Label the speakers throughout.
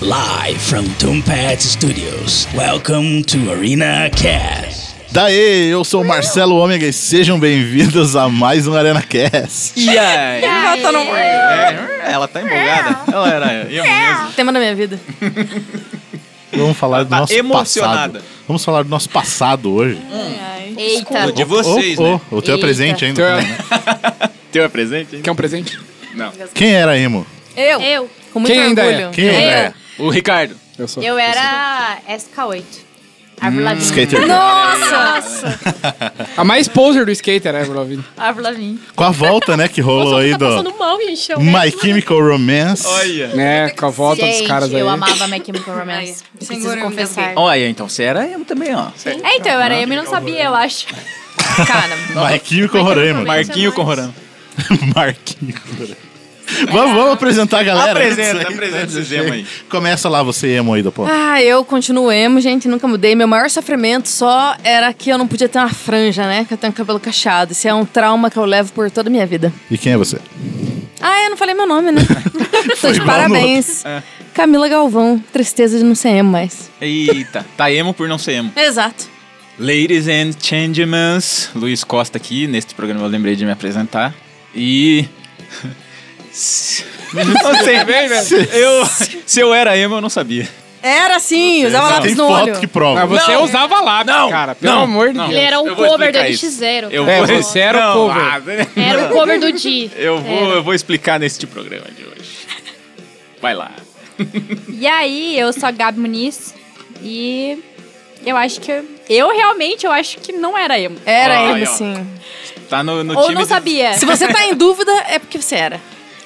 Speaker 1: Live from Tombat Studios. Welcome to Arena Cast.
Speaker 2: Daí, eu sou o Marcelo Ômega e sejam bem-vindos a mais um Arena Cast.
Speaker 3: E aí?
Speaker 4: Ela tá no-
Speaker 3: É, ela tá empolgada. Ela era eu
Speaker 5: É.
Speaker 3: mesmo.
Speaker 4: Tema da minha vida.
Speaker 2: Vamos falar do
Speaker 3: Tá
Speaker 2: nosso
Speaker 3: emocionada.
Speaker 2: passado. Vamos falar do nosso passado hoje.
Speaker 3: O
Speaker 4: Eita.
Speaker 3: de vocês,
Speaker 2: Oh,
Speaker 3: né?
Speaker 2: oh, O teu é
Speaker 4: Eita.
Speaker 2: presente ainda.
Speaker 5: Teu é-
Speaker 2: também, né?
Speaker 3: Teu é presente? hein?
Speaker 5: Quer um presente?
Speaker 3: Não.
Speaker 2: Quem era emo?
Speaker 4: Eu. Eu. Com muito
Speaker 5: Quem ainda
Speaker 4: orgulho.
Speaker 5: é?
Speaker 2: Quem
Speaker 4: eu.
Speaker 2: era?
Speaker 5: O Ricardo. Eu sou.
Speaker 6: Eu era SK8. Árvore Lavigne.
Speaker 2: Skater.
Speaker 4: Nossa!
Speaker 5: A mais poser do skater, né, Lavigne?
Speaker 6: Árvore Lavigne.
Speaker 2: Com a volta, né, que rolou
Speaker 4: tá
Speaker 2: aí do
Speaker 4: mal, bicho.
Speaker 2: My Chemical Romance.
Speaker 3: Olha.
Speaker 5: Né, com a volta
Speaker 6: Gente,
Speaker 5: dos caras aí.
Speaker 6: eu amava My Chemical Romance.
Speaker 4: Ai,
Speaker 6: Preciso
Speaker 4: segura me
Speaker 6: confessar.
Speaker 3: Olha, então você era eu também, ó.
Speaker 6: É, então, eu era eu e não sabia, eu acho.
Speaker 4: Cara,
Speaker 2: My Chemical Roraima.
Speaker 3: Marquinho com Roran.
Speaker 2: Marquinhos. Vamos, vamos apresentar a galera.
Speaker 3: Apresenta,
Speaker 2: Isso aí,
Speaker 3: apresenta
Speaker 2: né?
Speaker 3: esses emo aí.
Speaker 2: Começa lá, você é emo aí do pô.
Speaker 4: ah, eu continuo emo, gente, nunca mudei. Meu maior sofrimento só era que eu não podia ter uma franja, né? Que eu tenho cabelo cacheado. Isso é um trauma que eu levo por toda a minha vida.
Speaker 2: E quem é você?
Speaker 4: Ah, eu não falei meu nome, né? Tô de
Speaker 2: igual
Speaker 4: parabéns. Camila Galvão, tristeza de não ser emo mais.
Speaker 3: Eita, tá emo por não ser emo.
Speaker 4: Exato.
Speaker 3: Ladies and gentlemen, Luiz Costa aqui. Neste programa eu lembrei de me apresentar. E... Não sei,
Speaker 5: bem, né?
Speaker 3: Eu, se eu era emo, eu não sabia.
Speaker 4: Era sim, usava
Speaker 2: Tem
Speaker 4: lápis no
Speaker 2: foto
Speaker 4: olho.
Speaker 2: que prova.
Speaker 5: Mas Ah, você
Speaker 3: Não.
Speaker 5: usava lápis,
Speaker 3: Não,
Speaker 5: cara. Pelo
Speaker 3: não,
Speaker 5: amor de
Speaker 3: não.
Speaker 6: Ele
Speaker 5: Deus.
Speaker 6: era um
Speaker 3: Eu vou
Speaker 6: cover do
Speaker 3: explicar isso.
Speaker 6: NX0.
Speaker 3: Eu
Speaker 5: É,
Speaker 7: um
Speaker 3: vou...
Speaker 5: você era o
Speaker 3: Não,
Speaker 5: cover.
Speaker 3: ah,
Speaker 6: Era um cover do Di.
Speaker 3: Eu vou,
Speaker 6: Era.
Speaker 3: eu vou explicar neste programa de hoje. Vai lá.
Speaker 6: E aí, eu sou a Gabi Muniz e eu acho que... Eu realmente, eu acho que não era emo.
Speaker 2: Ah,
Speaker 4: Era
Speaker 3: Olha,
Speaker 4: emo,
Speaker 3: ó.
Speaker 4: sim.
Speaker 3: Tá no, no
Speaker 6: Ou
Speaker 3: time
Speaker 6: não
Speaker 3: de-
Speaker 2: É.
Speaker 6: sabia.
Speaker 4: Se você tá em dúvida, é porque você era.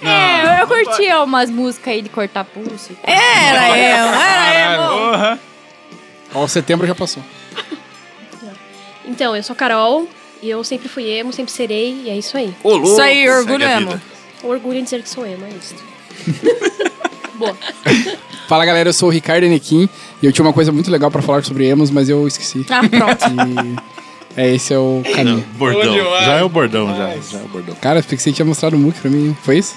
Speaker 6: É, eu, eu curtia umas músicas aí de cortar pulso. É.
Speaker 4: Era emo, era emo.
Speaker 3: Porra.
Speaker 5: Ó, o setembro já passou.
Speaker 7: Então, eu sou a Carol e eu sempre fui emo, sempre serei, e é isso aí.
Speaker 3: Ô, louco.
Speaker 4: Isso aí, orgulho
Speaker 2: Segue a
Speaker 4: emo.
Speaker 2: vida.
Speaker 7: Orgulho em dizer que sou emo, é isso.
Speaker 5: Fala, galera. Eu sou o Ricardo Enequim. E eu tinha uma coisa muito legal pra falar sobre emos, mas eu esqueci.
Speaker 4: Ah, pronto.
Speaker 5: E é, esse é o caminho.
Speaker 2: Bordão.
Speaker 3: demais.
Speaker 2: Já é o bordão, já, já é o bordão.
Speaker 5: Cara, eu pensei que você tinha mostrado o Mook pra mim. Foi isso?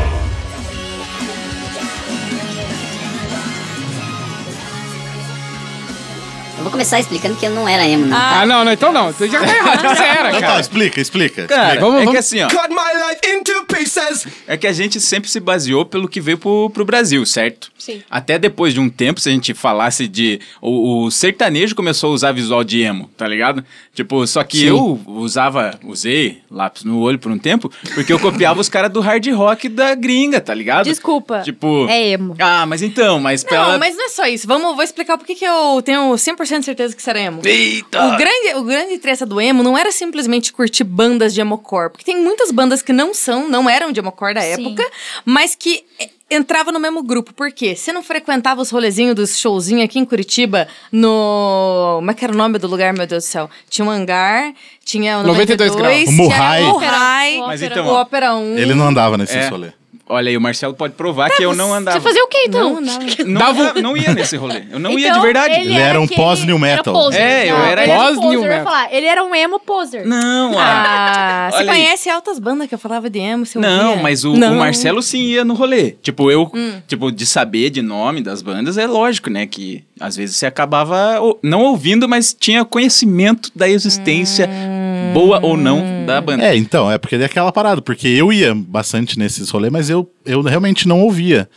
Speaker 8: Eu vou começar explicando que eu não era emo, não.
Speaker 5: Ah, não, não. Então não. Você já tá errado. Você era,
Speaker 2: Então tá,
Speaker 5: cara.
Speaker 2: explica, explica.
Speaker 3: Cara,
Speaker 2: explica.
Speaker 5: vamos-
Speaker 3: é que
Speaker 5: vamos-
Speaker 3: assim, ó. É que a gente sempre se baseou pelo que veio pro, pro Brasil, certo?
Speaker 7: Sim.
Speaker 3: Até depois de um tempo, se a gente falasse de. O, o sertanejo começou a usar visual de emo, tá ligado? Tipo, só que
Speaker 5: Sim.
Speaker 3: eu usava, usei lápis no olho por um tempo, porque eu copiava os caras do hard rock da gringa, tá ligado?
Speaker 6: Desculpa.
Speaker 3: Tipo.
Speaker 6: É emo.
Speaker 3: Ah, mas então, mas
Speaker 4: Não,
Speaker 3: pela.
Speaker 4: mas não é só isso. Vamos, vou explicar por que que eu tenho 100% de certeza que será emo.
Speaker 3: Eita!
Speaker 4: O grande, o grande treta do emo não era simplesmente curtir bandas de emocore, porque tem muitas bandas que não são, não eram de emocore da
Speaker 6: Sim.
Speaker 4: época, mas que eh, entrava no mesmo grupo. Por quê? Você não frequentava os rolezinhos dos showzinhos aqui em Curitiba no... Como é que era o nome do lugar, meu Deus do céu? Tinha um hangar, tinha o
Speaker 5: 92
Speaker 4: 92,
Speaker 5: graus.
Speaker 2: O Murray.
Speaker 4: tinha o Murray,
Speaker 7: Ópera.
Speaker 3: Mas então,
Speaker 4: o
Speaker 3: ó,
Speaker 4: Ópera 1.
Speaker 2: Ele não andava nesse
Speaker 3: É.
Speaker 2: solê.
Speaker 3: olha aí, o Marcelo pode provar que eu não andava.
Speaker 7: Você fazia o quê,
Speaker 4: Não,
Speaker 7: então?
Speaker 4: não.
Speaker 3: Não,
Speaker 5: Dava
Speaker 3: ia- não ia nesse rolê. Eu não ia
Speaker 6: Então,
Speaker 3: de verdade.
Speaker 6: ele
Speaker 2: Ele era um
Speaker 6: aquele-
Speaker 2: pós-new metal.
Speaker 7: poser.
Speaker 3: É, eu
Speaker 6: Não,
Speaker 3: era.
Speaker 6: ele era um
Speaker 5: Pós-new
Speaker 6: poser, eu ia
Speaker 5: metal.
Speaker 6: falar. Ele era um emo poser.
Speaker 3: Não, ah,
Speaker 4: Ah, você
Speaker 3: Olha aí.
Speaker 4: conhece altas bandas que eu falava de emo, você
Speaker 3: Não,
Speaker 4: ouvia?
Speaker 3: mas o, o
Speaker 4: Não.
Speaker 3: Marcelo sim ia no rolê. Tipo, eu, tipo, de saber de nome das bandas, é lógico, né? Que às vezes você acabava ou- não ouvindo, mas tinha conhecimento da existência, boa ou não, da banda.
Speaker 2: É, então, é porque é aquela parada, porque eu ia bastante nesses rolês, mas eu, eu realmente não ouvia.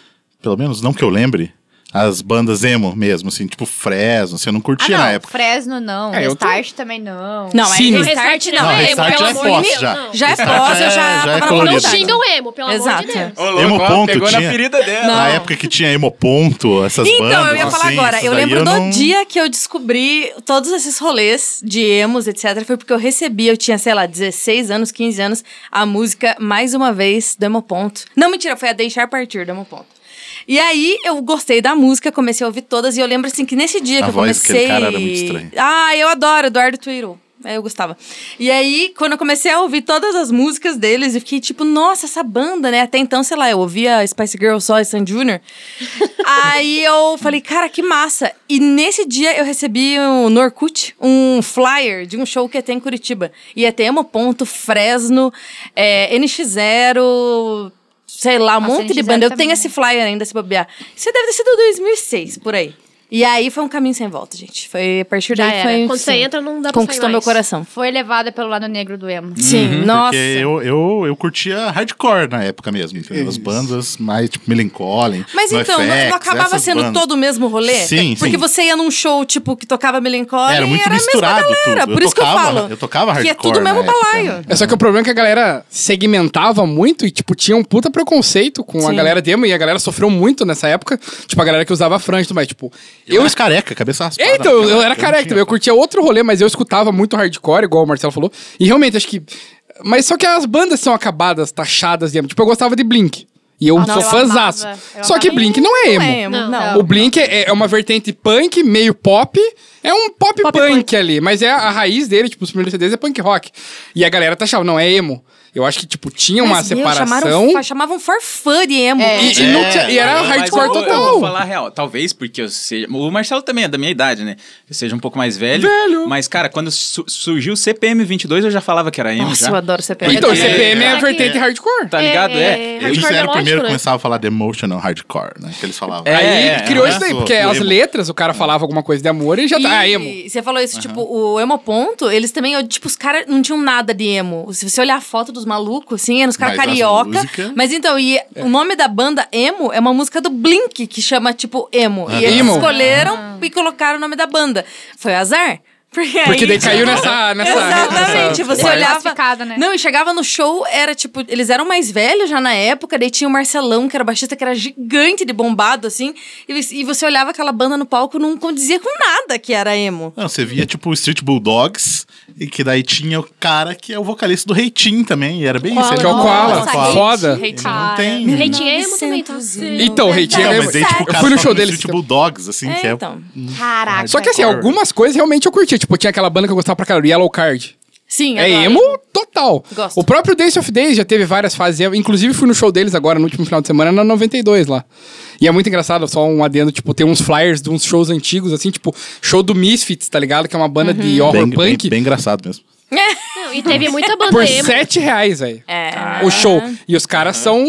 Speaker 2: Pelo menos não que eu lembre. As bandas emo mesmo, assim, tipo Fresno, você não
Speaker 6: Ah,
Speaker 2: curtia
Speaker 6: não,
Speaker 2: na época.
Speaker 6: Fresno não.
Speaker 5: É, eu tô-
Speaker 6: Restart também não.
Speaker 4: Não, é
Speaker 5: Sim.
Speaker 4: restart não.
Speaker 2: Não,
Speaker 4: é emo,
Speaker 2: Restart
Speaker 4: pelo
Speaker 2: já é
Speaker 4: amor de
Speaker 2: pós,
Speaker 4: Deus.
Speaker 2: já.
Speaker 4: Já é pós, eu já,
Speaker 2: já é
Speaker 4: tava
Speaker 2: colorido.
Speaker 4: na
Speaker 7: Não
Speaker 4: faculdade.
Speaker 7: xingam emo, pelo
Speaker 4: Exato.
Speaker 7: amor de Deus.
Speaker 3: Ô,
Speaker 2: Emo
Speaker 3: ó,
Speaker 2: ponto,
Speaker 3: pegou na
Speaker 2: tinha.
Speaker 3: ferida dela.
Speaker 4: Não.
Speaker 2: Na época que tinha emo ponto, essas bandas.
Speaker 4: Então, eu ia falar
Speaker 2: assim,
Speaker 4: agora.
Speaker 2: essas
Speaker 4: Eu
Speaker 2: daí
Speaker 4: lembro do
Speaker 2: não-
Speaker 4: dia que eu descobri todos esses rolês de emos, etc. Foi porque eu recebi, eu tinha, sei lá, 16 anos, 15 anos, a música Mais Uma Vez do Emo Ponto. Não, mentira, foi a Deixar Partir do Emo Ponto. E aí, eu gostei da música, comecei a ouvir todas, e eu lembro assim que nesse dia
Speaker 2: A
Speaker 4: que eu
Speaker 2: voz
Speaker 4: comecei.
Speaker 2: daquele cara era muito estranha.
Speaker 4: Ah, eu adoro Eduardo Tuiru. É, Eu gostava. E aí, quando eu comecei a ouvir todas as músicas deles, eu fiquei tipo, nossa, essa banda, né? Até então, sei lá, eu ouvia Spice Girl só e Sam Jr. aí eu falei, cara, que massa. E nesse dia eu recebi um, no Orkut um flyer de um show que ia ter em Curitiba. Ia ter Emo Ponto, Fresno, é, NX0, sei lá, um
Speaker 6: Nossa,
Speaker 4: monte de
Speaker 6: NX0
Speaker 4: banda. Eu
Speaker 6: também,
Speaker 4: tenho
Speaker 6: né?
Speaker 4: esse flyer ainda, se bobear. Isso deve ter sido 2006, por aí. E aí foi um caminho sem volta, gente. Foi a partir
Speaker 6: Já
Speaker 4: daí
Speaker 6: era.
Speaker 4: foi um
Speaker 7: Quando você
Speaker 4: sim.
Speaker 7: entra, não dá pra sair
Speaker 4: conquistou meu
Speaker 7: mais.
Speaker 4: coração.
Speaker 6: Foi levada pelo lado negro do emo.
Speaker 4: Sim, nossa.
Speaker 2: Porque eu, eu, eu curtia hardcore na época mesmo. Então, As
Speaker 5: Isso.
Speaker 2: bandas mais, tipo, Melancholy.
Speaker 4: Mas
Speaker 2: No
Speaker 4: então, não-
Speaker 2: FX,
Speaker 4: não acabava
Speaker 2: essas
Speaker 4: sendo
Speaker 2: bandas.
Speaker 4: todo o mesmo rolê? É,
Speaker 2: Sim,
Speaker 4: Porque
Speaker 2: sim.
Speaker 4: você ia num show, tipo, que tocava Melancholy
Speaker 2: Era muito
Speaker 4: e era a
Speaker 2: misturado
Speaker 4: mesma galera.
Speaker 2: tudo. Eu
Speaker 4: Por isso que eu
Speaker 2: tocava-
Speaker 4: falo.
Speaker 2: eu tocava
Speaker 4: Que é
Speaker 2: hardcore
Speaker 4: tudo o mesmo
Speaker 2: na época,
Speaker 4: balaio.
Speaker 2: né?
Speaker 5: É só que o problema é que a galera segmentava muito e, tipo, tinha um puta preconceito com a
Speaker 4: Sim.
Speaker 5: galera demo e a galera sofreu muito nessa época. Tipo, a galera que usava franja, mas, tipo,
Speaker 2: Eu,
Speaker 5: eu
Speaker 2: era careca, cabeça raspada.
Speaker 3: Ah,
Speaker 5: É, então, eu,
Speaker 2: naquela época,
Speaker 5: era
Speaker 2: não
Speaker 5: careca
Speaker 2: tinha-
Speaker 5: também. Eu curtia outro rolê, mas eu escutava muito hardcore, igual o Marcelo falou. E realmente, acho que. Mas só que as bandas são acabadas, taxadas de emo. Tipo, eu gostava de Blink. E eu
Speaker 6: Ah,
Speaker 5: sou
Speaker 6: não, eu
Speaker 5: fãzaço.
Speaker 6: amava. Eu
Speaker 5: Só que
Speaker 6: amava.
Speaker 5: Blink não é emo.
Speaker 4: Não é emo,
Speaker 7: Não,
Speaker 4: não.
Speaker 5: O Blink é, é uma vertente punk, meio pop. É um pop, punk, ali, mas é a, a raiz dele, tipo, os primeiros CDs é punk rock. E a galera taxava, não, é emo. Eu acho que, tipo, tinha uma
Speaker 4: Mas, meu,
Speaker 5: separação.
Speaker 4: Chamaram, chamavam forfã de emo.
Speaker 5: E, e não
Speaker 2: É,
Speaker 5: tinha- e era
Speaker 3: Mas
Speaker 5: hardcore
Speaker 3: eu, vou-
Speaker 5: total.
Speaker 3: Eu vou falar a real. Talvez porque eu seja. O Marcelo também é da minha idade, né? Eu seja um pouco mais velho.
Speaker 5: Velho.
Speaker 3: Mas, cara, quando su- surgiu o CPM 22, eu já falava que era emo.
Speaker 4: Nossa,
Speaker 3: já.
Speaker 4: eu adoro CPM.
Speaker 5: Então,
Speaker 3: É,
Speaker 5: CPM é a
Speaker 7: é.
Speaker 5: vertente hardcore.
Speaker 3: Tá ligado? É.
Speaker 2: Eles
Speaker 7: hardcore
Speaker 2: fizeram primeiro
Speaker 7: melódico, né?
Speaker 2: começava a falar de emotional hardcore, né? Que eles falavam.
Speaker 3: É,
Speaker 5: Aí
Speaker 3: é,
Speaker 5: criou
Speaker 3: é,
Speaker 5: isso daí,
Speaker 2: né?
Speaker 5: porque
Speaker 2: O
Speaker 5: as
Speaker 2: emo.
Speaker 5: letras, o cara falava alguma coisa de amor e já tá. Ah, emo.
Speaker 4: E Você falou isso, tipo, o emo ponto, eles também, eu, tipo, os caras não tinham nada de emo. Se você olhar a foto dos malucos, assim, eram os caras
Speaker 2: Mas as
Speaker 4: carioca.
Speaker 2: músicas- É.
Speaker 4: Mas então, e o nome da banda emo é uma música do Blink, que chama, tipo, emo.
Speaker 2: Ah,
Speaker 4: E eles
Speaker 5: emo. Ah.
Speaker 4: escolheram e colocaram o nome da banda. Foi azar. Porque,
Speaker 5: Porque
Speaker 4: aí,
Speaker 5: daí caiu
Speaker 4: tipo,
Speaker 5: nessa. nessa
Speaker 4: Exatamente,
Speaker 5: nessa-
Speaker 4: você
Speaker 6: parte.
Speaker 4: olhava.
Speaker 6: Classificado, né?
Speaker 4: Não, e chegava no show, era tipo, eles eram mais velhos já na época, daí tinha o Marcelão, que era o baixista, que era gigante de bombado, assim, e, e você olhava aquela banda no palco, não condizia com nada que era emo.
Speaker 2: Não, você via tipo o Street Bulldogs, e que daí tinha o cara que é o vocalista do Reitinho também, e era bem isso.
Speaker 7: Koala.
Speaker 2: ele
Speaker 5: Que é o
Speaker 2: falava,
Speaker 5: Koala,
Speaker 2: "Koala".
Speaker 5: Koala. foda.
Speaker 2: Não tem.
Speaker 7: Meu Reitinho é emo também, tá?
Speaker 4: 900
Speaker 5: Então, hate
Speaker 2: Não, mas daí, tipo, o
Speaker 5: Eu
Speaker 2: cara
Speaker 5: fui no
Speaker 2: toca
Speaker 5: show deles.
Speaker 2: Street Bulldogs, assim,
Speaker 4: É,
Speaker 2: que é
Speaker 4: então.
Speaker 6: Caraca.
Speaker 5: Só que assim, algumas coisas realmente eu curtia. Tipo, tinha aquela banda que eu gostava pra caralho, Yellow Card.
Speaker 4: Sim,
Speaker 5: É
Speaker 4: adoro.
Speaker 5: emo total.
Speaker 4: Gosto.
Speaker 5: O próprio Days of Days já teve várias fases. emo. Inclusive, fui no show deles agora, no último final de semana, na 92 lá. E é muito engraçado, só um adendo, tipo, tem uns flyers de uns shows antigos, assim, tipo, show do Misfits, tá ligado? Que é uma banda de
Speaker 4: Uhum.
Speaker 5: horror
Speaker 2: bem, bem,
Speaker 5: punk.
Speaker 2: bem engraçado mesmo.
Speaker 7: Não, e teve muita banda
Speaker 5: Por
Speaker 7: emo.
Speaker 5: 7 reais, velho.
Speaker 4: É.
Speaker 5: O show. E os caras são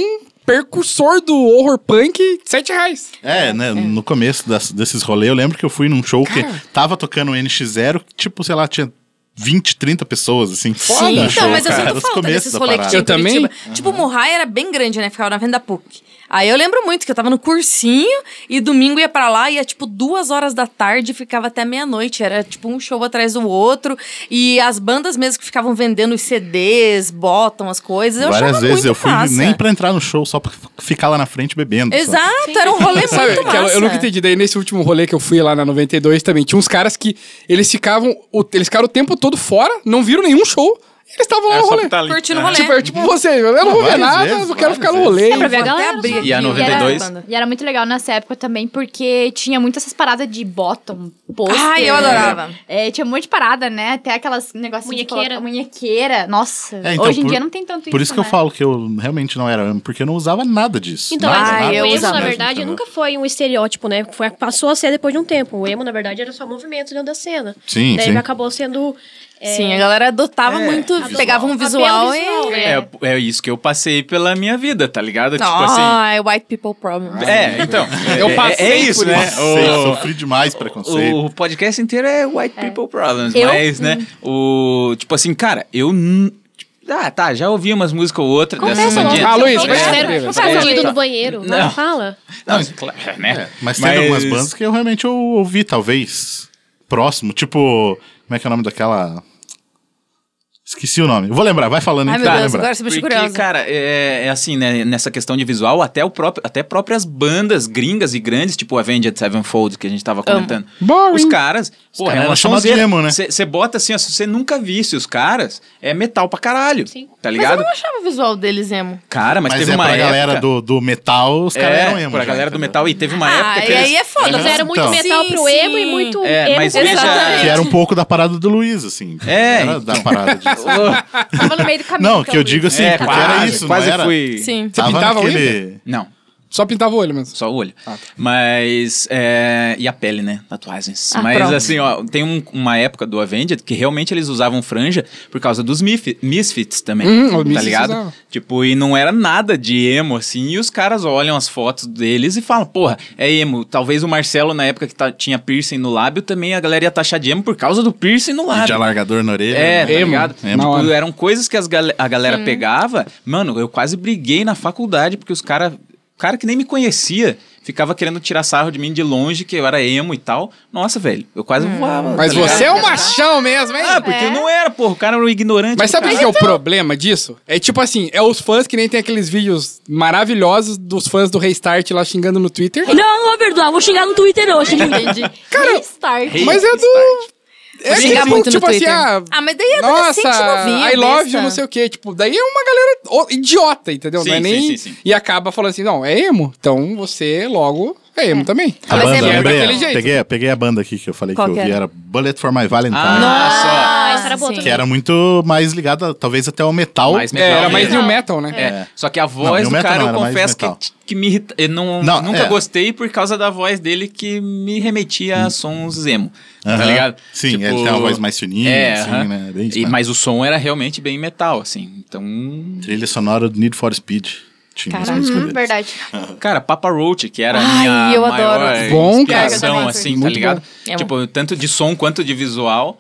Speaker 5: percursor do horror punk, 7 reais.
Speaker 2: É, né? No começo das- desses rolês, eu lembro que eu fui num show que tava tocando o NX0, que, tipo, sei lá, tinha 20, 30 pessoas, assim. Foda
Speaker 4: Sim,
Speaker 2: o
Speaker 4: então,
Speaker 2: show,
Speaker 4: mas eu
Speaker 2: cara,
Speaker 4: sinto
Speaker 2: dos
Speaker 4: falta
Speaker 2: começos
Speaker 4: desses
Speaker 2: da
Speaker 4: rolês que
Speaker 2: parada.
Speaker 4: tinha em
Speaker 5: Eu também.
Speaker 4: Curitiba. Tipo, o Morrai era bem grande, né? Ficava na venda PUC. Aí eu lembro muito que eu tava no cursinho e domingo ia pra lá, ia tipo duas horas da tarde e ficava até meia-noite. Era tipo um show atrás do outro. E as bandas mesmo que ficavam vendendo os CDs, botam as coisas. Eu
Speaker 2: Várias
Speaker 4: achava
Speaker 2: vezes
Speaker 4: muito
Speaker 2: eu fui
Speaker 4: massa.
Speaker 2: nem pra entrar no show, só pra f- ficar lá na frente bebendo. só.
Speaker 4: Exato, era um rolê
Speaker 5: Sabe,
Speaker 4: muito
Speaker 5: que eu,
Speaker 4: massa.
Speaker 5: eu nunca entendi. Daí nesse último rolê que eu fui lá na 92 também, tinha uns caras que eles ficavam, o- eles ficaram o tempo todo fora, não viram nenhum show, e eles estavam lá no rolê.
Speaker 4: Curtindo o rolê.
Speaker 5: Tipo, eu, tipo você, eu não vou ver
Speaker 2: várias
Speaker 5: nada,
Speaker 2: vezes,
Speaker 5: eu
Speaker 2: várias
Speaker 5: quero ficar no
Speaker 2: vezes.
Speaker 5: rolê.
Speaker 7: É pra ver
Speaker 4: Vou
Speaker 7: a
Speaker 4: até
Speaker 7: galera.
Speaker 4: abrir
Speaker 7: só.
Speaker 3: E a
Speaker 4: aqui.
Speaker 3: 92?
Speaker 4: Era-
Speaker 6: E era muito legal nessa época também, porque tinha muitas essas paradas de bottom, pôster.
Speaker 4: Ai, eu adorava.
Speaker 6: É, tinha um monte de parada, né? Até aquelas negócios de
Speaker 7: Munhequeira.
Speaker 6: colocar- munhequeira. Nossa,
Speaker 2: É, então,
Speaker 6: hoje em
Speaker 2: por-
Speaker 6: dia não tem tanto
Speaker 2: Por
Speaker 6: isso,
Speaker 2: isso que eu
Speaker 6: né?
Speaker 2: falo que eu realmente não era emo, porque eu não usava nada disso.
Speaker 7: Então,
Speaker 2: nada,
Speaker 7: mas
Speaker 4: Ah,
Speaker 2: nada,
Speaker 4: eu
Speaker 7: o emo,
Speaker 2: mesmo,
Speaker 4: usava.
Speaker 7: na verdade,
Speaker 2: entendeu?
Speaker 7: nunca foi um estereótipo, né? Foi, passou a ser depois de um tempo. O emo, na verdade, era só movimento dentro da cena.
Speaker 2: Sim,
Speaker 7: Daí
Speaker 2: sim.
Speaker 7: acabou sendo. é,
Speaker 4: Sim, a galera adotava
Speaker 2: É,
Speaker 4: muito, pegava um
Speaker 7: Apelo
Speaker 4: visual,
Speaker 7: visual,
Speaker 4: e...
Speaker 7: né?
Speaker 3: É, é isso que eu passei pela minha vida, tá ligado? Tipo assim.
Speaker 4: Ai, white people problem.
Speaker 2: tá
Speaker 3: É, então.
Speaker 5: Eu
Speaker 3: é- é-
Speaker 5: passei
Speaker 3: É isso,
Speaker 5: por
Speaker 3: né?
Speaker 5: isso.
Speaker 2: Sei, eu
Speaker 3: O-
Speaker 2: sofri demais preconceito.
Speaker 3: O podcast inteiro é White People Problems,
Speaker 6: Eu-
Speaker 3: mas, né? O. Tipo assim, cara, eu. n- Ah, tá, já ouvi umas músicas ou outra dessas
Speaker 7: Confessa logo.
Speaker 3: bandinhas.
Speaker 5: Ah, Luiz,
Speaker 7: Não
Speaker 5: vai se
Speaker 7: faz
Speaker 5: fuder,
Speaker 7: não
Speaker 5: velho.
Speaker 7: faz
Speaker 3: É,
Speaker 7: sentido
Speaker 3: tá.
Speaker 7: no banheiro. Não,
Speaker 3: Não.
Speaker 7: fala.
Speaker 3: Não, claro, né?
Speaker 2: é, Mas tem algumas bandas que eu realmente ou- ouvi, talvez. Próximo, tipo. Como é que é o nome daquela. Esqueci o nome. Vou lembrar, vai falando
Speaker 4: Ai,
Speaker 2: aí
Speaker 4: meu
Speaker 2: pra eu
Speaker 4: Deus,
Speaker 2: lembrar.
Speaker 4: agora você me deixa
Speaker 3: Porque,
Speaker 4: curiosa.
Speaker 3: cara, é, é assim, né? Nessa questão de visual, até, o próprio, até próprias bandas gringas e grandes, tipo Avenged Sevenfold, que a gente tava comentando.
Speaker 5: Boring.
Speaker 3: Os caras, pô,
Speaker 2: caras
Speaker 3: é uma
Speaker 2: eram chamados de
Speaker 3: sonzeira.
Speaker 2: emo, né?
Speaker 3: Você bota assim, ó, se você nunca visse os caras, é metal pra caralho.
Speaker 7: Sim.
Speaker 3: Tá
Speaker 4: Mas eu
Speaker 3: ligado?
Speaker 4: não achava o visual deles emo.
Speaker 3: Cara, mas,
Speaker 2: Mas,
Speaker 3: teve
Speaker 2: é
Speaker 3: uma
Speaker 2: pra
Speaker 3: época...
Speaker 2: galera do, do metal, os caras
Speaker 3: é,
Speaker 2: eram emo. né?
Speaker 3: pra
Speaker 2: já,
Speaker 3: galera do
Speaker 2: entendeu?
Speaker 3: metal. E teve uma
Speaker 4: ah,
Speaker 3: época
Speaker 4: e
Speaker 3: que
Speaker 4: aí
Speaker 3: eles-
Speaker 4: é foda.
Speaker 7: Eles eram muito
Speaker 2: Então.
Speaker 7: metal
Speaker 4: Sim,
Speaker 7: pro emo e
Speaker 4: sim.
Speaker 7: muito
Speaker 3: É,
Speaker 7: emo
Speaker 3: mas
Speaker 7: pro
Speaker 3: ele já-
Speaker 7: metal.
Speaker 2: Que era um pouco da parada do Luiz, assim.
Speaker 3: É,
Speaker 2: Era da parada disso.
Speaker 6: Tava no meio do caminho.
Speaker 2: Não, que eu digo assim,
Speaker 3: É,
Speaker 2: porque
Speaker 3: quase,
Speaker 2: era isso,
Speaker 3: quase
Speaker 2: não era?
Speaker 3: fui...
Speaker 4: Sim.
Speaker 5: Você
Speaker 2: Tava
Speaker 5: pintava o
Speaker 2: naquele...
Speaker 3: Não,
Speaker 5: Só pintava o olho mesmo. Ah, tá.
Speaker 3: Só o olho. Mas. é, e a pele, né? Tatuagens.
Speaker 5: Ah,
Speaker 3: Mas
Speaker 4: pronto.
Speaker 3: assim, ó, tem um- uma época do Avenged que realmente eles usavam franja por causa dos mif- Misfits também.
Speaker 5: Hum, os
Speaker 3: tá
Speaker 5: Misfits
Speaker 3: ligado?
Speaker 5: usavam.
Speaker 3: Tipo, e não era nada de emo, assim. E os caras olham as fotos deles e falam, porra, é emo. Talvez o Marcelo, na época que tá- tinha piercing no lábio, também a galera ia taxar de emo por causa do piercing no
Speaker 2: De
Speaker 3: lábio.
Speaker 2: alargador na orelha. né?
Speaker 3: É, tá
Speaker 5: Emo.
Speaker 3: ligado?
Speaker 5: Na
Speaker 3: Tipo,
Speaker 5: hora.
Speaker 3: eram coisas que as gal- a galera pegava. Mano, eu quase briguei na faculdade, porque os caras. Cara que nem me conhecia ficava querendo tirar sarro de mim de longe, que eu era emo e tal. Nossa, velho, eu quase voava.
Speaker 5: Mas
Speaker 3: tá ligado?
Speaker 5: você é um machão mesmo, hein?
Speaker 3: Ah, porque eu não era, porra. O cara era um ignorante.
Speaker 5: Mas
Speaker 3: do
Speaker 5: sabe o que é
Speaker 3: caralho.
Speaker 5: o problema disso? É tipo assim, é os fãs que nem tem aqueles vídeos maravilhosos dos fãs do Restart lá xingando no Twitter.
Speaker 7: Não, vou perdoar, vou xingar no Twitter hoje. Entendi.
Speaker 6: Cara, start.
Speaker 3: Ei,
Speaker 5: Mas é
Speaker 3: que
Speaker 5: do-
Speaker 3: start.
Speaker 5: É
Speaker 4: Xingar
Speaker 5: aquele
Speaker 4: muito no
Speaker 5: tipo assim,
Speaker 4: Twitter.
Speaker 5: ah,
Speaker 4: Ah, mas daí é
Speaker 5: nossa,
Speaker 4: adolescente novinho,
Speaker 5: I love
Speaker 4: besta.
Speaker 5: you, não sei o quê. Tipo, daí é uma galera o- idiota, entendeu?
Speaker 3: Sim,
Speaker 5: não é
Speaker 3: sim,
Speaker 5: nem...
Speaker 3: sim, sim.
Speaker 5: E acaba falando assim, não, é emo. Então você logo é emo também.
Speaker 2: A
Speaker 4: Mas é
Speaker 2: banda,
Speaker 4: emo
Speaker 2: lembrei.
Speaker 5: daquele jeito.
Speaker 2: Peguei, peguei a banda aqui que eu falei
Speaker 4: Qual
Speaker 2: que eu
Speaker 4: que
Speaker 2: ouvi,
Speaker 4: era?
Speaker 2: era Bullet for My Valentine.
Speaker 3: Ah, só.
Speaker 7: Ah, isso era boa
Speaker 4: sim.
Speaker 2: Que
Speaker 7: também.
Speaker 2: era muito mais ligada, talvez até ao metal.
Speaker 3: Mais
Speaker 5: É, era mais
Speaker 3: Metal.
Speaker 5: new metal, né?
Speaker 3: É. Só que a voz
Speaker 2: Não,
Speaker 3: do
Speaker 2: metal
Speaker 3: cara,
Speaker 2: não,
Speaker 3: eu
Speaker 2: era mais
Speaker 3: confesso que,
Speaker 2: metal.
Speaker 3: que me irrita. Eu não,
Speaker 2: Não,
Speaker 3: nunca
Speaker 2: é.
Speaker 3: gostei por causa da voz dele que me remetia a sons emo. Tá
Speaker 2: Aham.
Speaker 3: ligado? Tipo, é,
Speaker 2: Sim, ele tem uma voz mais fininha, assim,
Speaker 3: aham.
Speaker 2: né? Bem isso
Speaker 3: E-
Speaker 2: mesmo.
Speaker 3: mas o som era realmente bem metal, assim. Então.
Speaker 2: Trilha sonora do Need for Speed. Tinha as músicas dele.
Speaker 6: Uhum. Verdade.
Speaker 3: Cara, Papa Roach, que era a
Speaker 4: Ai,
Speaker 3: minha
Speaker 4: eu
Speaker 3: maior
Speaker 4: adoro.
Speaker 5: Bom,
Speaker 3: inspiração,
Speaker 6: cara.
Speaker 3: assim,
Speaker 5: Muito
Speaker 3: tá
Speaker 5: bom.
Speaker 3: ligado?
Speaker 4: É
Speaker 3: tipo, tanto de som quanto de visual.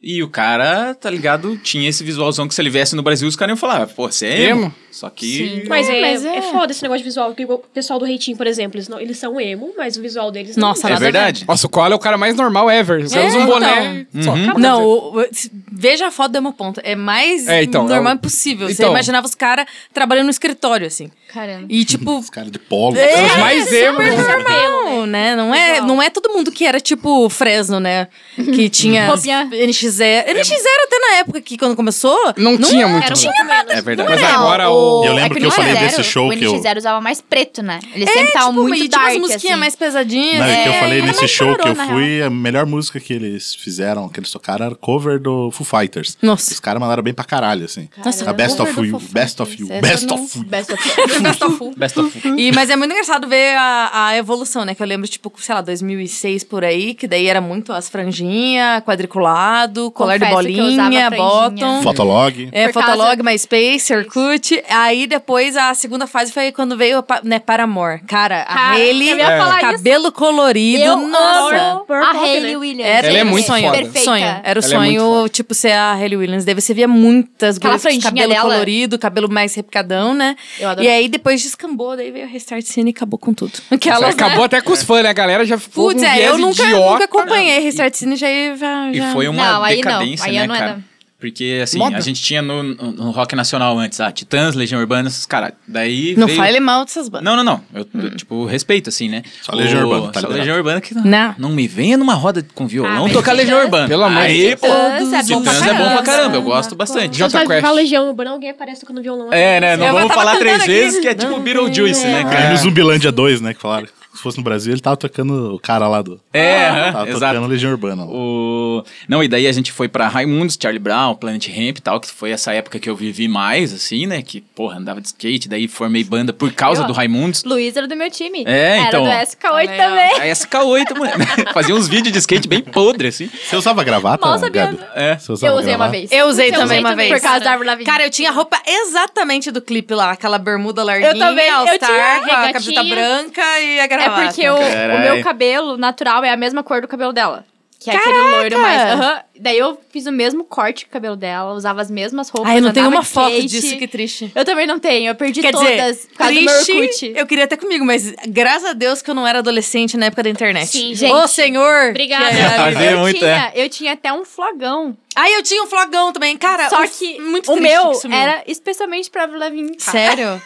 Speaker 3: E o cara, tá ligado? Tinha esse visualzão que se ele viesse no Brasil, os caras iam falar, pô, você é emo?
Speaker 5: Emo?
Speaker 3: Só que.
Speaker 7: Mas, é,
Speaker 4: Mas é.
Speaker 7: é foda esse negócio de visual. porque O pessoal do Reitinho, por exemplo, eles, não- eles são emo, mas o visual deles não.
Speaker 4: Nossa,
Speaker 3: É
Speaker 4: nada a ver.
Speaker 3: verdade.
Speaker 5: Nossa, o Koala é o cara mais normal ever. Você
Speaker 4: É,
Speaker 5: usa um boné. Só, acabou.
Speaker 4: Não, o- o- se- veja a foto do Hemoponto. É mais
Speaker 5: É, então,
Speaker 4: normal
Speaker 5: é o-
Speaker 4: impossível. Você
Speaker 5: Então.
Speaker 4: imaginava os caras trabalhando no escritório, assim.
Speaker 6: Caramba.
Speaker 4: E tipo.
Speaker 2: Os caras de polo.
Speaker 4: É,
Speaker 5: Os mais emo.
Speaker 4: super
Speaker 5: né?
Speaker 4: normal, né? Não é,
Speaker 7: Legal.
Speaker 4: não é todo mundo que era tipo Fresno, né? Que tinha as
Speaker 6: Roupinha.
Speaker 4: NX0. NX0 até na época que quando começou.
Speaker 5: É. Não, tinha muito.
Speaker 7: Era um
Speaker 5: né?
Speaker 7: pouco menos.
Speaker 3: É verdade.
Speaker 5: Mas
Speaker 6: Não,
Speaker 5: agora
Speaker 6: o-
Speaker 5: o...
Speaker 2: Eu lembro
Speaker 6: é
Speaker 2: que eu
Speaker 6: no
Speaker 2: falei
Speaker 6: NX0,
Speaker 2: desse show
Speaker 6: O
Speaker 2: que eu-
Speaker 1: NX0
Speaker 6: NX0 usava mais preto, né? Ele sempre tava
Speaker 4: tipo,
Speaker 6: muito
Speaker 4: e tinha
Speaker 6: dark,
Speaker 4: umas musiquinhas
Speaker 6: assim.
Speaker 4: mais pesadinhas.
Speaker 2: Não, e que eu
Speaker 4: É,
Speaker 2: falei
Speaker 4: era
Speaker 2: nesse
Speaker 4: mais
Speaker 2: show que eu
Speaker 4: chororô, na real.
Speaker 2: fui, a melhor música que eles fizeram, que eles tocaram, era cover do Foo Fighters.
Speaker 4: Nossa.
Speaker 2: Os caras mandaram bem pra caralho, assim.
Speaker 4: Nossa,
Speaker 2: a Best
Speaker 4: cover
Speaker 2: of
Speaker 4: do
Speaker 2: You,
Speaker 4: Foo Fighters,
Speaker 2: Best of You,
Speaker 4: essa
Speaker 2: Best
Speaker 4: eu não-
Speaker 2: of You.
Speaker 6: Best of-
Speaker 4: Best of Fool.
Speaker 3: Best of
Speaker 4: E, mas é muito engraçado ver a, a evolução, né? Que eu lembro, tipo, sei lá, 2006 por aí, que daí era muito as franjinhas, quadriculado, colar
Speaker 6: Confesso
Speaker 4: de
Speaker 6: que eu usava
Speaker 4: bolinha,
Speaker 6: franjinha.
Speaker 4: bottom.
Speaker 2: Fotolog.
Speaker 4: É,
Speaker 6: Por
Speaker 4: Fotolog, MySpace, Orkut. Aí depois a segunda fase foi quando veio, pa- né, Paramore. Cara,
Speaker 6: Cara,
Speaker 4: aquele
Speaker 6: eu ia falar isso.
Speaker 4: cabelo colorido.
Speaker 6: Eu
Speaker 4: nossa.
Speaker 6: amo a Hayley Williams.
Speaker 4: Era
Speaker 5: Ela é
Speaker 4: um
Speaker 5: muito
Speaker 4: sonho,
Speaker 5: foda.
Speaker 6: Perfeita.
Speaker 4: sonho. Era o
Speaker 5: Ela é muito
Speaker 4: sonho,
Speaker 5: foda.
Speaker 4: tipo, ser a Hayley Williams. Daí você via muitas
Speaker 6: Aquela
Speaker 4: gurias com
Speaker 6: franjinha
Speaker 4: cabelo
Speaker 6: dela.
Speaker 4: colorido, cabelo mais repicadão, né?
Speaker 6: Eu adoro.
Speaker 4: E aí depois descambou, daí veio o Restart Cine e acabou com tudo. Que elas, né?
Speaker 5: Acabou até com os fãs, né? A galera já ficou
Speaker 4: Putz,
Speaker 5: com um
Speaker 4: é,
Speaker 5: viés
Speaker 4: eu nunca,
Speaker 5: idiota.
Speaker 4: nunca acompanhei Restart Cine, já ia... Já,
Speaker 3: E foi uma
Speaker 6: Não, aí não.
Speaker 3: decadência,
Speaker 6: Aí
Speaker 3: né,
Speaker 6: eu não
Speaker 3: cara?
Speaker 6: era.
Speaker 3: Porque, assim,
Speaker 5: Moda.
Speaker 3: a gente tinha no, no- no rock nacional antes, ah, Titãs, Legião Urbana, esses caras. Daí
Speaker 4: Não
Speaker 3: veio...
Speaker 4: fale mal dessas bandas.
Speaker 3: Não, não, não. Eu, eu, tipo, respeito, assim, né?
Speaker 2: Só Legião Urbana, tá
Speaker 3: Só
Speaker 2: liberado.
Speaker 3: Legião Urbana que não.
Speaker 4: Não. Ah,
Speaker 3: me venha numa roda com violão
Speaker 7: mas
Speaker 3: tocar
Speaker 4: é
Speaker 3: Legião Urbana.
Speaker 5: Pelo amor de
Speaker 3: Aí,
Speaker 5: Deus.
Speaker 3: pô,
Speaker 6: Titãs é bom pra
Speaker 3: Titãs é bom pra
Speaker 6: caramba.
Speaker 3: caramba. Eu gosto bastante.
Speaker 5: Jota
Speaker 7: Mas vai
Speaker 5: Quest.
Speaker 7: virar é Legião Urbana, alguém aparece tocando violão.
Speaker 3: É, né? Não
Speaker 4: Eu
Speaker 3: vamos
Speaker 4: tava
Speaker 3: falar
Speaker 4: cantando
Speaker 3: três
Speaker 4: aqui.
Speaker 3: vezes que é tipo
Speaker 4: Não,
Speaker 3: Beetlejuice, né,
Speaker 2: Cara,
Speaker 3: cara?
Speaker 2: no Zumbilândia 2, né? Que falaram. Se fosse no Brasil, ele tava tocando o cara lá do.
Speaker 3: É,
Speaker 2: Tava
Speaker 3: aham, exato.
Speaker 2: Ah, tá tocando Legião Urbana. lá.
Speaker 3: O... Não, e daí a gente foi pra Raimundos, Charlie Brown, Planet Ramp e tal, que foi essa época que eu vivi mais, assim, né? Que, porra, andava de skate, daí formei banda por causa
Speaker 6: Eu-
Speaker 3: do Raimundos.
Speaker 6: Luiz era do meu time.
Speaker 3: É, então.
Speaker 6: Era do SK8
Speaker 4: Olha aí, ó.
Speaker 6: também.
Speaker 3: A SK8, mano. Fazia uns vídeos de skate bem podre, assim.
Speaker 2: Você usava gravata?
Speaker 6: Mal sabia.
Speaker 2: Gabi?
Speaker 3: É.
Speaker 2: Você usava
Speaker 6: Eu usei uma
Speaker 2: gravata?
Speaker 6: vez.
Speaker 4: Eu usei também uma vez.
Speaker 6: Por causa da árvore lavinha.
Speaker 4: Cara, eu tinha roupa exatamente do clipe lá, aquela bermuda larguinha,
Speaker 6: Eu também, eu
Speaker 4: all-star,
Speaker 6: tinha
Speaker 4: com a camiseta
Speaker 7: regatinha.
Speaker 4: branca e a
Speaker 6: É
Speaker 4: gravata.
Speaker 6: porque o, o
Speaker 3: Caralho.
Speaker 6: meu cabelo natural é a mesma cor do cabelo dela. Que é aquele loiro mais. Aham. Daí eu fiz o mesmo corte de cabelo dela, usava as mesmas roupas.
Speaker 4: Ah, eu não tenho
Speaker 6: andava
Speaker 4: uma
Speaker 6: de
Speaker 4: foto
Speaker 6: skate.
Speaker 4: disso, que triste.
Speaker 6: Eu também não tenho, eu perdi
Speaker 4: Quer
Speaker 6: todas
Speaker 4: dizer,
Speaker 6: por causa do meu
Speaker 4: triste,
Speaker 6: Orkut.
Speaker 4: eu queria ter comigo, mas graças a Deus que eu não era adolescente na época da internet.
Speaker 7: Sim,
Speaker 4: Ô,
Speaker 7: gente.
Speaker 4: senhor!
Speaker 7: Obrigada.
Speaker 4: que era-
Speaker 3: Fazia
Speaker 6: Eu
Speaker 3: é muito,
Speaker 6: tinha, eu tinha até um flogão.
Speaker 4: Aí eu tinha um flogão também, cara.
Speaker 6: só
Speaker 4: um-
Speaker 6: que
Speaker 4: muito
Speaker 6: o
Speaker 4: triste
Speaker 6: meu
Speaker 4: que sumiu.
Speaker 6: era especialmente pra Vlavin.
Speaker 4: Sério?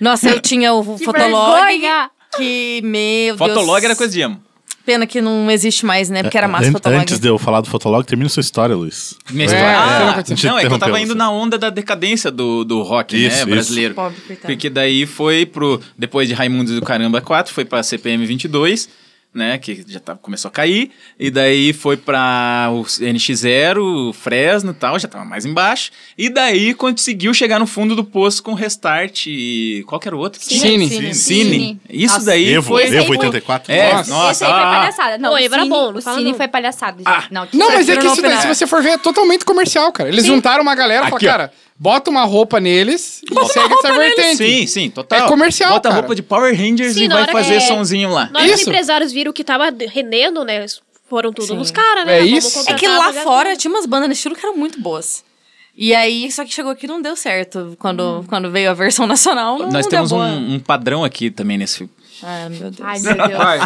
Speaker 4: Nossa, eu tinha o
Speaker 6: Que
Speaker 4: Fotolog,
Speaker 6: vergonha!
Speaker 4: que, meu Deus.
Speaker 3: Fotolog era coisa de emo.
Speaker 4: Pena que não existe mais, né? Porque era massa
Speaker 2: É, An-
Speaker 4: Fotolog.
Speaker 2: Antes de eu falar do Fotolog, termina sua história, Luiz.
Speaker 3: Minha
Speaker 5: É,
Speaker 3: história.
Speaker 5: é,
Speaker 3: Ah,
Speaker 5: você não
Speaker 3: não, é que eu tava
Speaker 2: interrompeu,
Speaker 3: indo
Speaker 2: você.
Speaker 3: na onda da decadência do, do rock,
Speaker 2: Isso,
Speaker 3: né,
Speaker 2: isso.
Speaker 3: brasileiro.
Speaker 4: Pobre, coitado.
Speaker 3: Porque daí foi pro. Depois de Raimundos do Caramba 4, foi pra CPM 22, né? Que já tava, começou a cair. E daí foi pra o NX0, o Fresno e tal, já tava mais embaixo. E daí conseguiu chegar no fundo do poço com Restart e. Qual que era o outro?
Speaker 5: Cine. Cine.
Speaker 2: Cine.
Speaker 3: Cine. Isso
Speaker 6: Nossa.
Speaker 3: daí
Speaker 2: Evo,
Speaker 3: foi.
Speaker 6: esse aí
Speaker 2: Evo
Speaker 6: foi-
Speaker 2: 84.
Speaker 3: É,
Speaker 5: Nossa.
Speaker 3: nossa.
Speaker 6: Esse aí foi
Speaker 3: ah,
Speaker 6: palhaçada. Não,
Speaker 7: Pô,
Speaker 6: o
Speaker 7: ele era
Speaker 6: Cine-
Speaker 7: bom, não
Speaker 6: O
Speaker 7: fala
Speaker 6: Cine
Speaker 7: não.
Speaker 6: foi palhaçada, gente.
Speaker 3: Ah.
Speaker 6: Não, que
Speaker 5: Não, mas é
Speaker 4: Prefiro
Speaker 5: que
Speaker 4: não
Speaker 5: isso daí, se
Speaker 4: opinar.
Speaker 5: você for ver, é totalmente comercial, cara. Eles juntaram uma galera e
Speaker 2: Aqui,
Speaker 5: falaram,
Speaker 2: ó.
Speaker 5: cara, bota uma roupa neles e segue essa vertente.
Speaker 3: Sim, sim, total.
Speaker 5: É comercial,
Speaker 3: Bota
Speaker 5: cara.
Speaker 3: roupa de Power Rangers
Speaker 7: Sim,
Speaker 3: e
Speaker 7: na
Speaker 3: vai
Speaker 7: hora
Speaker 3: fazer
Speaker 7: que-
Speaker 4: é.
Speaker 3: sonzinho lá.
Speaker 7: Nós os
Speaker 5: Isso.
Speaker 7: empresários viram que tava rendendo, né? Eles Foram tudo nos caras, né?
Speaker 5: É
Speaker 7: Vamos
Speaker 5: isso.
Speaker 4: É
Speaker 7: contratar
Speaker 4: que lá
Speaker 7: pra-
Speaker 4: fora tinha umas bandas nesse estilo que eram muito boas. E aí, só que chegou aqui e não deu certo. Quando,
Speaker 6: Hum.
Speaker 4: quando veio a versão nacional, não,
Speaker 3: Nós
Speaker 4: não
Speaker 3: temos
Speaker 4: deu boa.
Speaker 3: um, né? um padrão aqui também nesse
Speaker 4: Ah, meu Deus.
Speaker 6: Ai, meu Deus.
Speaker 5: Vai.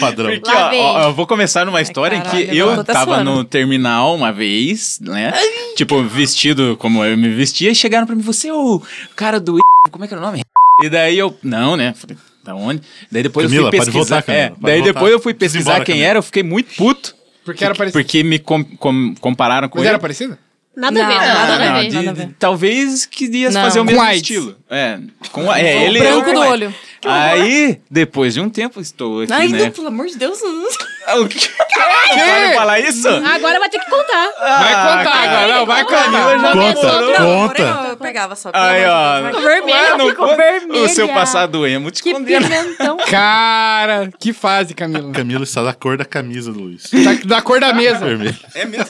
Speaker 2: Padrão.
Speaker 3: Porque,
Speaker 6: Lá
Speaker 3: ó,
Speaker 6: vem.
Speaker 3: ó, eu vou começar numa história em
Speaker 4: caralho,
Speaker 3: que
Speaker 4: agora eu
Speaker 3: eu
Speaker 4: tô até
Speaker 3: tava
Speaker 4: suando.
Speaker 3: no terminal uma vez, né? tipo, vestido como eu me vestia, e chegaram pra mim, você é o cara do. Como é que era o nome? E daí eu. Não, né? Falei, da onde? Daí depois
Speaker 2: Camila,
Speaker 3: eu fui
Speaker 2: pode
Speaker 3: pesquisar.
Speaker 2: voltar, Camila,
Speaker 3: é,
Speaker 2: pode
Speaker 3: daí
Speaker 2: voltar.
Speaker 3: depois eu fui
Speaker 2: Precisa ir
Speaker 3: pesquisar
Speaker 2: embora,
Speaker 3: quem
Speaker 2: Camila.
Speaker 3: era, eu fiquei muito puto.
Speaker 5: Porque era parecida.
Speaker 3: Porque me com- com- compararam com
Speaker 5: Mas
Speaker 3: ele.
Speaker 5: era parecida?
Speaker 7: Nada a ver,
Speaker 4: Não,
Speaker 7: nada,
Speaker 4: não,
Speaker 7: a
Speaker 3: Ah,
Speaker 7: ver.
Speaker 3: de-
Speaker 4: nada a ver.
Speaker 3: de- talvez que ia
Speaker 4: Não.
Speaker 3: fazer o
Speaker 4: Com
Speaker 3: mesmo
Speaker 5: AIDS.
Speaker 3: estilo. É, com a, é, ele é
Speaker 4: branco
Speaker 3: com
Speaker 4: do
Speaker 3: AIDS.
Speaker 4: olho.
Speaker 3: Aí, depois de um tempo, estou aqui,
Speaker 4: Ai,
Speaker 3: né? Ah,
Speaker 4: não, pelo amor de Deus.
Speaker 3: O quê? Pode falar isso? Ah,
Speaker 7: Agora vai ter que contar.
Speaker 5: Vai contar,
Speaker 3: cara.
Speaker 5: agora, não, vai
Speaker 3: Camila
Speaker 5: contar.
Speaker 3: já
Speaker 2: Conta,
Speaker 3: falou.
Speaker 2: conta.
Speaker 4: Eu, eu pegava só. pelo
Speaker 3: Aí,
Speaker 4: amor de
Speaker 3: ó.
Speaker 4: Deus, vai.
Speaker 3: Ué, não
Speaker 6: ficou
Speaker 3: conta.
Speaker 6: vermelha.
Speaker 3: O seu passado emo te
Speaker 6: Que
Speaker 3: condena.
Speaker 6: pimentão.
Speaker 5: Cara, que fase, Camila.
Speaker 2: Camila está da cor da camisa do Luiz.
Speaker 5: Tá da cor da mesa.
Speaker 2: Vermelho.
Speaker 3: É mesmo?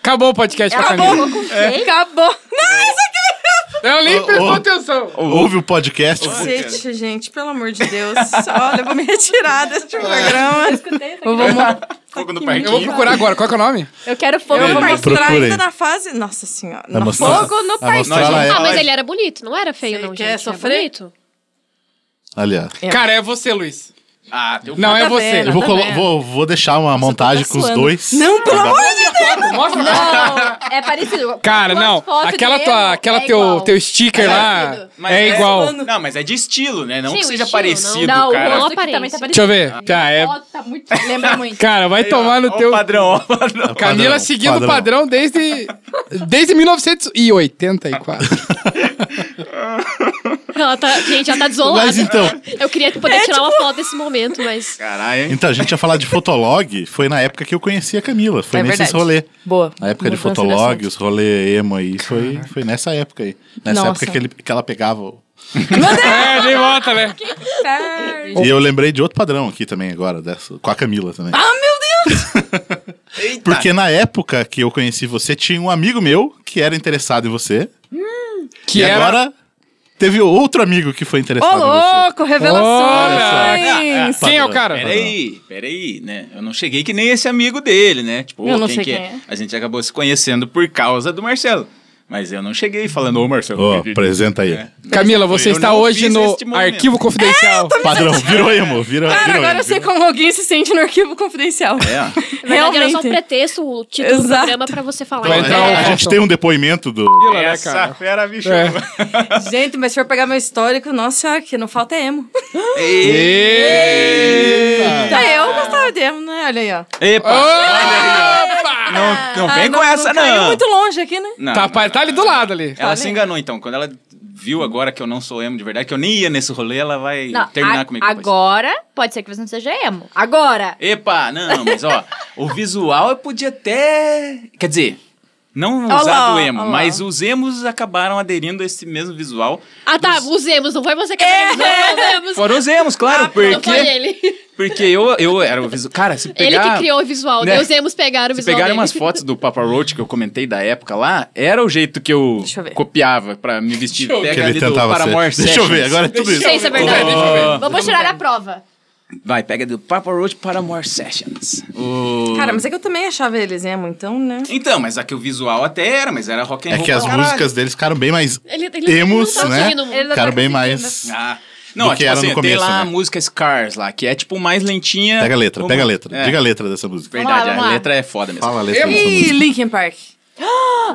Speaker 5: Acabou o podcast com a Camila.
Speaker 6: Acabou.
Speaker 4: Acabou. Não, isso aqui...
Speaker 5: Eu nem prestou
Speaker 2: Ô, ô.
Speaker 5: atenção.
Speaker 2: Ouve o podcast.
Speaker 4: Gente, gente, pelo amor de Deus. Olha, eu vou me retirar desse programa. Eu vou mo-
Speaker 3: Fogo no
Speaker 5: Eu vou procurar agora. Qual que é o nome?
Speaker 6: Eu quero fogo
Speaker 4: eu vou
Speaker 6: no
Speaker 4: mostrar
Speaker 2: Procura aí.
Speaker 4: ainda na fase... Nossa senhora.
Speaker 2: Vai
Speaker 4: na
Speaker 2: mostrar-
Speaker 6: fogo no
Speaker 2: vai mostrar
Speaker 3: partido.
Speaker 2: lá, é.
Speaker 7: Ah, mas ele era bonito, não era feio,
Speaker 4: Você
Speaker 7: não,
Speaker 4: quer
Speaker 7: gente.
Speaker 4: sofrer?
Speaker 7: É bonito.
Speaker 2: Ali, ó.
Speaker 4: É.
Speaker 5: Cara, é você, Luiz.
Speaker 3: Ah, teu
Speaker 5: Não, é
Speaker 4: Tá
Speaker 5: você.
Speaker 4: vendo?
Speaker 2: Eu vou,
Speaker 4: Tá
Speaker 2: colo-
Speaker 4: vendo?
Speaker 2: vou, vou deixar uma montagem com os
Speaker 4: tá suando.
Speaker 2: dois.
Speaker 4: Não, pelo amor de Deus.
Speaker 5: Mostra pra
Speaker 6: Não, é parecido.
Speaker 5: Cara,
Speaker 6: Duas
Speaker 5: não.
Speaker 6: fotos
Speaker 5: Aquela,
Speaker 6: dele
Speaker 5: tua, aquela
Speaker 6: é
Speaker 5: teu,
Speaker 6: igual.
Speaker 5: teu sticker
Speaker 6: É
Speaker 5: lá
Speaker 6: parecido.
Speaker 3: Mas
Speaker 5: é, igual.
Speaker 3: Não, mas é de estilo, né? Não
Speaker 7: Sim,
Speaker 3: que
Speaker 7: o
Speaker 3: seja
Speaker 7: estilo,
Speaker 3: parecido,
Speaker 6: Não,
Speaker 3: cara.
Speaker 6: o
Speaker 7: Ó,
Speaker 6: rosto aqui também tá
Speaker 7: aparência.
Speaker 5: Deixa
Speaker 6: parecido.
Speaker 5: eu ver. Tá, é...
Speaker 6: Ó, tá muito... Lembra muito.
Speaker 5: Cara, vai tomar no
Speaker 3: Ó
Speaker 5: teu...
Speaker 3: O padrão, ó o padrão.
Speaker 5: Camila seguindo o padrão desde, desde 1984.
Speaker 7: Ela tá, gente, ela tá desolada.
Speaker 2: Mas então,
Speaker 7: Eu queria poder
Speaker 4: É,
Speaker 7: tirar uma
Speaker 4: tipo-
Speaker 7: foto desse momento, mas.
Speaker 3: Caralho, hein?
Speaker 2: então, a gente ia falar de Fotolog, foi na época que eu conheci a Camila, foi
Speaker 4: É
Speaker 2: nesses
Speaker 4: verdade.
Speaker 2: rolê.
Speaker 4: Boa.
Speaker 2: Na época de
Speaker 4: Mudança
Speaker 2: Fotolog,
Speaker 4: assunto.
Speaker 2: os rolê emo aí, foi, foi nessa época aí. Nessa
Speaker 4: Nossa.
Speaker 2: época que, ele- que ela pegava. o-
Speaker 5: é, de volta, né?
Speaker 2: E eu lembrei de outro padrão aqui também agora, dessa, com a Camila também.
Speaker 4: Ah, meu Deus.
Speaker 5: Tá.
Speaker 2: Porque na época que eu conheci você, tinha um amigo meu que era interessado em você.
Speaker 5: Que
Speaker 2: e
Speaker 5: era...
Speaker 2: agora teve outro amigo que foi
Speaker 4: Ô,
Speaker 2: interessado em você.
Speaker 4: louco,
Speaker 5: Olha
Speaker 4: revelações.
Speaker 5: Quem é o cara?
Speaker 3: Peraí, peraí, né? Eu não cheguei que nem esse amigo dele, né? Tipo,
Speaker 4: Eu
Speaker 3: ô,
Speaker 4: não
Speaker 3: quem
Speaker 4: sei
Speaker 3: que
Speaker 4: quem é.
Speaker 3: A gente acabou se conhecendo por causa do Marcelo. Mas eu não cheguei falando, ô Marcelo.
Speaker 2: Ó, apresenta aí.
Speaker 5: Camila, você
Speaker 3: Eu
Speaker 5: está
Speaker 3: não
Speaker 5: hoje
Speaker 3: fiz
Speaker 5: no
Speaker 3: este movimento.
Speaker 5: Arquivo
Speaker 6: É,
Speaker 5: Confidencial.
Speaker 2: Padrão, virou emo, virou
Speaker 4: Cara,
Speaker 2: virou
Speaker 4: agora
Speaker 2: emo,
Speaker 4: eu sei
Speaker 2: virou-
Speaker 4: como alguém se sente no arquivo confidencial.
Speaker 3: É, ó.
Speaker 7: Na verdade, era só um
Speaker 4: Realmente.
Speaker 7: pretexto, o título do
Speaker 4: Exato.
Speaker 7: programa pra você falar.
Speaker 5: Vai
Speaker 7: né?
Speaker 5: entrar
Speaker 2: A
Speaker 3: então-
Speaker 5: um-
Speaker 2: gente tem um depoimento do...
Speaker 5: Camila, né,
Speaker 3: Essa
Speaker 5: cara?
Speaker 3: fera, bicho.
Speaker 5: É.
Speaker 4: Gente, mas se for pegar meu histórico, nossa senhora, que não falta é emo.
Speaker 5: Eita!
Speaker 4: Ah, eu gostava de emo, né? Olha aí, ó.
Speaker 3: Epa!
Speaker 5: Opa!
Speaker 3: Não, não
Speaker 4: Ah,
Speaker 3: vem com essa,
Speaker 4: caiu
Speaker 3: não.
Speaker 4: muito longe aqui, né?
Speaker 3: Não,
Speaker 5: Tá,
Speaker 3: não,
Speaker 5: pa-
Speaker 3: não.
Speaker 5: tá ali do lado ali.
Speaker 3: Ela
Speaker 4: Tá
Speaker 3: se
Speaker 4: vendo?
Speaker 3: enganou, então. Quando ela viu agora que eu não sou emo de verdade, que eu nem ia nesse rolê, ela vai
Speaker 6: Não,
Speaker 3: terminar
Speaker 6: a-
Speaker 3: comigo. depois.
Speaker 6: Agora, pode ser que você não seja emo. Agora!
Speaker 3: Epa, não, mas ó, o visual eu podia até. Quer dizer, não
Speaker 4: Olha
Speaker 3: usar
Speaker 4: lá,
Speaker 3: do
Speaker 4: olha
Speaker 3: emo,
Speaker 4: lá.
Speaker 3: mas os emos acabaram aderindo a esse mesmo visual.
Speaker 7: Ah, tá, usemos, não foi você que
Speaker 4: É.
Speaker 7: usemos.
Speaker 3: Foram os emos, claro,
Speaker 7: Não foi
Speaker 3: porque,
Speaker 7: ele.
Speaker 3: porque eu, eu era o visual. Cara, se pegar.
Speaker 7: Ele que criou o visual,
Speaker 3: Né?
Speaker 7: né? Os emos pegaram o
Speaker 3: Se
Speaker 7: visual.
Speaker 3: pegarem
Speaker 7: dele.
Speaker 3: umas fotos do Papa Roach que eu comentei da época lá, era o jeito que eu,
Speaker 4: Deixa eu ver.
Speaker 3: copiava pra me vestir.
Speaker 2: Que
Speaker 3: Pega
Speaker 2: ele
Speaker 3: ali do
Speaker 2: tentava
Speaker 3: Paramore
Speaker 2: ser. Deixa eu
Speaker 3: Sessions.
Speaker 2: ver, agora é tudo
Speaker 7: Não
Speaker 2: isso.
Speaker 7: sei se é verdade.
Speaker 3: Ó,
Speaker 7: Vamos tirar a prova.
Speaker 3: Vai, pega do Papa Roach para More Sessions. O-
Speaker 4: Cara, mas é que eu também achava eles emo, então, né?
Speaker 3: Então, mas aqui o visual até era, mas era rock and
Speaker 2: É
Speaker 3: roll
Speaker 2: que
Speaker 3: pra
Speaker 2: as
Speaker 3: caralho.
Speaker 2: músicas deles ficaram bem mais
Speaker 7: Ele- ele
Speaker 2: emos,
Speaker 7: não tá
Speaker 2: né?
Speaker 7: conseguindo muito. Ele não
Speaker 4: tá
Speaker 2: Ficaram bem
Speaker 4: conseguindo.
Speaker 2: mais...
Speaker 3: Ah. Não,
Speaker 2: Do
Speaker 3: é
Speaker 2: que
Speaker 3: tipo
Speaker 2: era
Speaker 3: assim,
Speaker 2: no
Speaker 3: tem
Speaker 2: começo,
Speaker 3: lá a
Speaker 2: né?
Speaker 3: música Scars lá, que é tipo mais lentinha.
Speaker 2: Pega a letra,
Speaker 3: Como-
Speaker 2: pega a letra.
Speaker 3: É,
Speaker 2: Diga a letra dessa música.
Speaker 3: Verdade,
Speaker 6: Vamos lá, vamos
Speaker 3: a
Speaker 6: lá.
Speaker 3: letra é foda mesmo.
Speaker 2: Fala a letra dessa
Speaker 4: E
Speaker 2: música.
Speaker 4: Linkin Park.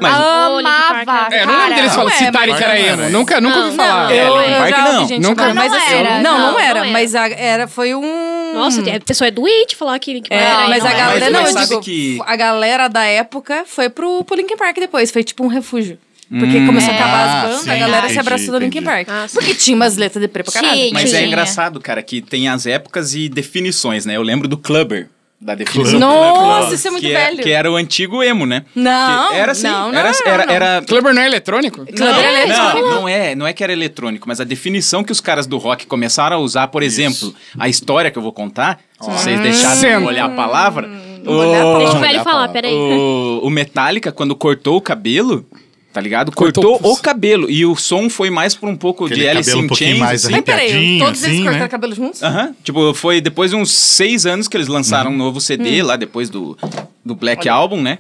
Speaker 3: Mas
Speaker 4: Ah,
Speaker 6: Amava,
Speaker 5: É, eu não lembro
Speaker 6: cara.
Speaker 5: deles falam,
Speaker 4: não é,
Speaker 5: citarem
Speaker 2: mas-
Speaker 5: que era
Speaker 2: Não,
Speaker 5: emo.
Speaker 2: mas-
Speaker 5: Nunca, nunca ouvi falar.
Speaker 3: É,
Speaker 4: eu,
Speaker 3: Linkin
Speaker 4: eu
Speaker 3: Park
Speaker 4: já
Speaker 3: não.
Speaker 4: ouvi gente
Speaker 5: Nunca-
Speaker 4: falar, mas,
Speaker 6: Mas não
Speaker 4: assim,
Speaker 6: era,
Speaker 4: não, não,
Speaker 7: não,
Speaker 4: era,
Speaker 7: não era.
Speaker 4: mas a, era, foi um...
Speaker 7: Nossa, a pessoa é doente falar que... que
Speaker 4: É,
Speaker 7: vai-
Speaker 4: mas
Speaker 7: não
Speaker 4: a
Speaker 7: é.
Speaker 4: galera,
Speaker 3: Mas-
Speaker 4: não,
Speaker 3: mas
Speaker 4: eu
Speaker 3: sabe
Speaker 4: digo,
Speaker 3: que-
Speaker 4: a galera da época foi pro, pro Linkin Park depois, foi tipo um refúgio. Porque
Speaker 3: Hum,
Speaker 4: começou a acabar
Speaker 2: Ah,
Speaker 4: as bandas,
Speaker 2: sim,
Speaker 4: a galera
Speaker 2: entendi,
Speaker 4: se abraçou do Linkin
Speaker 2: entendi.
Speaker 4: Park.
Speaker 7: Ah, sim.
Speaker 4: porque tinha umas letras de pra caralho.
Speaker 6: Tinha.
Speaker 3: Mas é
Speaker 6: Tinha.
Speaker 3: engraçado, cara, que tem as épocas e definições, né? Eu lembro do Clubber. Da definição do
Speaker 4: Nossa,
Speaker 3: Clubber.
Speaker 4: isso é muito
Speaker 3: que
Speaker 4: velho.
Speaker 3: que era o antigo emo, né?
Speaker 4: Não,
Speaker 3: Que era assim.
Speaker 4: não, não,
Speaker 3: era,
Speaker 4: não,
Speaker 3: era,
Speaker 4: não.
Speaker 3: era-
Speaker 5: Clubber não é eletrônico?
Speaker 4: Clubber
Speaker 3: não,
Speaker 4: é eletrônico.
Speaker 3: Não, não é, não é que era eletrônico, mas a definição que os caras do rock começaram a usar, por exemplo, a história que eu vou contar, se vocês deixarem eu
Speaker 5: Senta.
Speaker 3: olhar a palavra.
Speaker 4: Hum. olhar a
Speaker 3: o-
Speaker 7: Deixa o
Speaker 2: Vamos
Speaker 7: velho
Speaker 2: olhar
Speaker 7: falar,
Speaker 2: pra lá.
Speaker 7: peraí.
Speaker 3: o, o Metallica, quando cortou o cabelo, tá ligado? Cortou,
Speaker 5: Cortou
Speaker 3: o cabelo. E o som foi mais por um pouco
Speaker 2: Aquele
Speaker 3: de Alice
Speaker 2: cabelo um
Speaker 3: in
Speaker 2: pouquinho
Speaker 3: Chains.
Speaker 2: mais
Speaker 3: assim.
Speaker 4: Mas peraí,
Speaker 2: Arrepiadinho,
Speaker 4: todos eles
Speaker 2: assim,
Speaker 4: cortaram
Speaker 2: né?
Speaker 4: cabelo juntos?
Speaker 3: Aham. Tipo, foi depois de uns seis anos que eles
Speaker 2: Uhum.
Speaker 3: lançaram um novo CD
Speaker 4: Uhum.
Speaker 3: lá, depois do, do Black Album, né?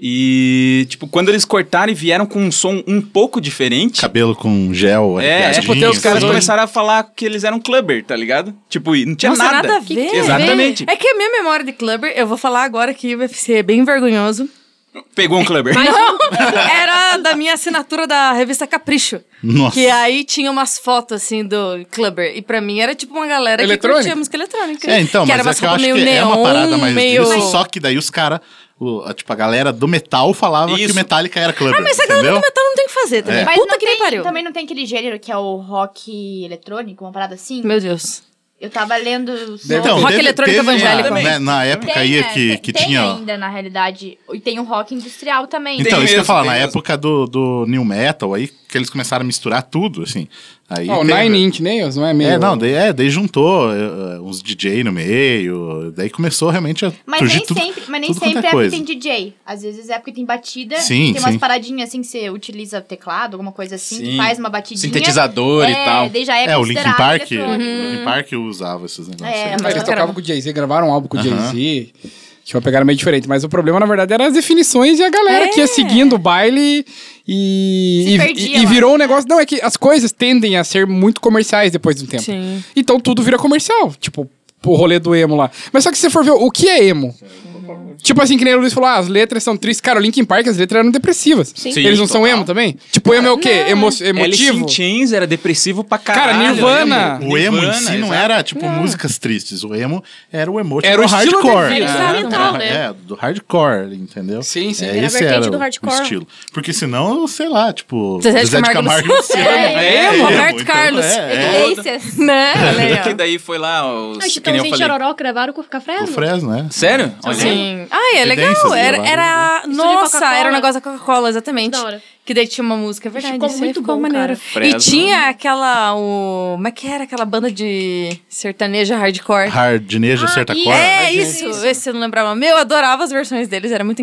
Speaker 3: E, tipo, quando eles cortaram e vieram com um som um pouco diferente.
Speaker 2: Cabelo com gel,
Speaker 3: É, é
Speaker 2: arrepiadinho,
Speaker 3: porque os caras
Speaker 2: assim.
Speaker 3: começaram a falar que eles eram clubber, tá ligado? Tipo, e não tinha
Speaker 4: Nossa, nada a
Speaker 3: nada.
Speaker 4: Que ver. que tem a
Speaker 3: Exatamente.
Speaker 4: É que a minha memória de Clubber, eu vou falar agora que o UFC é bem vergonhoso.
Speaker 3: Pegou um
Speaker 4: é
Speaker 3: clubber.
Speaker 4: Não, era da minha assinatura da revista Capricho.
Speaker 2: Nossa.
Speaker 4: Que aí tinha umas fotos assim do Clubber. E pra mim era tipo uma galera
Speaker 5: Eletrônica?
Speaker 4: que curtia música eletrônica.
Speaker 2: É, então,
Speaker 4: que era
Speaker 2: mas é
Speaker 4: umas
Speaker 2: que eu
Speaker 4: roupas
Speaker 2: acho que
Speaker 4: meio
Speaker 2: é
Speaker 4: neon,
Speaker 2: uma parada mais
Speaker 4: meio.
Speaker 2: disso, só que daí os caras, tipo, a galera do metal falava que
Speaker 3: Isso.
Speaker 2: o Metallica era clubber,
Speaker 4: Ah, mas a galera
Speaker 2: entendeu?
Speaker 4: do metal não tem o que fazer também.
Speaker 2: É.
Speaker 6: Mas
Speaker 4: Puta
Speaker 6: não
Speaker 4: que
Speaker 6: tem,
Speaker 4: me pariu.
Speaker 6: também não tem aquele gênero que é o rock eletrônico, uma parada assim?
Speaker 4: Meu Deus.
Speaker 6: Eu tava lendo sobre...
Speaker 2: Então,
Speaker 4: Rock eletrônico evangélico. é,
Speaker 2: né, Na, época aí
Speaker 6: né?
Speaker 2: que,
Speaker 6: Tem-
Speaker 2: que
Speaker 6: tem
Speaker 2: tinha...
Speaker 6: ainda, na realidade. E tem o rock industrial também.
Speaker 2: Então, isso
Speaker 3: Tem
Speaker 2: que eu
Speaker 3: mesmo,
Speaker 2: ia falar,
Speaker 3: tem
Speaker 2: na
Speaker 3: mesmo.
Speaker 2: época do, do New Metal, aí que eles começaram a misturar tudo, assim. Aí
Speaker 5: Ó, o
Speaker 2: teve-
Speaker 5: Nine Inch Nails, não é mesmo?
Speaker 2: É, não, daí, é, daí juntou eh, uns DJ no meio, daí começou realmente a
Speaker 6: Mas
Speaker 2: surgir
Speaker 6: nem,
Speaker 2: tudo,
Speaker 6: sempre, mas nem
Speaker 2: tudo quanto
Speaker 6: sempre
Speaker 2: é
Speaker 6: é porque
Speaker 2: coisa.
Speaker 6: tem DJ. Às vezes é porque tem batida,
Speaker 2: Sim,
Speaker 6: tem umas
Speaker 2: sim.
Speaker 6: paradinhas assim que você utiliza teclado, alguma coisa assim,
Speaker 3: Sim.
Speaker 6: que faz uma batidinha.
Speaker 3: Sintetizador e
Speaker 6: É,
Speaker 3: tal.
Speaker 6: daí já é,
Speaker 2: É, o Linkin
Speaker 6: considerado
Speaker 2: Park, o
Speaker 6: eletrônico.
Speaker 2: Linkin Park usava esses negócios.
Speaker 6: É,
Speaker 2: aí.
Speaker 5: Mas
Speaker 6: Aham.
Speaker 5: eles tocavam com o Jay-Z, gravaram um álbum com o
Speaker 2: Aham.
Speaker 5: Jay-Z. Tinha uma pegada meio diferente. Mas o problema, na verdade, era as definições e a galera que ia seguindo o baile e,
Speaker 6: É. Se
Speaker 5: e-
Speaker 6: perdia
Speaker 5: e- e
Speaker 6: lá.
Speaker 5: virou um negócio. Não, é que as coisas tendem a ser muito comerciais depois de um tempo.
Speaker 4: Sim.
Speaker 5: Então tudo vira comercial. Tipo, o rolê do emo lá. Mas só que se você for ver o que é emo. Tipo assim, que nem o Luiz falou, ah, as letras são tristes. Cara, o Linkin Park, as letras eram depressivas.
Speaker 3: Sim,
Speaker 5: Eles não são
Speaker 3: total.
Speaker 5: emo também? Tipo, emo é o quê? Emo-
Speaker 3: Alice
Speaker 5: emotivo?
Speaker 3: in Chains era depressivo pra
Speaker 5: Cara,
Speaker 3: caralho.
Speaker 5: Nirvana.
Speaker 3: eu lembro.
Speaker 2: O emo em
Speaker 3: Nirvana,
Speaker 2: si não
Speaker 3: exato.
Speaker 2: era, tipo, músicas tristes. O emo era o emotional
Speaker 5: Era o estilo de
Speaker 2: hardcore.
Speaker 5: vida.
Speaker 7: Era experimental,
Speaker 2: É,
Speaker 7: né?
Speaker 2: É, do hardcore, entendeu?
Speaker 5: Sim, sim.
Speaker 2: É,
Speaker 7: Era a
Speaker 2: esse
Speaker 7: vertente
Speaker 2: era
Speaker 7: do
Speaker 2: o-
Speaker 7: hardcore.
Speaker 2: o estilo. Porque senão, sei lá, tipo...
Speaker 4: Zezé é de Camargo
Speaker 2: Camargo
Speaker 4: e
Speaker 2: e
Speaker 4: Luciano.
Speaker 3: É,
Speaker 2: é
Speaker 3: emo,
Speaker 2: emo,
Speaker 4: Roberto
Speaker 2: então,
Speaker 4: Carlos.
Speaker 2: É, é.
Speaker 6: Iglesias.
Speaker 4: Né? Olha aí, ó.
Speaker 3: Que daí foi lá os...
Speaker 7: Ah,
Speaker 3: que nem eu
Speaker 7: Chitãozinho e
Speaker 3: falei.
Speaker 7: Chororó que gravaram com o Café?
Speaker 2: O Fresno, né?
Speaker 3: Sério? Olha aí.
Speaker 4: Sim. Ah, é
Speaker 2: Evidências,
Speaker 4: legal.
Speaker 2: né,
Speaker 4: Era,
Speaker 2: lá,
Speaker 4: era
Speaker 7: Estúdio
Speaker 4: nossa,
Speaker 7: Coca-Cola.
Speaker 4: era um negócio da Coca-Cola, exatamente.
Speaker 7: Da hora.
Speaker 4: Que daí tinha uma música, é verdade.
Speaker 7: Ficou
Speaker 4: isso aí
Speaker 7: muito
Speaker 4: ficou
Speaker 7: bom,
Speaker 4: maneiro.
Speaker 7: cara.
Speaker 4: E
Speaker 3: Fresno.
Speaker 4: tinha aquela, o... Como é que era aquela banda de sertaneja hardcore?
Speaker 2: Hardineja, Sertacore.
Speaker 4: É, isso. Esse eu não lembrava. Meu, eu adorava as versões deles, era muito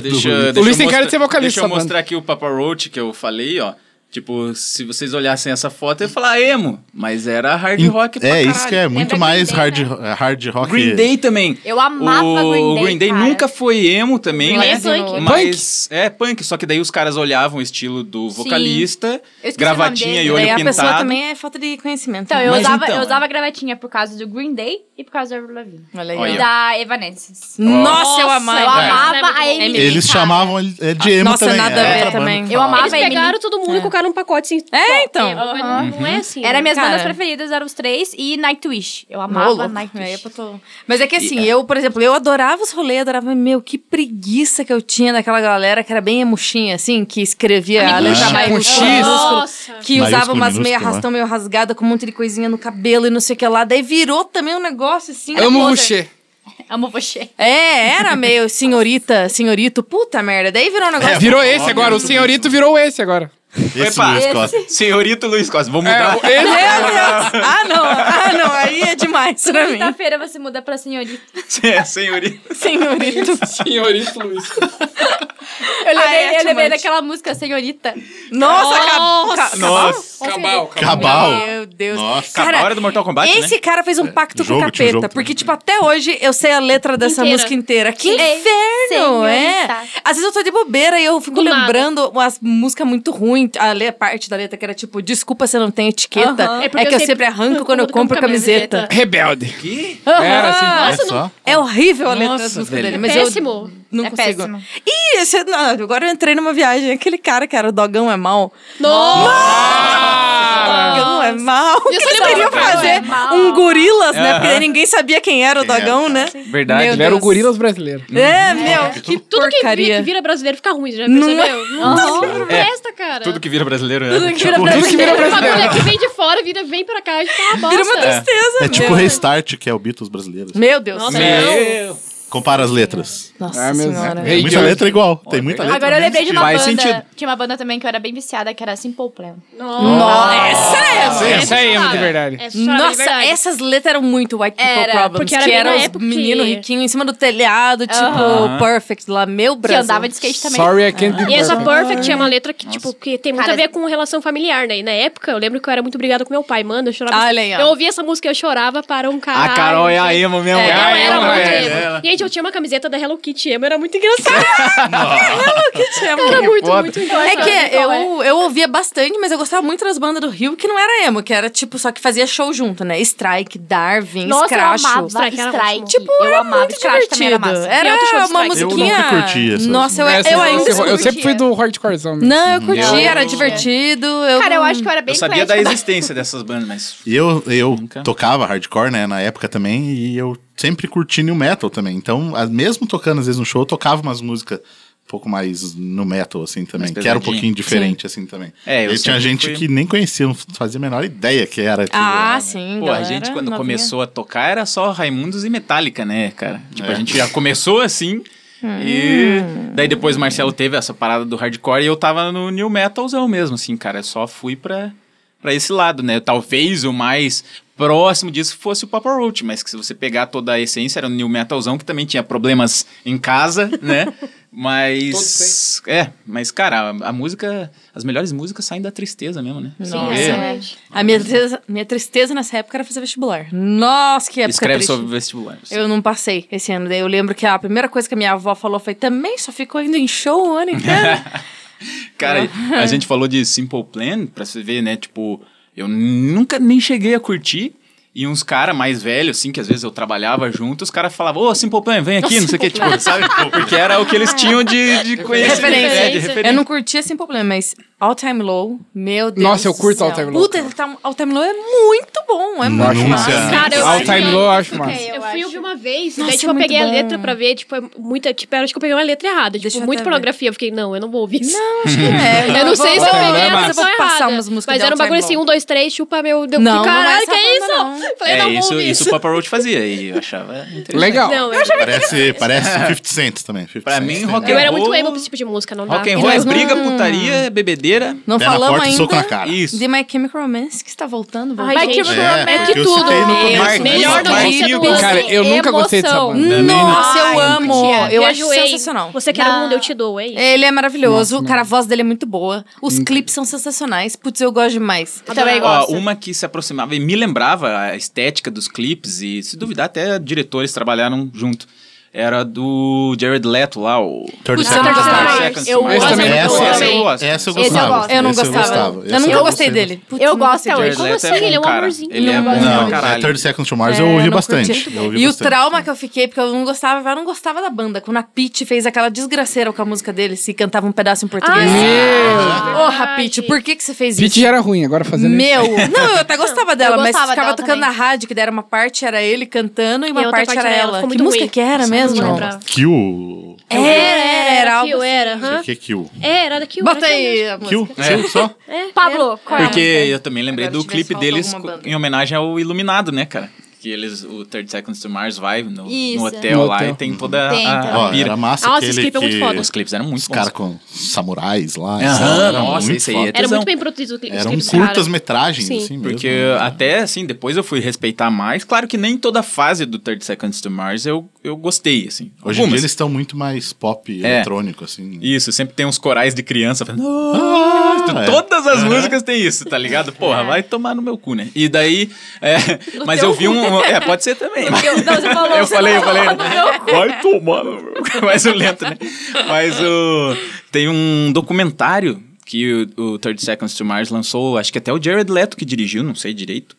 Speaker 3: Deixa,
Speaker 2: Luiz.
Speaker 3: deixa
Speaker 5: O Luiz
Speaker 3: eu
Speaker 5: tem cara
Speaker 3: mostra-
Speaker 5: de ser vocalista
Speaker 3: Deixa eu
Speaker 5: da banda.
Speaker 3: mostrar aqui o Papa Roach que eu falei, ó. Tipo, se vocês olhassem essa foto, eu ia falar "Ah, emo. Mas era hard rock pra
Speaker 2: É,
Speaker 3: caralho.
Speaker 2: isso que é muito
Speaker 6: Green
Speaker 2: mais
Speaker 6: Day,
Speaker 2: hard, hard rock.
Speaker 3: Green Day também.
Speaker 6: Eu amava Green
Speaker 3: o
Speaker 6: Day,
Speaker 3: Green Day
Speaker 6: cara.
Speaker 3: nunca foi emo também,
Speaker 4: Não
Speaker 3: né?
Speaker 4: é punk.
Speaker 3: Mas é punk, só que daí os caras olhavam o estilo do vocalista,
Speaker 6: Eu esqueci o
Speaker 3: gravatinha
Speaker 6: nome
Speaker 3: e
Speaker 6: dele.
Speaker 3: olho
Speaker 4: Daí a pessoa
Speaker 3: pintado.
Speaker 4: também é falta de conhecimento. né?
Speaker 6: Então, eu
Speaker 3: Mas
Speaker 6: usava,
Speaker 3: então,
Speaker 6: eu
Speaker 3: é.
Speaker 6: usava gravatinha por causa do Green Day e por causa da Avril Lavigne.
Speaker 4: Olha aí,
Speaker 3: Olha.
Speaker 4: ó.
Speaker 6: E da Evanescence.
Speaker 4: é Nossa, eu amava.
Speaker 6: Eu
Speaker 7: Ela é
Speaker 6: amava
Speaker 7: muito
Speaker 6: a
Speaker 7: boa.
Speaker 6: Emily.
Speaker 2: Eles
Speaker 6: cara.
Speaker 2: chamavam ele é, de emo
Speaker 4: né? Nossa,
Speaker 2: também.
Speaker 4: nada
Speaker 2: era
Speaker 4: a ver
Speaker 2: outra banda
Speaker 4: também.
Speaker 2: que
Speaker 6: Eu
Speaker 2: falava.
Speaker 6: amava
Speaker 7: Eles
Speaker 6: a Emily.
Speaker 7: pegaram todo mundo e colocaram um pacote assim.
Speaker 4: É,
Speaker 7: só
Speaker 4: então.
Speaker 7: emo. Não é assim.
Speaker 6: Era minhas
Speaker 4: Cara.
Speaker 6: bandas preferidas, eram os três. E Nightwish. Eu
Speaker 4: Ô, louco.
Speaker 6: amava
Speaker 4: Aí é
Speaker 6: Nightwish.
Speaker 4: pra tu- Mas é que assim, eu, por exemplo, eu adorava os rolês, adorava, meu, que preguiça que eu tinha daquela galera que era bem emuxinha, assim, que escrevia a letra
Speaker 5: com
Speaker 4: maiúscula,
Speaker 5: X.
Speaker 4: minúscula,
Speaker 7: Nossa.
Speaker 4: que usava
Speaker 2: Maiúsculo,
Speaker 4: umas meia
Speaker 2: minúsculo, né?
Speaker 4: arrastão meio rasgada com um monte de coisinha no cabelo e não sei o que lá. Daí virou também um negócio assim.
Speaker 5: Amo
Speaker 4: podre.
Speaker 5: você.
Speaker 6: Amo você.
Speaker 4: É, era meio senhorita, senhorito, puta merda. Daí virou um negócio.
Speaker 2: É,
Speaker 3: É,
Speaker 5: Virou esse agora, o senhorito virou esse agora.
Speaker 2: Esse
Speaker 3: Epa,
Speaker 2: Luiz
Speaker 3: esse-
Speaker 2: Costa.
Speaker 3: Senhorito Luiz Costa, vou
Speaker 5: É,
Speaker 3: mudar.
Speaker 5: o-
Speaker 4: Meu
Speaker 5: esse
Speaker 4: Deus! Ah, não, ah, não, aí é demais pra mim.
Speaker 6: Quinta-feira você muda pra senhorita.
Speaker 3: É, Senhorito.
Speaker 4: Senhorito.
Speaker 5: senhorito Luiz.
Speaker 6: Eu lembrei,
Speaker 4: é
Speaker 6: eu lembrei
Speaker 4: atimante.
Speaker 6: daquela música Senhorita.
Speaker 4: Nossa, acabou.
Speaker 3: Nossa.
Speaker 5: Cabal, cabal.
Speaker 2: Cabal.
Speaker 4: Meu Deus. Deus.
Speaker 2: Nossa.
Speaker 4: Cara,
Speaker 3: Acabaram do Mortal Kombat,
Speaker 4: Esse cara fez um pacto
Speaker 2: Jogo,
Speaker 4: com o
Speaker 2: tinha
Speaker 4: capeta.
Speaker 2: jogo também.
Speaker 4: porque, tipo, até hoje eu sei a letra dessa
Speaker 7: Inteira.
Speaker 4: música inteira. Que
Speaker 7: Ei,
Speaker 4: inferno,
Speaker 7: senhorita.
Speaker 4: é? Às vezes eu tô de bobeira e eu fico
Speaker 7: Do nada.
Speaker 4: lembrando as músicas muito ruins. A le- parte da letra que era tipo, desculpa se eu não tenho etiqueta.
Speaker 7: Aham.
Speaker 4: É, que
Speaker 7: É porque
Speaker 4: eu,
Speaker 7: eu
Speaker 4: sempre,
Speaker 7: sempre
Speaker 4: arranco quando eu compro camiseta.
Speaker 7: camiseta.
Speaker 5: Rebelde.
Speaker 3: Que?
Speaker 5: Era assim.
Speaker 2: Olha só.
Speaker 4: É horrível a letra
Speaker 3: Nossa,
Speaker 4: das músicas
Speaker 3: velho.
Speaker 4: dele.
Speaker 3: É
Speaker 4: Mas
Speaker 7: péssimo.
Speaker 4: eu não
Speaker 6: É
Speaker 4: consigo.
Speaker 6: péssimo.
Speaker 4: Ih, esse- não, agora eu entrei numa viagem. Aquele cara que era o Dogão é mal. Dogão é mal. O que
Speaker 7: Isso
Speaker 4: eles
Speaker 7: não,
Speaker 4: queriam
Speaker 7: Dogão é
Speaker 4: fazer
Speaker 6: mal.
Speaker 4: um gorilas, né? Porque
Speaker 3: Aham.
Speaker 4: daí ninguém sabia quem era o
Speaker 2: Quem era,
Speaker 4: Dogão, né?
Speaker 3: Verdade.
Speaker 4: Meu
Speaker 5: Ele era o
Speaker 4: Deus.
Speaker 5: gorilas brasileiro.
Speaker 4: É, meu, que
Speaker 7: Tudo que vira,
Speaker 4: porcaria.
Speaker 7: que vira brasileiro fica ruim, já
Speaker 4: Não
Speaker 7: percebeu?
Speaker 4: é?
Speaker 7: Não, não presta, cara.
Speaker 3: Tudo que vira brasileiro, né?
Speaker 7: Tudo que vira
Speaker 5: Tudo que vira
Speaker 7: brasileiro. O
Speaker 5: brasileiro.
Speaker 7: bagulho que vem de fora, vira, vem pra cá e fica uma bosta.
Speaker 4: Vira uma tristeza,
Speaker 2: É tipo
Speaker 4: meu.
Speaker 2: Restart, que é o Beatles brasileiro.
Speaker 4: Meu Deus.
Speaker 7: Nossa,
Speaker 3: Meu.
Speaker 2: Compara as letras.
Speaker 4: Nossa
Speaker 5: Ah, meu
Speaker 4: senhora.
Speaker 5: Deus. Ei,
Speaker 2: muita
Speaker 5: Jorge.
Speaker 2: letra igual. Tem muita letra.
Speaker 6: Agora eu lembrei de uma
Speaker 3: Faz
Speaker 6: banda.
Speaker 3: sentido.
Speaker 6: Tinha uma banda também que eu era bem viciada, que era Simple Plan.
Speaker 4: Nossa, essa é.
Speaker 5: Essa aí é muito verdade.
Speaker 7: É só
Speaker 4: Nossa,
Speaker 7: verdade.
Speaker 4: essas letras eram muito White People
Speaker 7: Era,
Speaker 4: Problems.
Speaker 7: porque era
Speaker 4: que
Speaker 7: bem
Speaker 4: eram
Speaker 7: na
Speaker 4: os
Speaker 7: época
Speaker 4: meninos
Speaker 7: que-
Speaker 4: riquinhos em cima do telhado, tipo,
Speaker 3: Aham.
Speaker 4: perfect lá. Meu
Speaker 6: Que
Speaker 4: Brasil.
Speaker 6: eu andava de skate também.
Speaker 5: Sorry, I can't be
Speaker 7: E essa
Speaker 5: perfect.
Speaker 7: Perfect é uma letra que, tipo, que tem muito
Speaker 6: Cara,
Speaker 7: a ver com relação familiar, né? E na época, eu lembro que eu era muito brigada com meu pai. Mano, eu chorava. assim.
Speaker 4: Olha aí, ó.
Speaker 7: eu ouvia essa música, eu chorava para um cara.
Speaker 3: A Carol é a emo mesmo.
Speaker 5: É,
Speaker 7: Ela
Speaker 5: Ah,
Speaker 7: era
Speaker 5: ela
Speaker 7: muito
Speaker 5: é,
Speaker 7: emo.
Speaker 3: ela.
Speaker 7: Gente, eu tinha uma camiseta da Hello Kitty emo, era muito engraçado.
Speaker 4: Era
Speaker 7: era muito,
Speaker 3: foda.
Speaker 7: muito engraçado.
Speaker 4: É que
Speaker 7: Qual é?
Speaker 4: eu, eu ouvia bastante, mas eu gostava muito das bandas do Rio, que não era emo, que era tipo, só que fazia show junto, né? Strike, Darwin,
Speaker 6: Nossa,
Speaker 4: Scratch.
Speaker 6: eu amava
Speaker 7: Strike
Speaker 6: Strike.
Speaker 7: era ótimo.
Speaker 6: Tipo, eu amava
Speaker 4: Muito
Speaker 6: Scratch também era massa.
Speaker 4: divertido. Era,
Speaker 6: Tem outro show de
Speaker 4: uma
Speaker 6: Strike.
Speaker 4: musiquinha.
Speaker 2: Eu nunca curti essas
Speaker 4: Nossa, eu,
Speaker 5: Essa
Speaker 4: eu ainda
Speaker 5: eu, eu sempre
Speaker 4: curtia.
Speaker 5: fui do hardcorezão. mesmo.
Speaker 4: Não, eu curti,
Speaker 3: Eu-
Speaker 4: era divertido. Eu
Speaker 6: Cara, eu
Speaker 4: não-
Speaker 6: acho que eu era bem
Speaker 3: Eu sabia da
Speaker 6: eclética.
Speaker 3: existência dessas bandas, mas...
Speaker 2: E eu, eu
Speaker 3: Nunca.
Speaker 2: tocava hardcore, né, na época também, e eu sempre curti new metal também. Então, a- mesmo tocando às vezes no show, eu tocava umas músicas um pouco mais no metal, assim, também.
Speaker 3: Mais
Speaker 2: Que era um
Speaker 3: pesadinha.
Speaker 2: pouquinho diferente, assim, também.
Speaker 3: É, eu
Speaker 2: e tinha
Speaker 3: sempre
Speaker 2: gente
Speaker 3: fui-
Speaker 2: que nem conhecia, não fazia a menor ideia que era. aquilo,
Speaker 4: Ah,
Speaker 2: né?
Speaker 4: sim.
Speaker 3: Pô, a
Speaker 4: galera
Speaker 3: gente quando
Speaker 4: novinha.
Speaker 3: começou a tocar era só Raimundos e Metallica, né, cara? Tipo,
Speaker 2: É.
Speaker 3: a gente já começou assim... E
Speaker 4: Hum.
Speaker 3: daí depois o Marcelo teve essa parada do hardcore e eu tava no new metalzão mesmo, assim, cara. Eu só fui pra, pra esse lado, né? Talvez o mais próximo disso fosse o Papa Roach, mas que se você pegar toda a essência, era um new metalzão que também tinha problemas em casa, né? Mas. É, mas, cara, a, a música. As melhores músicas saem da tristeza mesmo, né? Você
Speaker 4: Nossa,
Speaker 3: vê,
Speaker 6: assim,
Speaker 4: é. A minha tristeza, minha tristeza nessa época era fazer vestibular. Nossa, que época
Speaker 3: Escreve
Speaker 4: triste.
Speaker 3: sobre vestibular.
Speaker 4: Eu não passei esse ano. Daí eu lembro que a primeira coisa que a minha avó falou foi também só ficou indo em show o ano inteiro.
Speaker 3: Cara, a gente falou de Simple Plan, pra você ver, né? Tipo, eu nunca nem cheguei a curtir. E uns caras mais velhos, assim, que às vezes eu trabalhava junto, os caras falavam, ô, Simple Plan, vem aqui, não sei o que, tipo, sabe? Porque era o que eles tinham de, de conhecimento.
Speaker 4: Referência.
Speaker 3: né? De referência.
Speaker 4: eu não curtia sem problema, mas All Time Low, meu Deus.
Speaker 5: Nossa, eu
Speaker 4: do
Speaker 5: curto
Speaker 4: céu.
Speaker 5: All Time Low,
Speaker 4: Puta,
Speaker 5: cara.
Speaker 4: All Time- All Time Low é muito bom, é muito
Speaker 2: Nossa.
Speaker 4: massa.
Speaker 7: Cara, eu
Speaker 5: All
Speaker 7: acho
Speaker 5: time
Speaker 7: que-
Speaker 5: low, eu acho massa.
Speaker 6: Ok,
Speaker 7: Eu
Speaker 6: eu
Speaker 7: fui
Speaker 6: acho.
Speaker 7: ouvir uma vez,
Speaker 4: Nossa,
Speaker 7: daí,
Speaker 4: é
Speaker 7: tipo, eu
Speaker 4: muito
Speaker 7: peguei
Speaker 4: bom.
Speaker 7: a letra pra ver, tipo, é muita, tipo, acho que eu peguei uma letra errada,
Speaker 4: Deixa eu
Speaker 7: tipo, muito
Speaker 4: até ver.
Speaker 7: pornografia. Eu fiquei, não, eu não vou ouvir isso.
Speaker 4: Não, acho que é.
Speaker 7: Eu não sei
Speaker 4: vou-
Speaker 7: se
Speaker 5: All Time
Speaker 7: eu peguei
Speaker 5: Low é
Speaker 7: a
Speaker 4: Mas eu
Speaker 5: massa.
Speaker 7: versão
Speaker 4: vou passar
Speaker 7: errada.
Speaker 4: umas músicas
Speaker 7: Mas
Speaker 4: da
Speaker 7: era um
Speaker 4: All Time
Speaker 7: bagulho assim,
Speaker 4: Low.
Speaker 7: um, dois, três, chupa meu... Deu,
Speaker 4: Não, não é
Speaker 7: caralho,
Speaker 4: essa
Speaker 7: que é isso?
Speaker 4: banda, não.
Speaker 7: Falei,
Speaker 3: É,
Speaker 7: não,
Speaker 3: isso,
Speaker 7: vou ouvir
Speaker 3: isso o Papa Roach fazia, e eu achava interessante.
Speaker 5: Legal.
Speaker 7: Não, eu,
Speaker 2: Parece, parece 50 Cent também. 50
Speaker 3: É. Pra
Speaker 2: Cent,
Speaker 3: mim,
Speaker 2: né?
Speaker 3: rock
Speaker 7: eu
Speaker 3: and
Speaker 7: era muito
Speaker 3: roll-
Speaker 7: emo pra esse tipo de música, não dá.
Speaker 3: Rock and roll
Speaker 7: E
Speaker 3: é
Speaker 7: nós não-
Speaker 3: briga, putaria, é bebedeira.
Speaker 4: Não
Speaker 2: Pé na
Speaker 4: um falamos
Speaker 2: porta e soco na
Speaker 4: ainda
Speaker 2: cara.
Speaker 3: Isso.
Speaker 4: de My Chemical Romance, que está voltando. voltando.
Speaker 7: Ai,
Speaker 6: Mas que
Speaker 7: gente,
Speaker 2: É,
Speaker 6: é
Speaker 2: porque
Speaker 6: que
Speaker 2: eu
Speaker 6: tudo.
Speaker 2: citei no
Speaker 4: Meu
Speaker 2: começo.
Speaker 4: Deus.
Speaker 7: Melhor
Speaker 3: Nossa,
Speaker 7: notícia do ano.
Speaker 5: Cara, eu nunca gostei dessa
Speaker 6: Emoção.
Speaker 5: banda.
Speaker 2: é
Speaker 4: Nossa,
Speaker 6: Ai,
Speaker 4: eu
Speaker 6: eu
Speaker 4: amo.
Speaker 6: curtia.
Speaker 4: Eu
Speaker 7: é. Me
Speaker 4: acho
Speaker 7: ajoelho.
Speaker 4: sensacional.
Speaker 7: Você quer o
Speaker 6: Não.
Speaker 7: mundo, eu te dou, é isso.
Speaker 4: Ele é maravilhoso,
Speaker 5: Nossa,
Speaker 4: cara, a voz dele é muito boa, os clipes são sensacionais. Putz, eu gosto demais.
Speaker 6: Eu também
Speaker 3: Ó,
Speaker 6: gosto.
Speaker 3: Ah, uma que se aproximava e me lembrava a estética dos clipes e se duvidar até diretores trabalharam junto. Era do Jared Leto lá, o...
Speaker 2: 30 Seconds
Speaker 4: Putz, eu
Speaker 2: to
Speaker 4: não-
Speaker 2: Mars.
Speaker 3: Seconds to
Speaker 6: eu
Speaker 3: Mars.
Speaker 5: amo também.
Speaker 2: Essa,
Speaker 5: Essa
Speaker 2: essa,
Speaker 3: eu
Speaker 2: eu
Speaker 3: gosto.
Speaker 2: essa eu
Speaker 6: Esse eu
Speaker 2: gostava.
Speaker 6: gosto.
Speaker 4: Eu não
Speaker 2: Esse
Speaker 4: gostava.
Speaker 2: gostava. Esse
Speaker 4: Eu nunca
Speaker 2: eu
Speaker 4: gostei
Speaker 2: gostei.
Speaker 4: dele. Putz,
Speaker 6: Eu
Speaker 4: nunca
Speaker 6: gosto
Speaker 4: gostei
Speaker 6: até
Speaker 4: dele.
Speaker 6: hoje.
Speaker 3: Jared Leto
Speaker 7: assim?
Speaker 3: é bom,
Speaker 7: Ele é um
Speaker 3: cara.
Speaker 7: amorzinho.
Speaker 3: Ele é
Speaker 7: Não
Speaker 3: bom
Speaker 7: gosto
Speaker 3: pra
Speaker 2: Não, é
Speaker 3: caralho.
Speaker 2: 30 Seconds to Mars
Speaker 4: É,
Speaker 2: eu ouvi
Speaker 4: não
Speaker 2: bastante.
Speaker 4: curti.
Speaker 2: Eu ouvi
Speaker 4: e o
Speaker 2: bastante.
Speaker 4: trauma que eu fiquei, porque eu não gostava, eu não gostava da banda. Quando a Pete fez aquela desgraceira com a música dele, se cantava um pedaço em português. Ah.
Speaker 7: Meu!
Speaker 4: Porra, Pete, por que, que você fez
Speaker 5: Pete
Speaker 4: isso?
Speaker 2: é
Speaker 5: já era ruim, agora fazendo isso.
Speaker 4: Meu! Não, eu até gostava dela, mas
Speaker 6: gostava
Speaker 4: ficava
Speaker 6: dela
Speaker 4: tocando
Speaker 6: também.
Speaker 4: na rádio, que daí era uma parte era ele cantando e
Speaker 7: E a
Speaker 4: uma
Speaker 7: outra
Speaker 4: parte,
Speaker 7: parte
Speaker 4: era
Speaker 7: era ela.
Speaker 4: ela.
Speaker 7: Ficou
Speaker 4: Que
Speaker 7: muito
Speaker 4: música
Speaker 7: ruim.
Speaker 4: que era
Speaker 7: Nossa,
Speaker 4: mesmo?
Speaker 7: não
Speaker 4: Era,
Speaker 7: lembrava.
Speaker 2: Kill.
Speaker 4: É, era, era
Speaker 7: que
Speaker 4: algo.
Speaker 7: eu
Speaker 4: assim.
Speaker 7: era,
Speaker 2: Não sei
Speaker 7: aham.
Speaker 2: o que é Kill.
Speaker 7: Era, era que eu
Speaker 4: Bota
Speaker 7: era
Speaker 4: aí
Speaker 7: mesmo.
Speaker 4: a música.
Speaker 2: Kill? Kill só?
Speaker 6: Pablo, qual é?
Speaker 3: Porque eu também lembrei
Speaker 4: Agora
Speaker 3: do
Speaker 4: tivesse
Speaker 3: clipe
Speaker 4: faltado
Speaker 3: deles
Speaker 4: alguma
Speaker 3: co-
Speaker 4: banda.
Speaker 3: em homenagem ao Iluminado, né, cara? que eles, o 30 Seconds to Mars vai no,
Speaker 6: Isso.
Speaker 3: no hotel
Speaker 5: No
Speaker 3: lá
Speaker 5: hotel.
Speaker 3: e tem toda
Speaker 6: Tem
Speaker 3: a,
Speaker 6: toda.
Speaker 3: a
Speaker 2: Ó,
Speaker 3: pira.
Speaker 2: era massa
Speaker 7: Nossa, esse
Speaker 2: aquele
Speaker 7: clipe é muito
Speaker 2: que...
Speaker 7: foda.
Speaker 3: Os clipes eram muito
Speaker 2: Os caras
Speaker 3: bons.
Speaker 2: com samurais lá.
Speaker 3: Aham,
Speaker 2: sabe? Era
Speaker 3: nossa,
Speaker 2: muito
Speaker 3: esse aí
Speaker 2: foda.
Speaker 3: é
Speaker 7: Era
Speaker 3: tesão.
Speaker 7: muito bem produzido os cli- os
Speaker 2: Eram
Speaker 7: clipes, cara.
Speaker 2: curtas-metragens,
Speaker 7: é Sim.
Speaker 2: assim mesmo.
Speaker 3: Porque até assim, depois eu fui respeitar mais. Claro que nem toda fase do 30 Seconds to Mars eu, eu gostei, assim.
Speaker 2: Hoje em dia
Speaker 3: Algumas.
Speaker 2: eles estão muito mais pop eletrônico, assim.
Speaker 3: Isso, sempre tem uns corais de criança falando.
Speaker 2: Ah,
Speaker 3: Tu-
Speaker 2: é.
Speaker 3: Todas as músicas têm isso, tá ligado? Porra, vai tomar no meu cu, né? E daí. é, mas
Speaker 6: É. teu
Speaker 3: eu vi
Speaker 6: cu.
Speaker 3: um. É, pode ser também.
Speaker 6: Não, você falou,
Speaker 3: eu
Speaker 6: você
Speaker 3: falei, eu
Speaker 6: falou
Speaker 3: falei.
Speaker 6: do meu cu.
Speaker 3: Vai tomar no meu cu. Mais um lento, né? Mas o. Tem um documentário que o, o 30 Seconds to Mars lançou, acho que até o Jared Leto que dirigiu, não sei direito.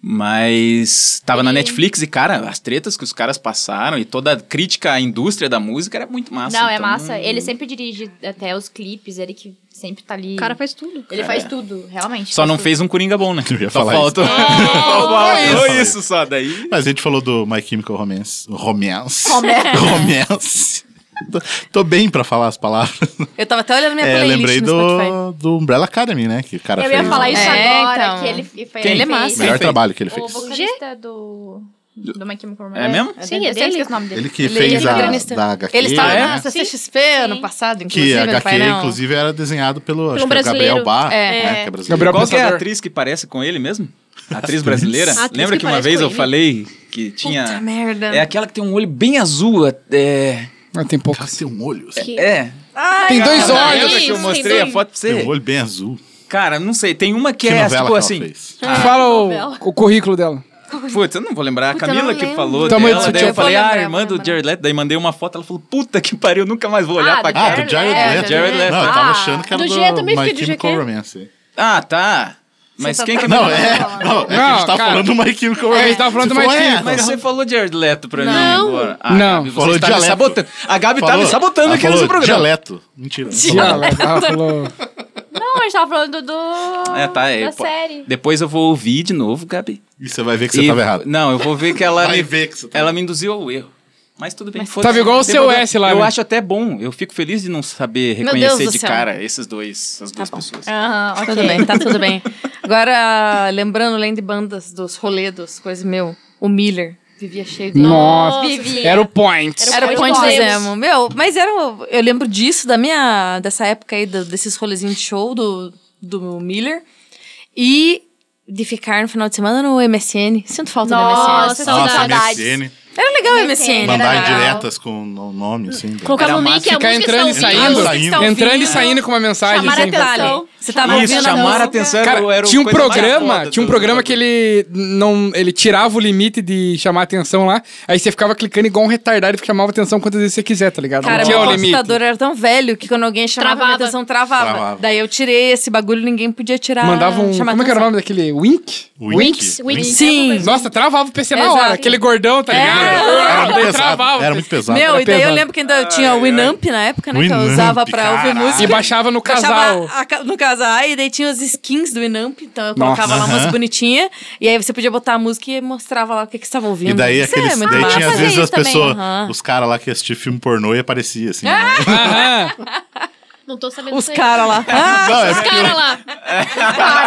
Speaker 3: Mas tava na Netflix e, cara, as tretas que os caras passaram e toda a crítica à indústria da música era muito massa.
Speaker 6: Não, é
Speaker 3: então-
Speaker 6: massa. Ele sempre dirige até os clipes, ele que sempre tá ali.
Speaker 7: O cara faz tudo.
Speaker 6: Ele faz tudo, realmente.
Speaker 3: É. Só
Speaker 6: faz
Speaker 3: não
Speaker 6: tudo.
Speaker 3: fez um Coringa bom, né?
Speaker 2: Eu ia
Speaker 3: só
Speaker 2: falar
Speaker 3: faltou. Só faltou
Speaker 2: isso.
Speaker 3: isso só daí.
Speaker 2: Mas a gente falou do My Chemical Romance. Romance. Romance. Tô- Tô bem pra falar as palavras.
Speaker 4: Eu tava até olhando minha
Speaker 2: É,
Speaker 4: playlist
Speaker 2: lembrei
Speaker 4: no Spotify.
Speaker 2: do, do Umbrella Academy, né? Que o cara
Speaker 6: Eu
Speaker 2: fez
Speaker 6: ia falar
Speaker 2: o
Speaker 6: isso
Speaker 4: É,
Speaker 6: agora,
Speaker 4: então.
Speaker 6: que ele fe- fez.
Speaker 4: Ele é massa.
Speaker 2: melhor
Speaker 3: Sim.
Speaker 2: trabalho que ele
Speaker 6: O
Speaker 2: fez.
Speaker 6: vocalista do. Do My Chemical Romance.
Speaker 3: É mesmo?
Speaker 7: Sim, é
Speaker 6: eu sempre
Speaker 7: dele.
Speaker 6: esqueço o nome dele.
Speaker 2: Ele que
Speaker 4: Ele
Speaker 2: fez
Speaker 4: é
Speaker 2: a
Speaker 4: quadrinista.
Speaker 2: da né? HQ.
Speaker 4: Ele estava
Speaker 3: É?
Speaker 4: na CCXP ano passado,
Speaker 2: Que
Speaker 4: inclusive.
Speaker 2: a
Speaker 4: no
Speaker 2: HQ,
Speaker 4: painel.
Speaker 2: inclusive, era desenhado pelo, acho
Speaker 7: Pelo
Speaker 2: que é o Gabriel
Speaker 7: brasileiro.
Speaker 2: Bar,
Speaker 4: É.
Speaker 2: né? Que é brasileiro.
Speaker 5: Gabriel
Speaker 3: Qual que é a
Speaker 5: Pensador.
Speaker 3: atriz que parece com ele mesmo? A atriz brasileira?
Speaker 7: A atriz
Speaker 3: Lembra
Speaker 7: que
Speaker 3: que uma
Speaker 7: parece
Speaker 3: vez
Speaker 7: com
Speaker 3: eu
Speaker 7: ele.
Speaker 3: falei que
Speaker 4: Puta
Speaker 3: tinha...
Speaker 4: merda.
Speaker 3: É aquela que tem um olho bem azul, é...
Speaker 5: Ah, tem
Speaker 2: Cara,
Speaker 5: poucas.
Speaker 2: tem um olho, assim.
Speaker 3: É.
Speaker 5: Tem dois
Speaker 3: Lembra
Speaker 5: olhos.
Speaker 3: que eu
Speaker 7: Tem
Speaker 3: mostrei a
Speaker 7: dois.
Speaker 3: foto pra
Speaker 2: Tem
Speaker 3: você?
Speaker 2: um olho bem azul.
Speaker 3: Cara, não sei, tem uma que,
Speaker 2: Que
Speaker 3: é
Speaker 2: novela
Speaker 3: tipo
Speaker 2: que ela
Speaker 3: assim...
Speaker 2: fez?
Speaker 5: Fala o, o currículo dela.
Speaker 3: Putz, eu não vou lembrar. A
Speaker 4: Puta, eu
Speaker 3: Camila
Speaker 4: não
Speaker 3: que
Speaker 4: lembro.
Speaker 3: falou
Speaker 5: Tamanho
Speaker 3: dela,
Speaker 5: do
Speaker 3: daí
Speaker 5: sutiã.
Speaker 3: eu falei,
Speaker 4: Eu vou
Speaker 3: ah,
Speaker 4: lembrar,
Speaker 3: irmã
Speaker 4: vou
Speaker 3: do
Speaker 4: lembrar.
Speaker 3: Jared Leto. Daí mandei uma foto, ela falou, puta que pariu, nunca mais vou olhar
Speaker 6: Ah,
Speaker 3: pra
Speaker 6: do
Speaker 2: Ah,
Speaker 3: cara.
Speaker 2: do Jared
Speaker 6: É,
Speaker 2: Leto.
Speaker 3: Jared Leto.
Speaker 2: Não, eu tava
Speaker 6: Ah,
Speaker 2: achando que era
Speaker 7: do
Speaker 2: do,
Speaker 7: G também
Speaker 2: My
Speaker 7: fiquei do
Speaker 2: Chemical
Speaker 7: GQ.
Speaker 2: Romance.
Speaker 3: Ah, tá. Mas
Speaker 4: Você
Speaker 3: quem
Speaker 4: tá
Speaker 3: que...
Speaker 2: Não, é. Não, é que a
Speaker 5: Não,
Speaker 2: gente tava
Speaker 5: cara.
Speaker 2: falando do My Chemical Romance.
Speaker 5: É, a gente tava falando do
Speaker 2: Você
Speaker 5: My
Speaker 2: falou, é,
Speaker 5: Chemical.
Speaker 3: Mas
Speaker 2: não.
Speaker 3: você falou Jared Leto pra mim
Speaker 7: Não.
Speaker 3: agora. Ah,
Speaker 5: Não.
Speaker 3: Gabi, você
Speaker 2: Falou
Speaker 3: está me
Speaker 2: dialeto.
Speaker 3: sabotando. A Gabi tá
Speaker 2: Falou-
Speaker 3: me sabotando
Speaker 5: Ah,
Speaker 2: ela
Speaker 3: aqui nesse
Speaker 2: falou
Speaker 3: programa.
Speaker 2: Dialeto. Mentira. não falou.
Speaker 5: Ela, ela falou.
Speaker 6: Não, a gente tava falando do.
Speaker 3: É, tá, é,
Speaker 6: Da
Speaker 3: pô.
Speaker 6: série.
Speaker 3: Depois eu vou ouvir de novo, Gabi.
Speaker 2: E você vai ver que você
Speaker 3: E-
Speaker 2: tava errado.
Speaker 3: Não, eu vou ver que ela
Speaker 2: Vai
Speaker 3: me,
Speaker 2: ver que você tá
Speaker 3: ela me induziu ao erro. Mas tudo bem. foda-se.
Speaker 5: tava igual o
Speaker 3: Não tem
Speaker 5: seu
Speaker 3: problema.
Speaker 5: S lá,
Speaker 3: Eu
Speaker 5: né?
Speaker 3: acho até bom. Eu fico feliz de não saber
Speaker 4: Meu Deus
Speaker 3: reconhecer
Speaker 4: do
Speaker 3: de
Speaker 4: céu.
Speaker 3: cara esses dois, essas
Speaker 6: Tá
Speaker 3: duas pessoas.
Speaker 6: Aham, ok.
Speaker 4: Tudo bem, tá tudo bem. Agora, lembrando, além de bandas, dos roledos, coisa meu, o Miller vivia cheio de...
Speaker 5: Nossa.
Speaker 6: Vivi.
Speaker 5: Era o point.
Speaker 4: Era o
Speaker 6: Era
Speaker 4: Point
Speaker 6: Point
Speaker 4: de
Speaker 6: Demos.
Speaker 4: Zemo. Meu, mas era. o- Eu lembro disso, da minha. dessa época aí, do- desses rolezinhos de show do, do Miller. E de ficar no final de semana no MSN. Sinto falta do MSN.
Speaker 6: Nossa,
Speaker 2: Nossa,
Speaker 6: saudades.
Speaker 2: MSN.
Speaker 4: Era legal o MSN.
Speaker 6: MSN,
Speaker 2: Mandar
Speaker 6: Era-
Speaker 2: indiretas com o nome, assim. né?
Speaker 7: Colocava
Speaker 3: Era
Speaker 7: um
Speaker 3: massa.
Speaker 7: link, a
Speaker 5: Ficar
Speaker 7: música
Speaker 5: entrando e
Speaker 7: está
Speaker 2: saindo.
Speaker 7: ouvindo.
Speaker 2: saindo.
Speaker 4: Tá ouvindo,
Speaker 5: Entrando e
Speaker 4: né?
Speaker 5: saindo com uma mensagem.
Speaker 6: Chamaram
Speaker 5: assim.
Speaker 6: atenção.
Speaker 4: Detalhe, Você
Speaker 6: tá
Speaker 4: tava
Speaker 3: Isso,
Speaker 4: ouvindo a
Speaker 3: chamar a
Speaker 4: música.
Speaker 3: atenção
Speaker 5: Cara,
Speaker 3: era
Speaker 5: tinha um
Speaker 3: coisa mais
Speaker 5: programa,
Speaker 3: foda
Speaker 5: tinha um
Speaker 3: do-
Speaker 5: programa
Speaker 3: do-
Speaker 5: que ele não, ele tirava o limite de chamar atenção lá, aí você ficava clicando igual um retardado e chamava atenção quantas vezes você quiser, tá ligado?
Speaker 4: Cara,
Speaker 5: não tinha
Speaker 4: meu
Speaker 5: o limite.
Speaker 4: computador era tão velho que quando alguém chamava
Speaker 7: Travava.
Speaker 4: minha atenção, travava.
Speaker 2: Travava.
Speaker 4: Daí eu tirei esse bagulho ninguém podia tirar.
Speaker 5: Mandava um,
Speaker 4: chamar
Speaker 5: como é que era o
Speaker 4: atenção.
Speaker 5: nome daquele? Wink?
Speaker 7: Winx, Winx.
Speaker 4: Sim.
Speaker 7: assim.
Speaker 5: Nossa, travava o PC na
Speaker 4: Exato. É.
Speaker 5: hora, aquele gordão, tá ligado?
Speaker 2: Era
Speaker 5: Daí
Speaker 2: muito pesado.
Speaker 5: travava.
Speaker 2: Era muito pesado.
Speaker 4: Meu,
Speaker 5: Era
Speaker 4: e daí eu
Speaker 5: pesado.
Speaker 4: lembro que ainda tinha o Winamp na época, né? que eu
Speaker 2: Winamp,
Speaker 4: usava pra ouvir
Speaker 2: caralho.
Speaker 4: música.
Speaker 5: E baixava no
Speaker 4: Baixava
Speaker 5: casal.
Speaker 4: a ca- no casal, e daí tinha as skins do Winamp, então eu
Speaker 5: Nossa.
Speaker 4: colocava lá umas
Speaker 2: Aham.
Speaker 4: bonitinhas, e aí você podia botar a música e mostrava lá o que, que você estava ouvindo.
Speaker 2: E daí,
Speaker 4: Isso é
Speaker 2: aqueles,
Speaker 4: muito
Speaker 2: daí
Speaker 4: massa.
Speaker 2: tinha às
Speaker 4: Fazia
Speaker 2: vezes
Speaker 4: isso
Speaker 2: as
Speaker 4: também.
Speaker 2: pessoas,
Speaker 4: Aham.
Speaker 2: os caras lá que assistiam filme pornô e aparecia assim. né?
Speaker 5: Aham.
Speaker 7: Não tô sabendo
Speaker 4: Os
Speaker 7: isso aí.
Speaker 4: caras lá. Ah,
Speaker 2: Não, é
Speaker 7: Os
Speaker 2: porque
Speaker 7: caras lá.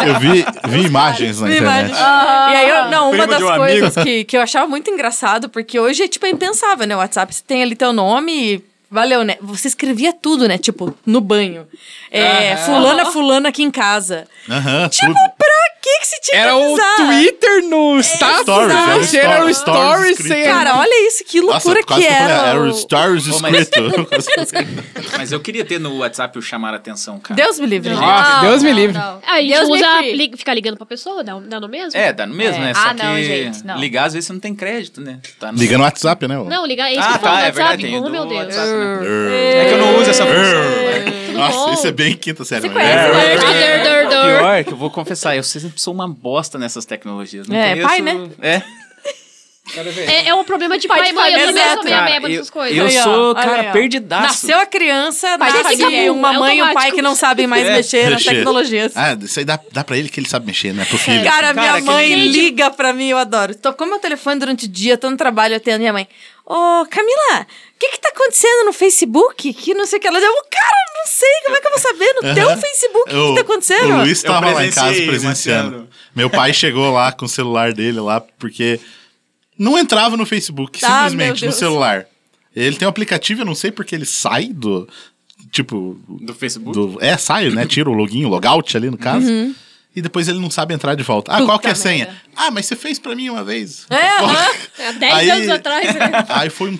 Speaker 2: eu vi, vi imagens na
Speaker 4: que imagem.
Speaker 2: internet.
Speaker 4: E aí, eu, não, uma
Speaker 3: Primo
Speaker 4: das
Speaker 3: de um
Speaker 4: coisas que, que eu achava muito engraçado, porque hoje é, tipo, é impensável, né? O WhatsApp, você tem ali teu nome e valeu, né? Você escrevia tudo, né? Tipo, no banho. É, fulana, fulana aqui em casa.
Speaker 2: Aham,
Speaker 4: Tipo,
Speaker 2: tudo.
Speaker 4: pra que que se tinha
Speaker 5: Era
Speaker 4: que
Speaker 5: o
Speaker 4: avisar?
Speaker 5: Twitter no
Speaker 4: É.
Speaker 5: status.
Speaker 2: Stories, era o
Speaker 5: Era o
Speaker 2: Stories, Stories
Speaker 5: Stories. sem-
Speaker 4: Cara, olha isso, que
Speaker 2: Nossa,
Speaker 4: loucura
Speaker 2: quase
Speaker 4: que
Speaker 2: eu falei,
Speaker 4: era.
Speaker 2: Era
Speaker 4: o-
Speaker 2: o Stories
Speaker 3: Pô, mas-
Speaker 2: escrito.
Speaker 3: Mas eu queria ter no WhatsApp o chamar a atenção, cara.
Speaker 4: Deus me livre. gente.
Speaker 5: Nossa, Deus me livre.
Speaker 7: Ah, a gente
Speaker 6: Deus me
Speaker 7: usa
Speaker 6: free.
Speaker 7: li- ficar ligando pra pessoa, dá, dá no mesmo?
Speaker 3: É, dá no mesmo,
Speaker 6: É.
Speaker 3: né? Só
Speaker 6: Ah, não,
Speaker 3: que
Speaker 6: gente, não.
Speaker 3: ligar às vezes você não tem crédito, né? Tá no-
Speaker 2: Liga no WhatsApp, né? ô?
Speaker 7: Não, ligar, é isso
Speaker 3: Ah,
Speaker 7: que eu falo
Speaker 3: tá,
Speaker 7: no
Speaker 3: é
Speaker 7: WhatsApp.
Speaker 3: verdade. tem
Speaker 7: oh,
Speaker 3: do
Speaker 7: meu Deus.
Speaker 3: WhatsApp, né?
Speaker 2: É
Speaker 3: É que eu não uso essa função.
Speaker 2: Nossa,
Speaker 7: bom.
Speaker 2: isso é bem quinta série. né?
Speaker 4: conhece,
Speaker 2: É.
Speaker 4: né?
Speaker 7: Dur, dur, dur.
Speaker 3: É Pior que eu vou confessar, eu sempre sou uma bosta nessas tecnologias. Não
Speaker 4: É,
Speaker 3: conheço-
Speaker 4: pai, né?
Speaker 3: É.
Speaker 7: É, é um problema de pai e mãe, eu também
Speaker 4: exato.
Speaker 7: sou meio ameba
Speaker 3: eu,
Speaker 7: nessas coisas.
Speaker 3: eu
Speaker 4: Aí, ó,
Speaker 3: sou,
Speaker 4: olha aí,
Speaker 3: cara,
Speaker 4: ó.
Speaker 3: perdidaço.
Speaker 4: Nasceu a criança,
Speaker 7: Pai,
Speaker 4: nasce
Speaker 7: fica bom,
Speaker 4: uma
Speaker 7: é
Speaker 4: mãe e um pai
Speaker 7: automático.
Speaker 4: que não sabem mais
Speaker 3: É,
Speaker 4: mexer assim. nas
Speaker 2: mexer.
Speaker 4: tecnologias. É.
Speaker 2: Ah, isso aí dá, dá pra ele que ele sabe mexer, né? Pro filho.
Speaker 4: Cara, minha
Speaker 3: Cara, que
Speaker 4: mãe
Speaker 3: nem-
Speaker 4: liga pra mim, eu adoro. Tocou meu telefone durante o dia, tô no trabalho, eu atendo minha mãe. Ô, Camila, o que que tá acontecendo no Facebook? Que não sei o que. Ela deu, cara, não sei, como é que eu vou saber? No teu Facebook, o que que tá acontecendo?
Speaker 2: O Luiz
Speaker 3: Eu
Speaker 2: tava lá em casa
Speaker 3: presenciei,
Speaker 2: presenciando.
Speaker 3: Marciano.
Speaker 2: Meu pai chegou lá com o celular dele lá, porque Não entrava no Facebook,
Speaker 4: Ah, meu
Speaker 2: simplesmente, no
Speaker 4: Deus.
Speaker 2: celular. Ele tem um aplicativo, eu não sei porque ele sai do. Tipo.
Speaker 3: Do Facebook?
Speaker 2: do- é, sai, né? Tira o login, o logout ali no caso. E depois ele não sabe entrar de volta. Ah, qual que é a
Speaker 4: Puta
Speaker 2: senha?
Speaker 4: merda.
Speaker 2: Ah, mas você fez pra mim uma vez. Tá
Speaker 4: É, aham.
Speaker 7: Há 10
Speaker 2: Aí-
Speaker 7: anos atrás, né?
Speaker 2: Aí foi um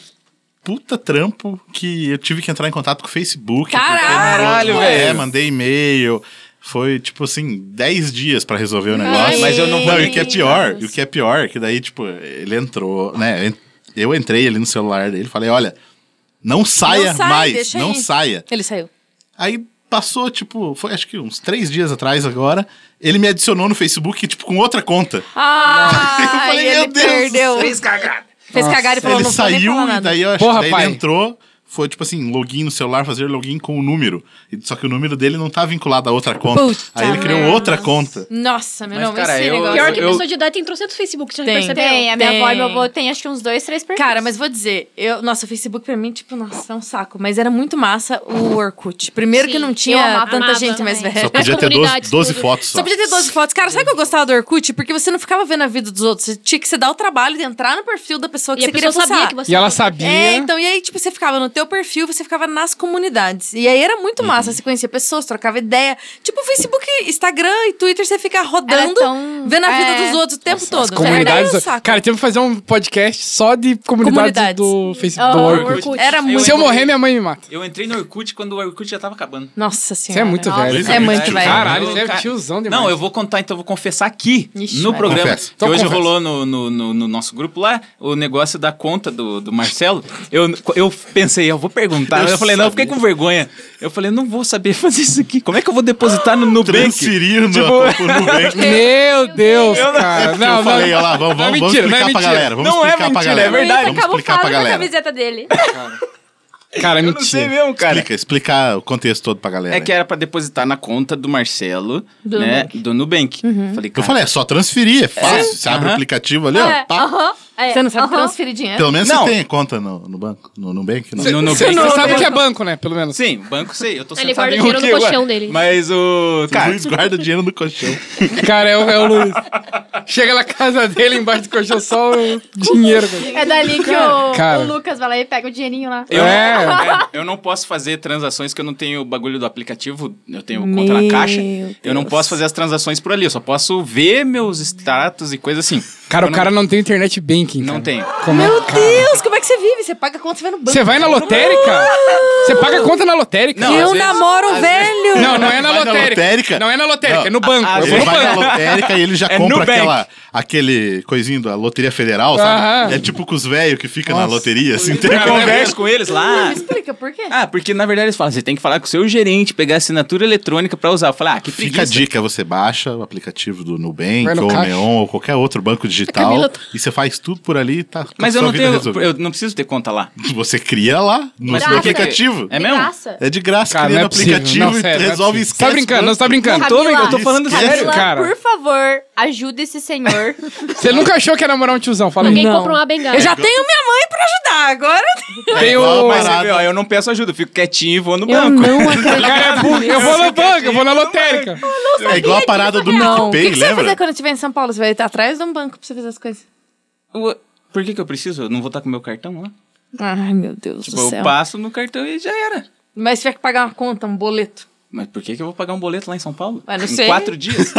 Speaker 2: puta trampo que eu tive que entrar em contato com o Facebook. porque-
Speaker 4: Caralho,
Speaker 2: É,
Speaker 3: velho.
Speaker 2: mandei e-mail. Foi, tipo assim, 10 dias pra resolver o negócio.
Speaker 3: mas eu não vou
Speaker 2: Não, e
Speaker 3: nem-
Speaker 2: o que é pior, e o que é pior, que daí, tipo, ele entrou, né? Eu entrei ali no celular dele, falei, olha, não saia
Speaker 4: sai,
Speaker 2: mais,
Speaker 4: deixa
Speaker 2: não
Speaker 4: aí.
Speaker 2: saia.
Speaker 4: Ele saiu.
Speaker 2: Aí passou, tipo, foi acho que uns três dias atrás agora, ele me adicionou no Facebook, tipo, com outra conta.
Speaker 4: Ah,
Speaker 2: Eu falei,
Speaker 4: ele
Speaker 2: meu Deus do
Speaker 4: perdeu.
Speaker 2: céu.
Speaker 4: Fez cagada. Fez cagada e falou,
Speaker 2: ele
Speaker 4: não vou nem
Speaker 2: saiu
Speaker 4: falar
Speaker 2: e
Speaker 4: nada.
Speaker 2: daí eu acho
Speaker 5: Porra,
Speaker 2: daí
Speaker 5: pai.
Speaker 2: ele entrou, foi tipo assim, login no celular, fazer login com o número. E- Só que o número dele não tá vinculado a outra conta.
Speaker 4: Puta
Speaker 2: Aí ele criou
Speaker 4: merda.
Speaker 2: outra conta.
Speaker 4: Nossa, meu
Speaker 3: Mas,
Speaker 4: nome é
Speaker 3: cara,
Speaker 4: esse
Speaker 3: eu-
Speaker 4: negócio.
Speaker 7: Pior que
Speaker 3: eu-
Speaker 7: pessoa de idade tem trocentos Facebook, você já
Speaker 4: Tem.
Speaker 7: percebeu?
Speaker 6: Tem, a minha
Speaker 4: Tem.
Speaker 6: avó e meu avô tem acho que uns dois, três perfis.
Speaker 4: Cara, mas vou dizer, eu, nossa, o Facebook pra mim, tipo, nossa, é um saco. Mas era muito massa o Orkut. Primeiro que
Speaker 7: Sim,
Speaker 4: não
Speaker 7: eu
Speaker 4: tinha
Speaker 7: amava,
Speaker 4: tanta
Speaker 7: amava
Speaker 4: gente mais
Speaker 7: também.
Speaker 4: velha.
Speaker 2: Só podia
Speaker 7: As
Speaker 2: ter 12,
Speaker 7: comunidades,
Speaker 2: 12
Speaker 7: tudo.
Speaker 2: fotos só.
Speaker 4: É Só podia ter 12 fotos. Cara, sabe que eu gostava do Orkut? Porque você não ficava vendo a vida dos outros. Você tinha que se dar o trabalho de entrar no perfil da pessoa que
Speaker 7: E
Speaker 4: você
Speaker 7: a
Speaker 4: queria
Speaker 7: pessoa sabia
Speaker 4: fuçar.
Speaker 7: que você...
Speaker 5: E ela sabia.
Speaker 4: É, então, e aí, tipo, você ficava no teu perfil, você ficava nas comunidades. E aí era muito massa,
Speaker 5: Uhum.
Speaker 4: você conhecia pessoas, trocava ideia. Tipo, Facebook, Instagram e Twitter, você fica rodando,
Speaker 6: tão-
Speaker 4: vendo a vida
Speaker 6: é.
Speaker 4: dos outros o tempo todo. Era um
Speaker 5: Comunidades.
Speaker 4: saco.
Speaker 5: Cara, temos que fazer um podcast só de comunidades,
Speaker 4: Comunidades.
Speaker 5: do Facebook.
Speaker 6: Ah,
Speaker 5: do Orkut.
Speaker 6: Orkut.
Speaker 4: Era
Speaker 3: Eu
Speaker 4: muito.
Speaker 5: Se eu morrer, minha mãe me mata.
Speaker 3: Eu entrei no Orkut quando o Orkut já tava acabando.
Speaker 4: Nossa
Speaker 5: Você
Speaker 4: senhora.
Speaker 5: é muito
Speaker 6: Nossa.
Speaker 5: velho.
Speaker 2: Isso
Speaker 4: É
Speaker 2: muito
Speaker 4: muito
Speaker 2: tio.
Speaker 4: velho.
Speaker 5: Caralho,
Speaker 3: Eu-
Speaker 5: você é
Speaker 3: cara-
Speaker 5: tiozão demais.
Speaker 3: Não, eu vou contar, então eu vou confessar aqui
Speaker 4: Ixi,
Speaker 3: no
Speaker 4: vai.
Speaker 3: programa.
Speaker 2: Confessa.
Speaker 3: Que
Speaker 5: Então
Speaker 3: hoje
Speaker 5: confessa.
Speaker 3: rolou no, no, no- no nosso grupo lá o negócio da conta do, do Marcelo. Eu, eu pensei, eu vou perguntar.
Speaker 2: Eu
Speaker 3: Eu, falei, não, eu fiquei
Speaker 2: sabia.
Speaker 3: com vergonha. Eu falei, não vou saber fazer isso aqui. Como é que eu vou depositar no Nubank?
Speaker 2: Transferindo
Speaker 3: Tipo-
Speaker 2: o Nubank.
Speaker 5: Meu Deus,
Speaker 3: Eu não-
Speaker 5: cara.
Speaker 2: É porque É eu falei, olha lá, vamos,
Speaker 5: Não é
Speaker 2: vamos, vamos
Speaker 5: mentira, não é
Speaker 2: explicar pra
Speaker 5: mentira.
Speaker 2: galera. Vamos
Speaker 3: Não é
Speaker 2: explicar pra
Speaker 3: mentira,
Speaker 2: galera.
Speaker 3: é verdade.
Speaker 2: Vamos
Speaker 6: acabou
Speaker 2: explicar pra
Speaker 6: falando com a
Speaker 2: galera.
Speaker 6: camiseta dele.
Speaker 5: Cara, é
Speaker 3: Eu não
Speaker 5: mentira.
Speaker 3: sei mesmo, cara.
Speaker 2: Explica, né? explicar o contexto todo pra galera.
Speaker 3: É que era pra depositar na conta do Marcelo,
Speaker 4: Do
Speaker 3: né? Do Nubank. Falei,
Speaker 2: Eu
Speaker 3: cara,
Speaker 2: falei, é só transferir, é fácil. Você abre o
Speaker 3: Aham.
Speaker 2: aplicativo ali,
Speaker 6: É,
Speaker 2: ó. pá.
Speaker 6: aham, é,
Speaker 4: Você não sabe
Speaker 6: aham.
Speaker 4: transferir dinheiro?
Speaker 2: Pelo menos
Speaker 3: Não.
Speaker 2: você tem conta no, no banco, no Nubank. não?
Speaker 3: no
Speaker 5: Você
Speaker 3: Nubank.
Speaker 5: você
Speaker 3: eu
Speaker 5: sabe
Speaker 3: tenho-
Speaker 5: o que é banco, né? Pelo menos.
Speaker 3: Sim, banco sei. Eu tô
Speaker 7: Ele
Speaker 3: sentado
Speaker 7: guarda
Speaker 3: em
Speaker 7: dinheiro
Speaker 3: um
Speaker 7: no
Speaker 3: aqui
Speaker 7: colchão
Speaker 3: agora.
Speaker 7: dele.
Speaker 3: Mas o... Cara,
Speaker 2: Luiz guarda dinheiro no colchão.
Speaker 5: Cara, é o, é o Luiz. Chega na casa dele, embaixo do colchão, só o dinheiro. cara.
Speaker 6: É dali que o,
Speaker 5: Cara.
Speaker 6: o Lucas vai lá e pega o dinheirinho lá.
Speaker 3: Eu,
Speaker 5: É.
Speaker 3: é, eu não posso fazer transações que eu não tenho o bagulho do aplicativo, eu tenho conta
Speaker 4: Meu
Speaker 3: na caixa. Eu não
Speaker 4: Deus.
Speaker 3: posso fazer as transações por ali, eu só posso ver meus status e coisa assim.
Speaker 5: Cara,
Speaker 3: Eu
Speaker 5: o cara não tem internet banking.
Speaker 3: Não
Speaker 5: cara.
Speaker 3: tem.
Speaker 5: Como é-
Speaker 4: Meu
Speaker 5: cara,
Speaker 4: Deus, como é que você vive? Você paga conta, você vai no banco.
Speaker 5: Você vai na lotérica? Você paga a conta na lotérica?
Speaker 3: Não,
Speaker 4: Eu
Speaker 3: às vezes-
Speaker 4: namoro
Speaker 3: às
Speaker 4: velho.
Speaker 5: não, não
Speaker 2: Vai
Speaker 5: é na
Speaker 2: na
Speaker 5: lotérica.
Speaker 2: lotérica?
Speaker 5: Não é na lotérica, é no banco.
Speaker 3: Ah,
Speaker 5: Eu vou
Speaker 2: Ele
Speaker 5: no
Speaker 2: vai na
Speaker 5: banco.
Speaker 2: lotérica e ele já
Speaker 3: É
Speaker 2: compra
Speaker 3: Nubank.
Speaker 2: aquela, aquele coisinho da Loteria Federal, sabe?
Speaker 5: Aham.
Speaker 2: É tipo com os velhos que fica na
Speaker 5: Nossa. é
Speaker 2: loteria, assim. Tem...
Speaker 3: Eu converso é com eles lá.
Speaker 4: Explica, por quê?
Speaker 3: Ah, porque na verdade eles falam, você tem que falar com o seu gerente, pegar assinatura eletrônica pra usar. Eu falei, ah, que
Speaker 2: Fica a
Speaker 3: preguiça.
Speaker 2: dica, você baixa o aplicativo do Nubank
Speaker 5: Vai no
Speaker 2: ou
Speaker 5: caixa.
Speaker 2: Neon ou qualquer outro banco digital
Speaker 7: Camila tá-
Speaker 2: e você faz tudo por ali e tá com
Speaker 3: Mas
Speaker 2: a
Speaker 3: eu
Speaker 2: sua
Speaker 3: não
Speaker 2: vida
Speaker 3: tenho,
Speaker 2: resolvida.
Speaker 3: eu não preciso ter conta lá.
Speaker 2: Você cria lá no
Speaker 3: Mas
Speaker 2: seu
Speaker 3: por que-
Speaker 2: aplicativo.
Speaker 3: É mesmo?
Speaker 6: Graça.
Speaker 2: É de graça,
Speaker 5: Cara,
Speaker 2: cria
Speaker 5: não é
Speaker 2: no
Speaker 5: possível.
Speaker 2: aplicativo
Speaker 5: Não,
Speaker 2: e
Speaker 5: sério, não é
Speaker 2: resolve e
Speaker 5: possível.
Speaker 2: esquece.
Speaker 5: Tá brincando, não, você tá brincando.
Speaker 3: Eu tô, velho, eu tô falando
Speaker 2: Camila,
Speaker 3: sério.
Speaker 6: Camila,
Speaker 5: cara.
Speaker 6: por favor, ajuda esse senhor.
Speaker 5: Você nunca achou que ia namorar um tiozão, fala aí.
Speaker 7: Alguém
Speaker 4: Não.
Speaker 7: comprou uma bengala.
Speaker 4: Eu já tenho minha mãe pra ajudar, agora...
Speaker 5: Tem o...
Speaker 2: Tá igual a
Speaker 3: Mas você
Speaker 2: Parado.
Speaker 3: vê, ó, eu não peço ajuda, eu fico quietinho e vou no banco.
Speaker 5: Cara, é burro. Eu vou
Speaker 7: assim,
Speaker 5: no banco, eu vou
Speaker 7: tipo,
Speaker 5: na lotérica.
Speaker 2: É igual a parada do
Speaker 4: Não, o que,
Speaker 2: PicPay,
Speaker 4: que você vai fazer
Speaker 2: lembra?
Speaker 4: quando estiver em São Paulo? Você vai estar atrás de um banco pra você fazer as coisas.
Speaker 3: Ué, Por que que eu preciso? Eu não vou estar com meu cartão lá?
Speaker 4: Ai, meu Deus
Speaker 3: Tipo,
Speaker 4: do
Speaker 3: eu
Speaker 4: céu.
Speaker 3: passo no cartão e já era.
Speaker 4: Mas se tiver que pagar uma conta, um boleto,
Speaker 3: Mas por que, que eu vou pagar um boleto lá em São Paulo?
Speaker 4: Ah, não
Speaker 3: em
Speaker 4: sei.
Speaker 3: quatro dias?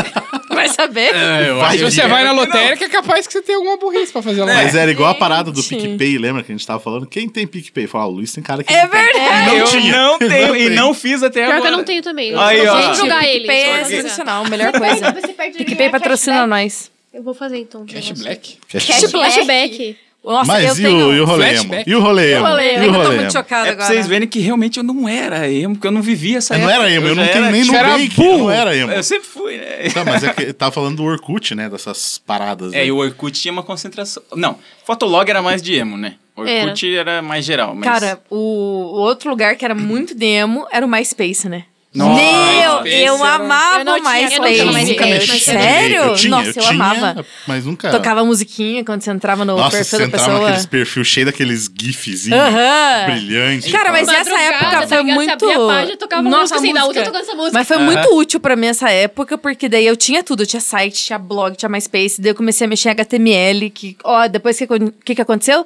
Speaker 4: vai saber?
Speaker 2: É,
Speaker 5: Se você
Speaker 2: dinheiro.
Speaker 5: vai na lotérica, é capaz que você tem alguma burrice pra fazer lá.
Speaker 2: Mas é era igual a parada do
Speaker 4: Gente.
Speaker 2: PicPay, lembra que a gente tava falando? Quem tem PicPay? Fala, ah, o Luiz tem cara que
Speaker 4: É
Speaker 2: não tem.
Speaker 4: verdade.
Speaker 2: Não
Speaker 3: eu
Speaker 2: tinha.
Speaker 3: não tenho e
Speaker 2: tem.
Speaker 3: não fiz até
Speaker 7: Pior
Speaker 3: agora.
Speaker 7: que eu não tenho também. É, Eu
Speaker 3: Aí,
Speaker 7: só
Speaker 3: ó.
Speaker 7: vou
Speaker 4: Gente,
Speaker 7: jogar
Speaker 4: o
Speaker 7: ele.
Speaker 4: PicPay é
Speaker 7: só vou jogar.
Speaker 4: sensacional, a melhor coisa.
Speaker 6: Você perde de
Speaker 4: PicPay
Speaker 6: ganhar
Speaker 4: patrocina
Speaker 6: né?
Speaker 4: nós.
Speaker 7: Eu vou fazer então. um negócio.
Speaker 5: Black.
Speaker 6: Cashback.
Speaker 7: Flashback.
Speaker 4: Tipo, Nossa, eu
Speaker 2: Mas e
Speaker 4: tenho...
Speaker 2: o, e o rolê? emo?
Speaker 5: Flashback.
Speaker 2: E o rolê? emo?
Speaker 6: rolê,
Speaker 2: E o
Speaker 4: Eu tô
Speaker 2: rolê?
Speaker 4: muito
Speaker 2: emo?
Speaker 4: chocada
Speaker 3: É pra
Speaker 4: agora.
Speaker 3: vocês verem que realmente eu não era emo, porque eu não vivia essa
Speaker 2: Eu não
Speaker 3: época.
Speaker 2: era emo, eu
Speaker 3: já
Speaker 2: não tenho
Speaker 3: era,
Speaker 2: nem no
Speaker 3: tipo,
Speaker 5: era
Speaker 2: Nubank, eu não era emo.
Speaker 3: Eu sempre fui, né?
Speaker 2: Tá, mas é que tava falando do Orkut, né? Dessas paradas.
Speaker 3: É,
Speaker 2: né?
Speaker 3: e o Orkut tinha uma concentração. Não, Fotolog era mais de emo, né? Orkut era, mais geral. Mas...
Speaker 4: Cara, o, o outro lugar que era muito demo era o MySpace, né? Meu, eu
Speaker 5: esse era um-
Speaker 4: amava
Speaker 6: Eu não tinha,
Speaker 4: mais
Speaker 6: eu não tinha
Speaker 4: MySpace.
Speaker 6: mais
Speaker 4: Nunca
Speaker 6: MySpace.
Speaker 4: mexi.
Speaker 6: Eu
Speaker 4: é, Sério?
Speaker 2: Eu tinha,
Speaker 4: Nossa, eu,
Speaker 2: eu tinha,
Speaker 4: amava.
Speaker 2: Mas nunca.
Speaker 4: Tocava musiquinha quando você entrava no
Speaker 2: Nossa,
Speaker 4: perfil
Speaker 2: você
Speaker 4: da
Speaker 2: entrava
Speaker 4: pessoa.
Speaker 2: naqueles perfil cheio daqueles gifzinhos
Speaker 4: Aham.
Speaker 2: brilhantes.
Speaker 4: Cara, mas
Speaker 7: Madrugada,
Speaker 4: essa época
Speaker 7: tá
Speaker 4: foi
Speaker 7: ligado? Você
Speaker 4: muito.
Speaker 7: abria a página, tocava uma música assim, da outra, eu tocando essa música.
Speaker 4: Mas foi muito útil pra mim essa época, porque daí eu tinha tudo. Eu tinha site, tinha blog, tinha MySpace. Daí eu comecei a mexer em HTML. Que, ó, depois que, acon- que, que aconteceu?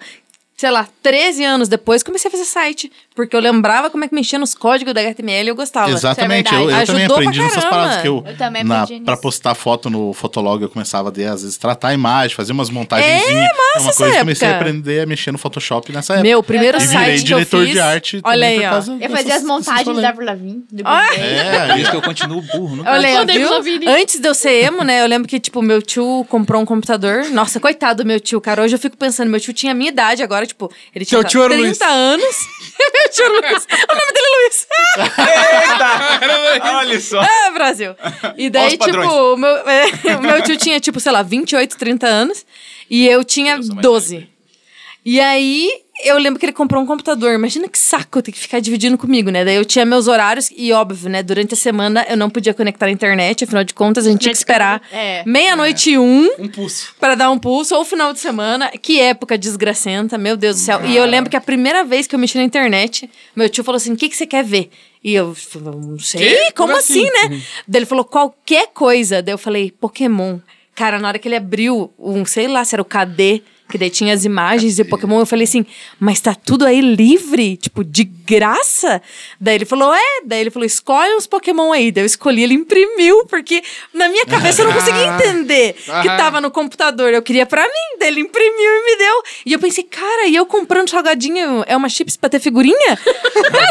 Speaker 4: Sei lá, 13 anos depois, comecei a fazer site. Porque eu lembrava como é que mexia nos códigos da HTML e eu gostava.
Speaker 2: Exatamente,
Speaker 6: Isso é
Speaker 2: eu, eu
Speaker 4: verdade.
Speaker 2: também
Speaker 4: Ajudou pra
Speaker 2: aprendi nessas
Speaker 4: caramba.
Speaker 2: paradas que eu,
Speaker 6: Eu também
Speaker 2: na,
Speaker 6: aprendi nisso.
Speaker 2: pra postar foto no Fotolog, eu começava a ter, às vezes, tratar a imagem, fazer umas montagenzinhas.
Speaker 4: É,
Speaker 2: massa uma
Speaker 4: essa
Speaker 2: coisa que eu comecei a
Speaker 4: época.
Speaker 2: aprender a mexer no Photoshop nessa época.
Speaker 4: Meu, o primeiro
Speaker 2: e virei
Speaker 4: site que eu
Speaker 2: diretor
Speaker 4: fiz...
Speaker 2: de arte também
Speaker 4: Olha aí,
Speaker 2: por
Speaker 4: ó.
Speaker 2: causa
Speaker 6: Eu
Speaker 2: dessas-
Speaker 6: fazia as
Speaker 2: desses
Speaker 6: montagens
Speaker 2: rolês.
Speaker 6: da Avril Lavigne. do
Speaker 4: Ah!
Speaker 6: Green Day.
Speaker 2: É,
Speaker 3: Por isso que eu continuo burro. Nunca
Speaker 4: Olha aí, ó,
Speaker 7: Só Deus
Speaker 4: viu?
Speaker 7: ouvi isso.
Speaker 4: Antes de eu ser emo, né? Eu lembro que, tipo, meu tio comprou um computador. Nossa, coitado do meu tio, cara. Hoje eu fico pensando, meu tio tinha a minha idade agora, tipo, ele tinha
Speaker 5: Seu tio era o
Speaker 4: 30
Speaker 5: Luiz.
Speaker 4: anos. meu tio Luiz. O nome dele é Luiz.
Speaker 3: Tá, Eita! Olha só.
Speaker 4: Ah, Brasil. E
Speaker 3: Olha os
Speaker 4: daí, tipo,
Speaker 3: padrões.
Speaker 4: o meu, é, o meu tio tinha, tipo, sei lá, 28, 30 anos. E eu tinha
Speaker 3: mais
Speaker 4: 12. E aí, eu lembro que ele comprou um computador. Imagina que saco ter que ficar dividindo comigo, né? Daí eu tinha meus horários e, óbvio, né? Durante a semana eu não podia conectar a internet. Afinal de contas, a gente tinha que esperar
Speaker 6: É.
Speaker 4: meia-noite e um
Speaker 3: Um pulso.
Speaker 4: Pra dar um pulso, ou final de semana. Que época desgracenta, meu Deus do céu. E eu lembro que a primeira vez que eu mexi na internet, meu tio falou assim: o que, que você quer ver? E eu falei, não sei,
Speaker 5: Quê?
Speaker 4: como
Speaker 5: Como
Speaker 4: assim,
Speaker 5: assim?
Speaker 4: né? Daí ele falou qualquer coisa. Daí eu falei, Pokémon. Cara, na hora que ele abriu um, sei lá, se era o KD, que daí tinha as imagens de Pokémon, eu falei assim, mas tá tudo aí livre? Tipo, de graça? Daí ele falou, é. Daí ele falou, escolhe uns Pokémon aí. Daí eu escolhi, ele imprimiu, porque na minha cabeça eu não conseguia entender que
Speaker 5: Aham.
Speaker 4: tava no computador. Eu queria pra mim. Daí ele imprimiu e me deu. E eu pensei, cara, e eu comprando salgadinho é uma chips pra ter figurinha?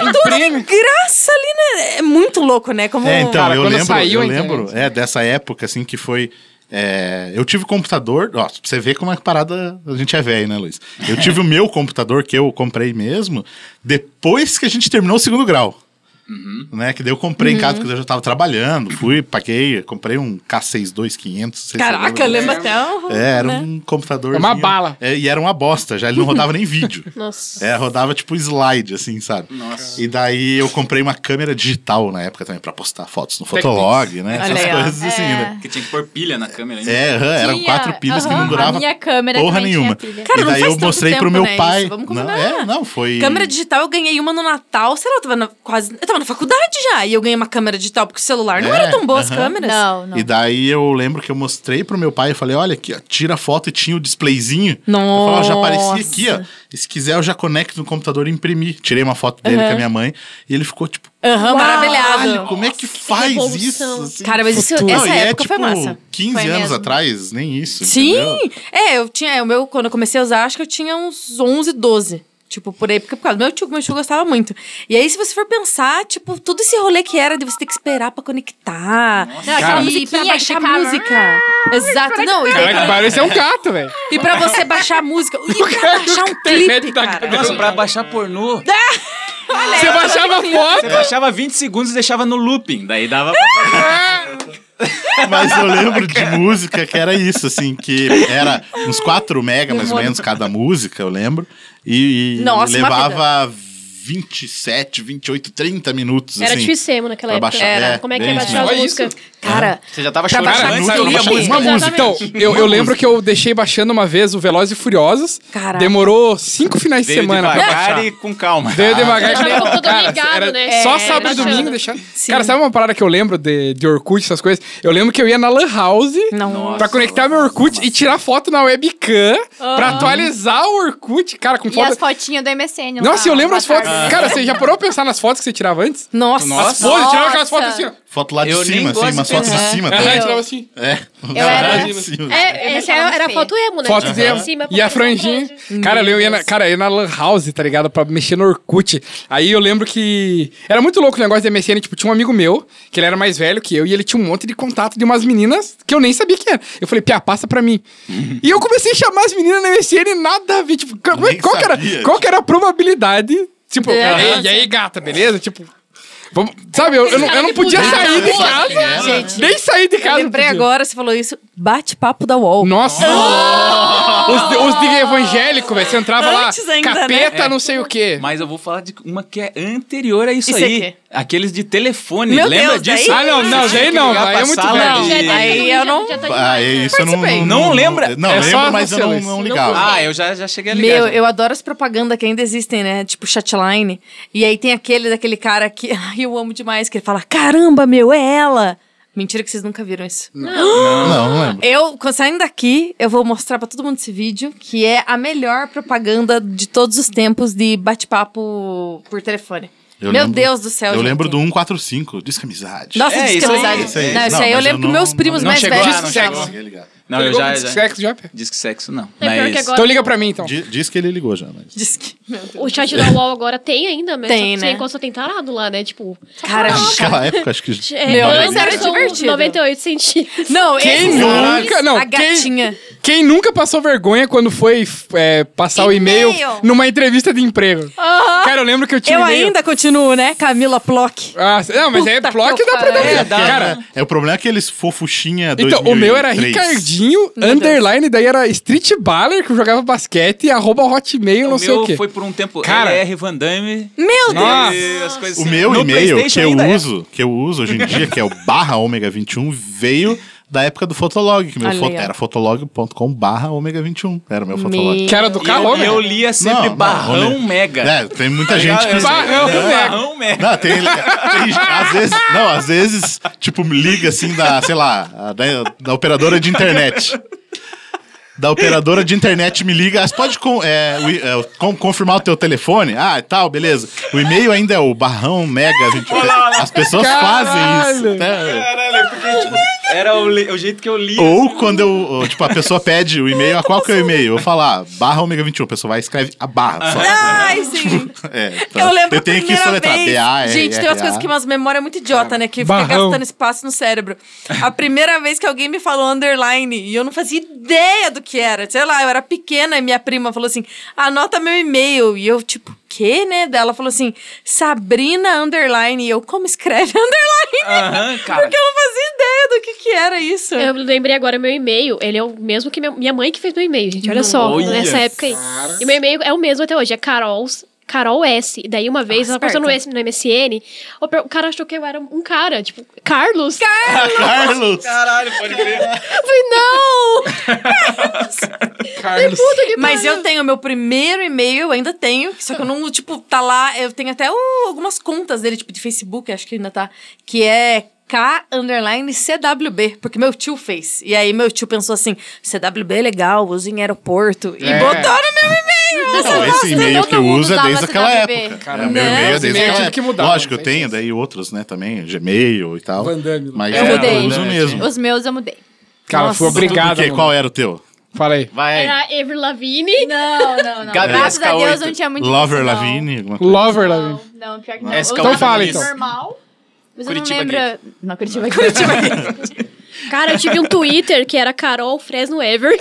Speaker 5: Imprime.
Speaker 4: graça ali, né? É muito louco, né? Como...
Speaker 2: É, então,
Speaker 5: Cara,
Speaker 2: eu
Speaker 5: quando
Speaker 2: lembro,
Speaker 5: saiu
Speaker 2: eu
Speaker 5: a internet, né?
Speaker 2: lembro, é, dessa época, assim, que foi... é, eu tive computador, ó, pra você vê como é que parada a gente é velho, né, Luiz? Eu tive o meu computador que eu comprei mesmo depois que a gente terminou o segundo grau.
Speaker 5: Uhum.
Speaker 2: Né, que daí eu comprei em casa, porque eu já tava trabalhando, fui, paguei, comprei um K62500. sei se você
Speaker 4: Caraca, eu lembro até um...
Speaker 2: É, era
Speaker 4: né?
Speaker 2: um computador.
Speaker 5: É uma bala.
Speaker 2: É, e era uma bosta, já ele não rodava nem vídeo.
Speaker 7: Nossa.
Speaker 2: É, rodava tipo slide, assim, sabe?
Speaker 3: Nossa.
Speaker 2: E daí eu comprei uma câmera digital na época também pra postar fotos no Fotolog, né?
Speaker 4: Olha
Speaker 2: Essas
Speaker 4: aí, ó. É.
Speaker 2: coisas assim, né?
Speaker 3: Que tinha que pôr pilha na câmera ainda.
Speaker 2: É, aham, eram
Speaker 6: Tinha,
Speaker 2: quatro pilhas que
Speaker 6: aham,
Speaker 2: não duravam
Speaker 6: A minha câmera
Speaker 2: porra
Speaker 6: também tinha
Speaker 2: nenhuma.
Speaker 6: pilha.
Speaker 4: Cara,
Speaker 2: e
Speaker 4: não
Speaker 2: daí
Speaker 4: faz
Speaker 2: eu
Speaker 4: tanto
Speaker 2: mostrei pro
Speaker 4: tempo,
Speaker 2: meu
Speaker 4: né,
Speaker 2: pai.
Speaker 4: isso? Vamos
Speaker 2: não,
Speaker 4: combinar.
Speaker 2: é, não, foi.
Speaker 4: Câmera digital, eu ganhei uma no Natal, sei lá, eu tava na, quase. Eu tava na faculdade já, e eu ganhei uma câmera digital, porque o celular não
Speaker 2: É,
Speaker 4: era tão boa as
Speaker 2: aham.
Speaker 4: câmeras.
Speaker 6: Não, não.
Speaker 2: E daí eu lembro que eu mostrei pro meu pai e falei: olha aqui, ó, tira a foto e tinha o displayzinho. Eu falei, ó, já aparecia aqui, ó. E se quiser, eu já conecto no computador e imprimir. Tirei uma foto dele com a minha mãe e ele ficou tipo, Caralho,
Speaker 4: Aham, maravilhado.
Speaker 2: como é que faz
Speaker 7: revolução.
Speaker 2: isso? assim?
Speaker 4: Cara, mas isso-
Speaker 2: Não,
Speaker 4: essa
Speaker 2: e é,
Speaker 4: época
Speaker 2: tipo,
Speaker 4: foi massa.
Speaker 2: 15
Speaker 6: Foi
Speaker 2: anos
Speaker 6: mesmo.
Speaker 2: atrás, nem isso.
Speaker 4: Sim!
Speaker 2: entendeu?
Speaker 4: É, eu tinha, o meu, quando eu comecei a usar, acho que eu tinha uns 11, 12. Tipo, por aí, porque por causa do meu tio, meu tio gostava muito. E aí, se você for pensar, tipo, todo esse rolê que era de você ter que esperar pra conectar. né,
Speaker 6: Não, aquela
Speaker 5: Cara.
Speaker 4: pra
Speaker 6: musiquinha que
Speaker 4: baixar né?
Speaker 6: ficava...
Speaker 4: música. Exato, não. E, daí-
Speaker 5: Caraca, parece é um gato, velho.
Speaker 4: e pra você baixar a música. E pra baixar um
Speaker 5: tem
Speaker 4: clipe,
Speaker 5: medo da
Speaker 4: cara.
Speaker 5: cadeira.
Speaker 3: Nossa, pra baixar pornô,
Speaker 7: É,
Speaker 5: Você baixava
Speaker 3: você
Speaker 5: foto.
Speaker 3: baixava 20 segundos e deixava no looping. Daí dava pra...
Speaker 2: Mas eu lembro de música que era isso, assim, que era uns 4 mega, mais ou menos, cada música, eu lembro. E, e
Speaker 4: Nossa, uma
Speaker 2: levava 27, 28, 30 minutos,
Speaker 7: Era
Speaker 2: assim.
Speaker 7: difícil difícil naquela
Speaker 2: pra
Speaker 7: época.
Speaker 2: baixar- é,
Speaker 7: Como é que
Speaker 2: bem
Speaker 7: ia
Speaker 2: isso
Speaker 7: baixar as
Speaker 5: mesmo.
Speaker 7: músicas?
Speaker 4: Cara,
Speaker 3: Você já tava
Speaker 4: Pra
Speaker 3: chorando
Speaker 4: baixar
Speaker 3: antes,
Speaker 2: a
Speaker 3: aí
Speaker 2: música,
Speaker 3: ouvia a
Speaker 2: uma
Speaker 3: música.
Speaker 5: Uma música. Então, eu, eu lembro que eu deixei baixando uma vez o Velozes e Furiosos.
Speaker 4: Caraca.
Speaker 5: Demorou cinco finais de
Speaker 3: Veio
Speaker 5: semana pra baixar.
Speaker 3: devagar e com calma.
Speaker 2: Ah,
Speaker 5: Veio devagar
Speaker 7: Deixava o computador ligado,
Speaker 5: era
Speaker 7: um né?
Speaker 5: Só
Speaker 7: É,
Speaker 5: sábado e
Speaker 7: baixando.
Speaker 5: domingo deixando. Cara, sabe uma parada que eu lembro de, de Orkut, essas coisas? Eu lembro que eu ia na Lan House
Speaker 4: Nossa.
Speaker 5: pra conectar meu Orkut e tirar foto na webcam pra atualizar o Orkut, cara, com
Speaker 6: E as
Speaker 5: foto.
Speaker 6: fotinhas do MSN lá.
Speaker 5: Nossa, eu lembro as
Speaker 6: Boa
Speaker 5: fotos.
Speaker 6: tarde.
Speaker 5: Cara, você já parou a pensar nas fotos que você tirava antes?
Speaker 4: Nossa.
Speaker 5: As poses, eu tirava aquelas
Speaker 6: Nossa.
Speaker 5: fotos assim, ó.
Speaker 2: Foto lá de
Speaker 3: Eu nem
Speaker 2: cima, assim,
Speaker 3: gosto
Speaker 2: umas
Speaker 3: de
Speaker 2: fotos de
Speaker 3: pensar.
Speaker 2: cima.
Speaker 5: Aham,
Speaker 2: também.
Speaker 5: eu tirava assim.
Speaker 2: É.
Speaker 6: Eu era-
Speaker 2: de cima.
Speaker 7: É, essa
Speaker 6: deixava
Speaker 7: era, era a
Speaker 6: feio.
Speaker 7: foto emo, né?
Speaker 5: Foto
Speaker 7: Tipo,
Speaker 5: de
Speaker 7: pra
Speaker 5: emo.
Speaker 7: cima, pra
Speaker 5: E a
Speaker 7: baixo, pra
Speaker 5: franjinha.
Speaker 7: baixo.
Speaker 4: Uhum.
Speaker 5: Cara, eu ia, na, cara, eu ia na Lan House, tá ligado? Pra mexer no Orkut. Aí eu lembro que. Era muito louco o negócio de MSN. Tipo, tinha um amigo meu, que ele era mais velho que eu, e ele tinha um monte de contato de umas meninas que eu nem sabia quem era. Eu falei, Pia, passa pra mim. e eu comecei a chamar as meninas na MSN e nada a ver. Tipo, qual,
Speaker 2: Uhum. Nem
Speaker 5: qual que era,
Speaker 2: sabia, tipo.
Speaker 5: qual que era a probabilidade? Tipo,
Speaker 4: É,
Speaker 5: "Ei, e aí, gata, beleza? Tipo. vamos- sabe, eu, eu não, eu não podia
Speaker 7: Cara,
Speaker 5: sair de
Speaker 7: que
Speaker 5: casa.
Speaker 4: Gente,
Speaker 5: nem sair de
Speaker 4: eu
Speaker 5: casa. eu
Speaker 4: lembrei
Speaker 5: podia.
Speaker 4: agora, você falou isso, bate-papo da UOL.
Speaker 5: Nossa! Os, os de evangélico, velho. Você entrava lá,
Speaker 4: Antes ainda, né?
Speaker 5: capeta
Speaker 3: É.
Speaker 5: não sei o quê.
Speaker 3: Mas eu vou falar de uma que é anterior a isso
Speaker 4: Isso é
Speaker 3: aí.
Speaker 4: quê?
Speaker 3: Aqueles de telefone.
Speaker 4: Meu
Speaker 3: Lembra
Speaker 4: Deus,
Speaker 3: disso?
Speaker 4: daí- Ah,
Speaker 5: não, não,
Speaker 3: Você tinha
Speaker 5: daí
Speaker 3: que
Speaker 5: não,
Speaker 3: ligar
Speaker 5: daí
Speaker 3: pra
Speaker 5: é muito
Speaker 3: sala
Speaker 5: velho.
Speaker 3: e-
Speaker 7: Já-
Speaker 4: Aí eu não-
Speaker 7: já tá
Speaker 2: Ah,
Speaker 7: demais, né?
Speaker 2: isso eu não,
Speaker 4: Participei.
Speaker 3: Não lembra?
Speaker 2: Não
Speaker 5: É só
Speaker 2: lembro, mas eu não,
Speaker 5: vocês.
Speaker 2: não
Speaker 5: Não
Speaker 2: ligava.
Speaker 3: Ah, eu já, já cheguei a
Speaker 2: Tá
Speaker 3: ligar.
Speaker 4: Meu,
Speaker 3: já.
Speaker 4: eu adoro as propagandas que ainda existem, né? Tipo Chatline. E aí tem aquele daquele cara que ai, eu amo demais, que ele fala: caramba, meu, é ela! Mentira que vocês nunca viram isso.
Speaker 2: Não, não lembro.
Speaker 4: Eu, quando saindo daqui, eu vou mostrar pra todo mundo esse vídeo, que é a melhor propaganda de todos os tempos de bate-papo por telefone.
Speaker 2: Eu
Speaker 4: Meu
Speaker 2: lembro-
Speaker 4: Deus do céu,
Speaker 2: Eu
Speaker 4: gente.
Speaker 2: lembro do 145, Diz que Amizade.
Speaker 4: Nossa,
Speaker 3: É,
Speaker 4: é,
Speaker 3: isso aí,
Speaker 4: descamisado.
Speaker 3: isso
Speaker 2: aí.
Speaker 4: Não, isso
Speaker 2: Não,
Speaker 4: aí eu
Speaker 2: mas
Speaker 4: lembro
Speaker 2: eu
Speaker 4: que
Speaker 2: não-
Speaker 4: meus primos
Speaker 5: não
Speaker 4: mais
Speaker 5: chegou,
Speaker 4: velhos
Speaker 5: ah, não
Speaker 4: usavam.
Speaker 3: chegou.
Speaker 2: Cheguei a ligar.
Speaker 3: Não, eu
Speaker 5: Ligou
Speaker 3: já.
Speaker 5: pro
Speaker 3: já...
Speaker 5: sexo, um já, pé?
Speaker 3: Diz que sexo não.
Speaker 7: É pior
Speaker 3: Mas...
Speaker 7: que agora-
Speaker 5: Então liga pra mim, então.
Speaker 2: Di- Diz que ele ligou já, mas.
Speaker 4: Diz que- meu Deus.
Speaker 7: O chat da UOL agora tem ainda, mas
Speaker 4: Tem,
Speaker 7: só,
Speaker 4: né?
Speaker 7: sem- só tem tarado lá, né? Tipo,
Speaker 4: Cara,
Speaker 2: Naquela época, acho que.
Speaker 7: é,
Speaker 4: Meu,
Speaker 7: antes
Speaker 4: mas era
Speaker 7: são
Speaker 4: divertido.
Speaker 7: 98 centímetros.
Speaker 4: não,
Speaker 5: Quem
Speaker 4: esses
Speaker 5: nunca-
Speaker 4: nomes,
Speaker 5: não,
Speaker 4: a
Speaker 5: quem-
Speaker 4: gatinha.
Speaker 5: Quem nunca passou vergonha quando foi f- é, passar o e-mail
Speaker 4: E-mail. Ah.
Speaker 5: numa entrevista de emprego? Cara, eu lembro que eu tinha
Speaker 4: Eu
Speaker 5: um e-mail-
Speaker 4: ainda continuo, né? Camila Plock.
Speaker 5: Ah, não, mas é
Speaker 4: Puta
Speaker 5: bloco
Speaker 4: que
Speaker 5: dá pra dar.
Speaker 4: pariu.
Speaker 2: É,
Speaker 5: medo. cara,
Speaker 2: cara, é, o problema é aqueles fofuxinha
Speaker 5: Então, o meu era
Speaker 2: 2003.
Speaker 5: Ricardinho, underline, daí era Street Baller, que eu jogava basquete, arroba hotmail, não sei
Speaker 3: meu
Speaker 5: o quê.
Speaker 3: foi por um tempo
Speaker 5: Cara-
Speaker 3: LR Van Damme.
Speaker 4: Meu
Speaker 5: Nossa.
Speaker 3: E as coisas
Speaker 2: O
Speaker 3: assim.
Speaker 2: meu
Speaker 3: No
Speaker 2: e-mail que
Speaker 3: PlayStation
Speaker 2: eu
Speaker 3: ainda é.
Speaker 2: uso, que eu uso hoje em dia, que é o barra ômega 21, veio da época do Fotolog, que meu
Speaker 4: Olha
Speaker 2: fo-
Speaker 4: aí, ó.
Speaker 2: era fotolog.com barra ômega 21. Era o meu Fotolog.
Speaker 5: Que era do
Speaker 3: E eu,
Speaker 5: carro, né?
Speaker 3: eu lia sempre
Speaker 2: Não, não,
Speaker 3: Barrão
Speaker 2: ômega. É,
Speaker 3: Mega.
Speaker 2: tem muita gente
Speaker 3: ligado?
Speaker 2: que...
Speaker 5: Barrão Mega.
Speaker 3: Barrão Mega.
Speaker 2: Não, tem, tem- às vezes, não, às vezes, tipo, liga assim da, sei lá, a- da, da operadora de internet. Da operadora de internet me liga, "Ah, você pode con- é, o i- é, o- con- confirmar o teu telefone? Ah, e tal, beleza. O e-mail ainda é o barrão mega. gente. As pessoas fazem isso.
Speaker 5: Caralho.
Speaker 2: né?
Speaker 3: Caralho, porque, tipo, era o, le- o jeito que eu lia.
Speaker 2: Ou quando eu, ou, tipo, a pessoa pede o e-mail, ah, qual que é o e-mail? Eu falo, ah, barra ômega 21. A pessoa vai e escreve a barra só.
Speaker 4: Ai, sim.
Speaker 2: É, então,
Speaker 4: Eu lembro
Speaker 2: eu tenho
Speaker 4: a primeira
Speaker 2: que soletrar. é,
Speaker 4: vez.
Speaker 2: B-A-R-R-A.
Speaker 4: Gente, tem umas coisas que umas memórias muito idiota, né? Que fica
Speaker 5: Barrão.
Speaker 4: gastando espaço no cérebro. A primeira vez que alguém me falou underline e eu não fazia ideia do que era. Sei lá, eu era pequena e minha prima falou assim: anota meu e-mail. E eu, tipo, quê, né? Daí Ela falou assim: Sabrina underline. E eu, como escreve
Speaker 5: Ah.
Speaker 4: underline?
Speaker 3: Aham, cara.
Speaker 4: Porque eu não fazia ideia do que, que era isso.
Speaker 7: Eu lembrei agora meu e-mail, ele é o mesmo que minha, minha mãe que fez meu e-mail, gente. Olha só,
Speaker 3: Olha.
Speaker 7: nessa época aí. E meu e-mail é o mesmo até hoje, é Carols. Carol S. E daí uma vez,
Speaker 4: Ah,
Speaker 7: ela postou no,
Speaker 4: esperta.
Speaker 7: S- no MSN, o per- o cara achou que eu era um cara, tipo, Carlos.
Speaker 2: Carlos!
Speaker 3: Caralho, pode ver.
Speaker 7: Eu falei, não!
Speaker 5: Carlos.
Speaker 7: Puta que
Speaker 4: Mas
Speaker 7: pariu.
Speaker 4: eu tenho meu primeiro e-mail, eu ainda tenho, só que eu não, tipo, tá lá, eu tenho até uh, algumas contas dele, tipo, de Facebook, acho que ainda tá, que é K underline CWB, porque meu tio fez. E aí meu tio pensou assim, CWB é legal, uso em aeroporto, e
Speaker 5: É.
Speaker 4: botou no meu e-mail. você
Speaker 2: Não, esse
Speaker 4: gosta?
Speaker 2: e-mail
Speaker 6: todo
Speaker 2: que eu
Speaker 6: mundo
Speaker 2: uso é
Speaker 6: usava
Speaker 2: desde aquela
Speaker 6: CWB.
Speaker 2: época.
Speaker 5: Cara,
Speaker 2: é, meu
Speaker 4: né?
Speaker 2: e-mail é desde
Speaker 5: Esse e-mail eu
Speaker 2: aquela
Speaker 5: tive
Speaker 2: época.
Speaker 5: que mudar,
Speaker 2: Lógico,
Speaker 5: não
Speaker 2: eu
Speaker 5: tem
Speaker 2: tenho, daí outros, né, também, Gmail e tal.
Speaker 5: Van Damme.
Speaker 2: Mas
Speaker 5: Eu
Speaker 2: é,
Speaker 6: mudei.
Speaker 2: eu uso mesmo.
Speaker 6: Os meus eu mudei.
Speaker 5: Cara, fui
Speaker 4: Nossa.
Speaker 5: obrigado.
Speaker 2: O quê?
Speaker 5: mano.
Speaker 2: Qual era o teu?
Speaker 5: Fala aí.
Speaker 3: Vai.
Speaker 7: Era Ever Lavigne.
Speaker 6: Não, não, não.
Speaker 3: Gabi
Speaker 6: Graças a
Speaker 3: SK8.
Speaker 6: Deus não tinha muito
Speaker 2: Lover
Speaker 6: disso, não.
Speaker 2: Lavigne? alguma coisa?
Speaker 5: Lover, né?
Speaker 6: Não,
Speaker 5: Lavin.
Speaker 6: não, pior que não.
Speaker 3: Não. SK8
Speaker 5: Então fala, então.
Speaker 6: Normal. Mas
Speaker 3: Curitiba
Speaker 6: eu não lembro... Não, Curitiba. É Curitiba.
Speaker 7: Cara, eu tive um Twitter que era Carol Fresno Ever.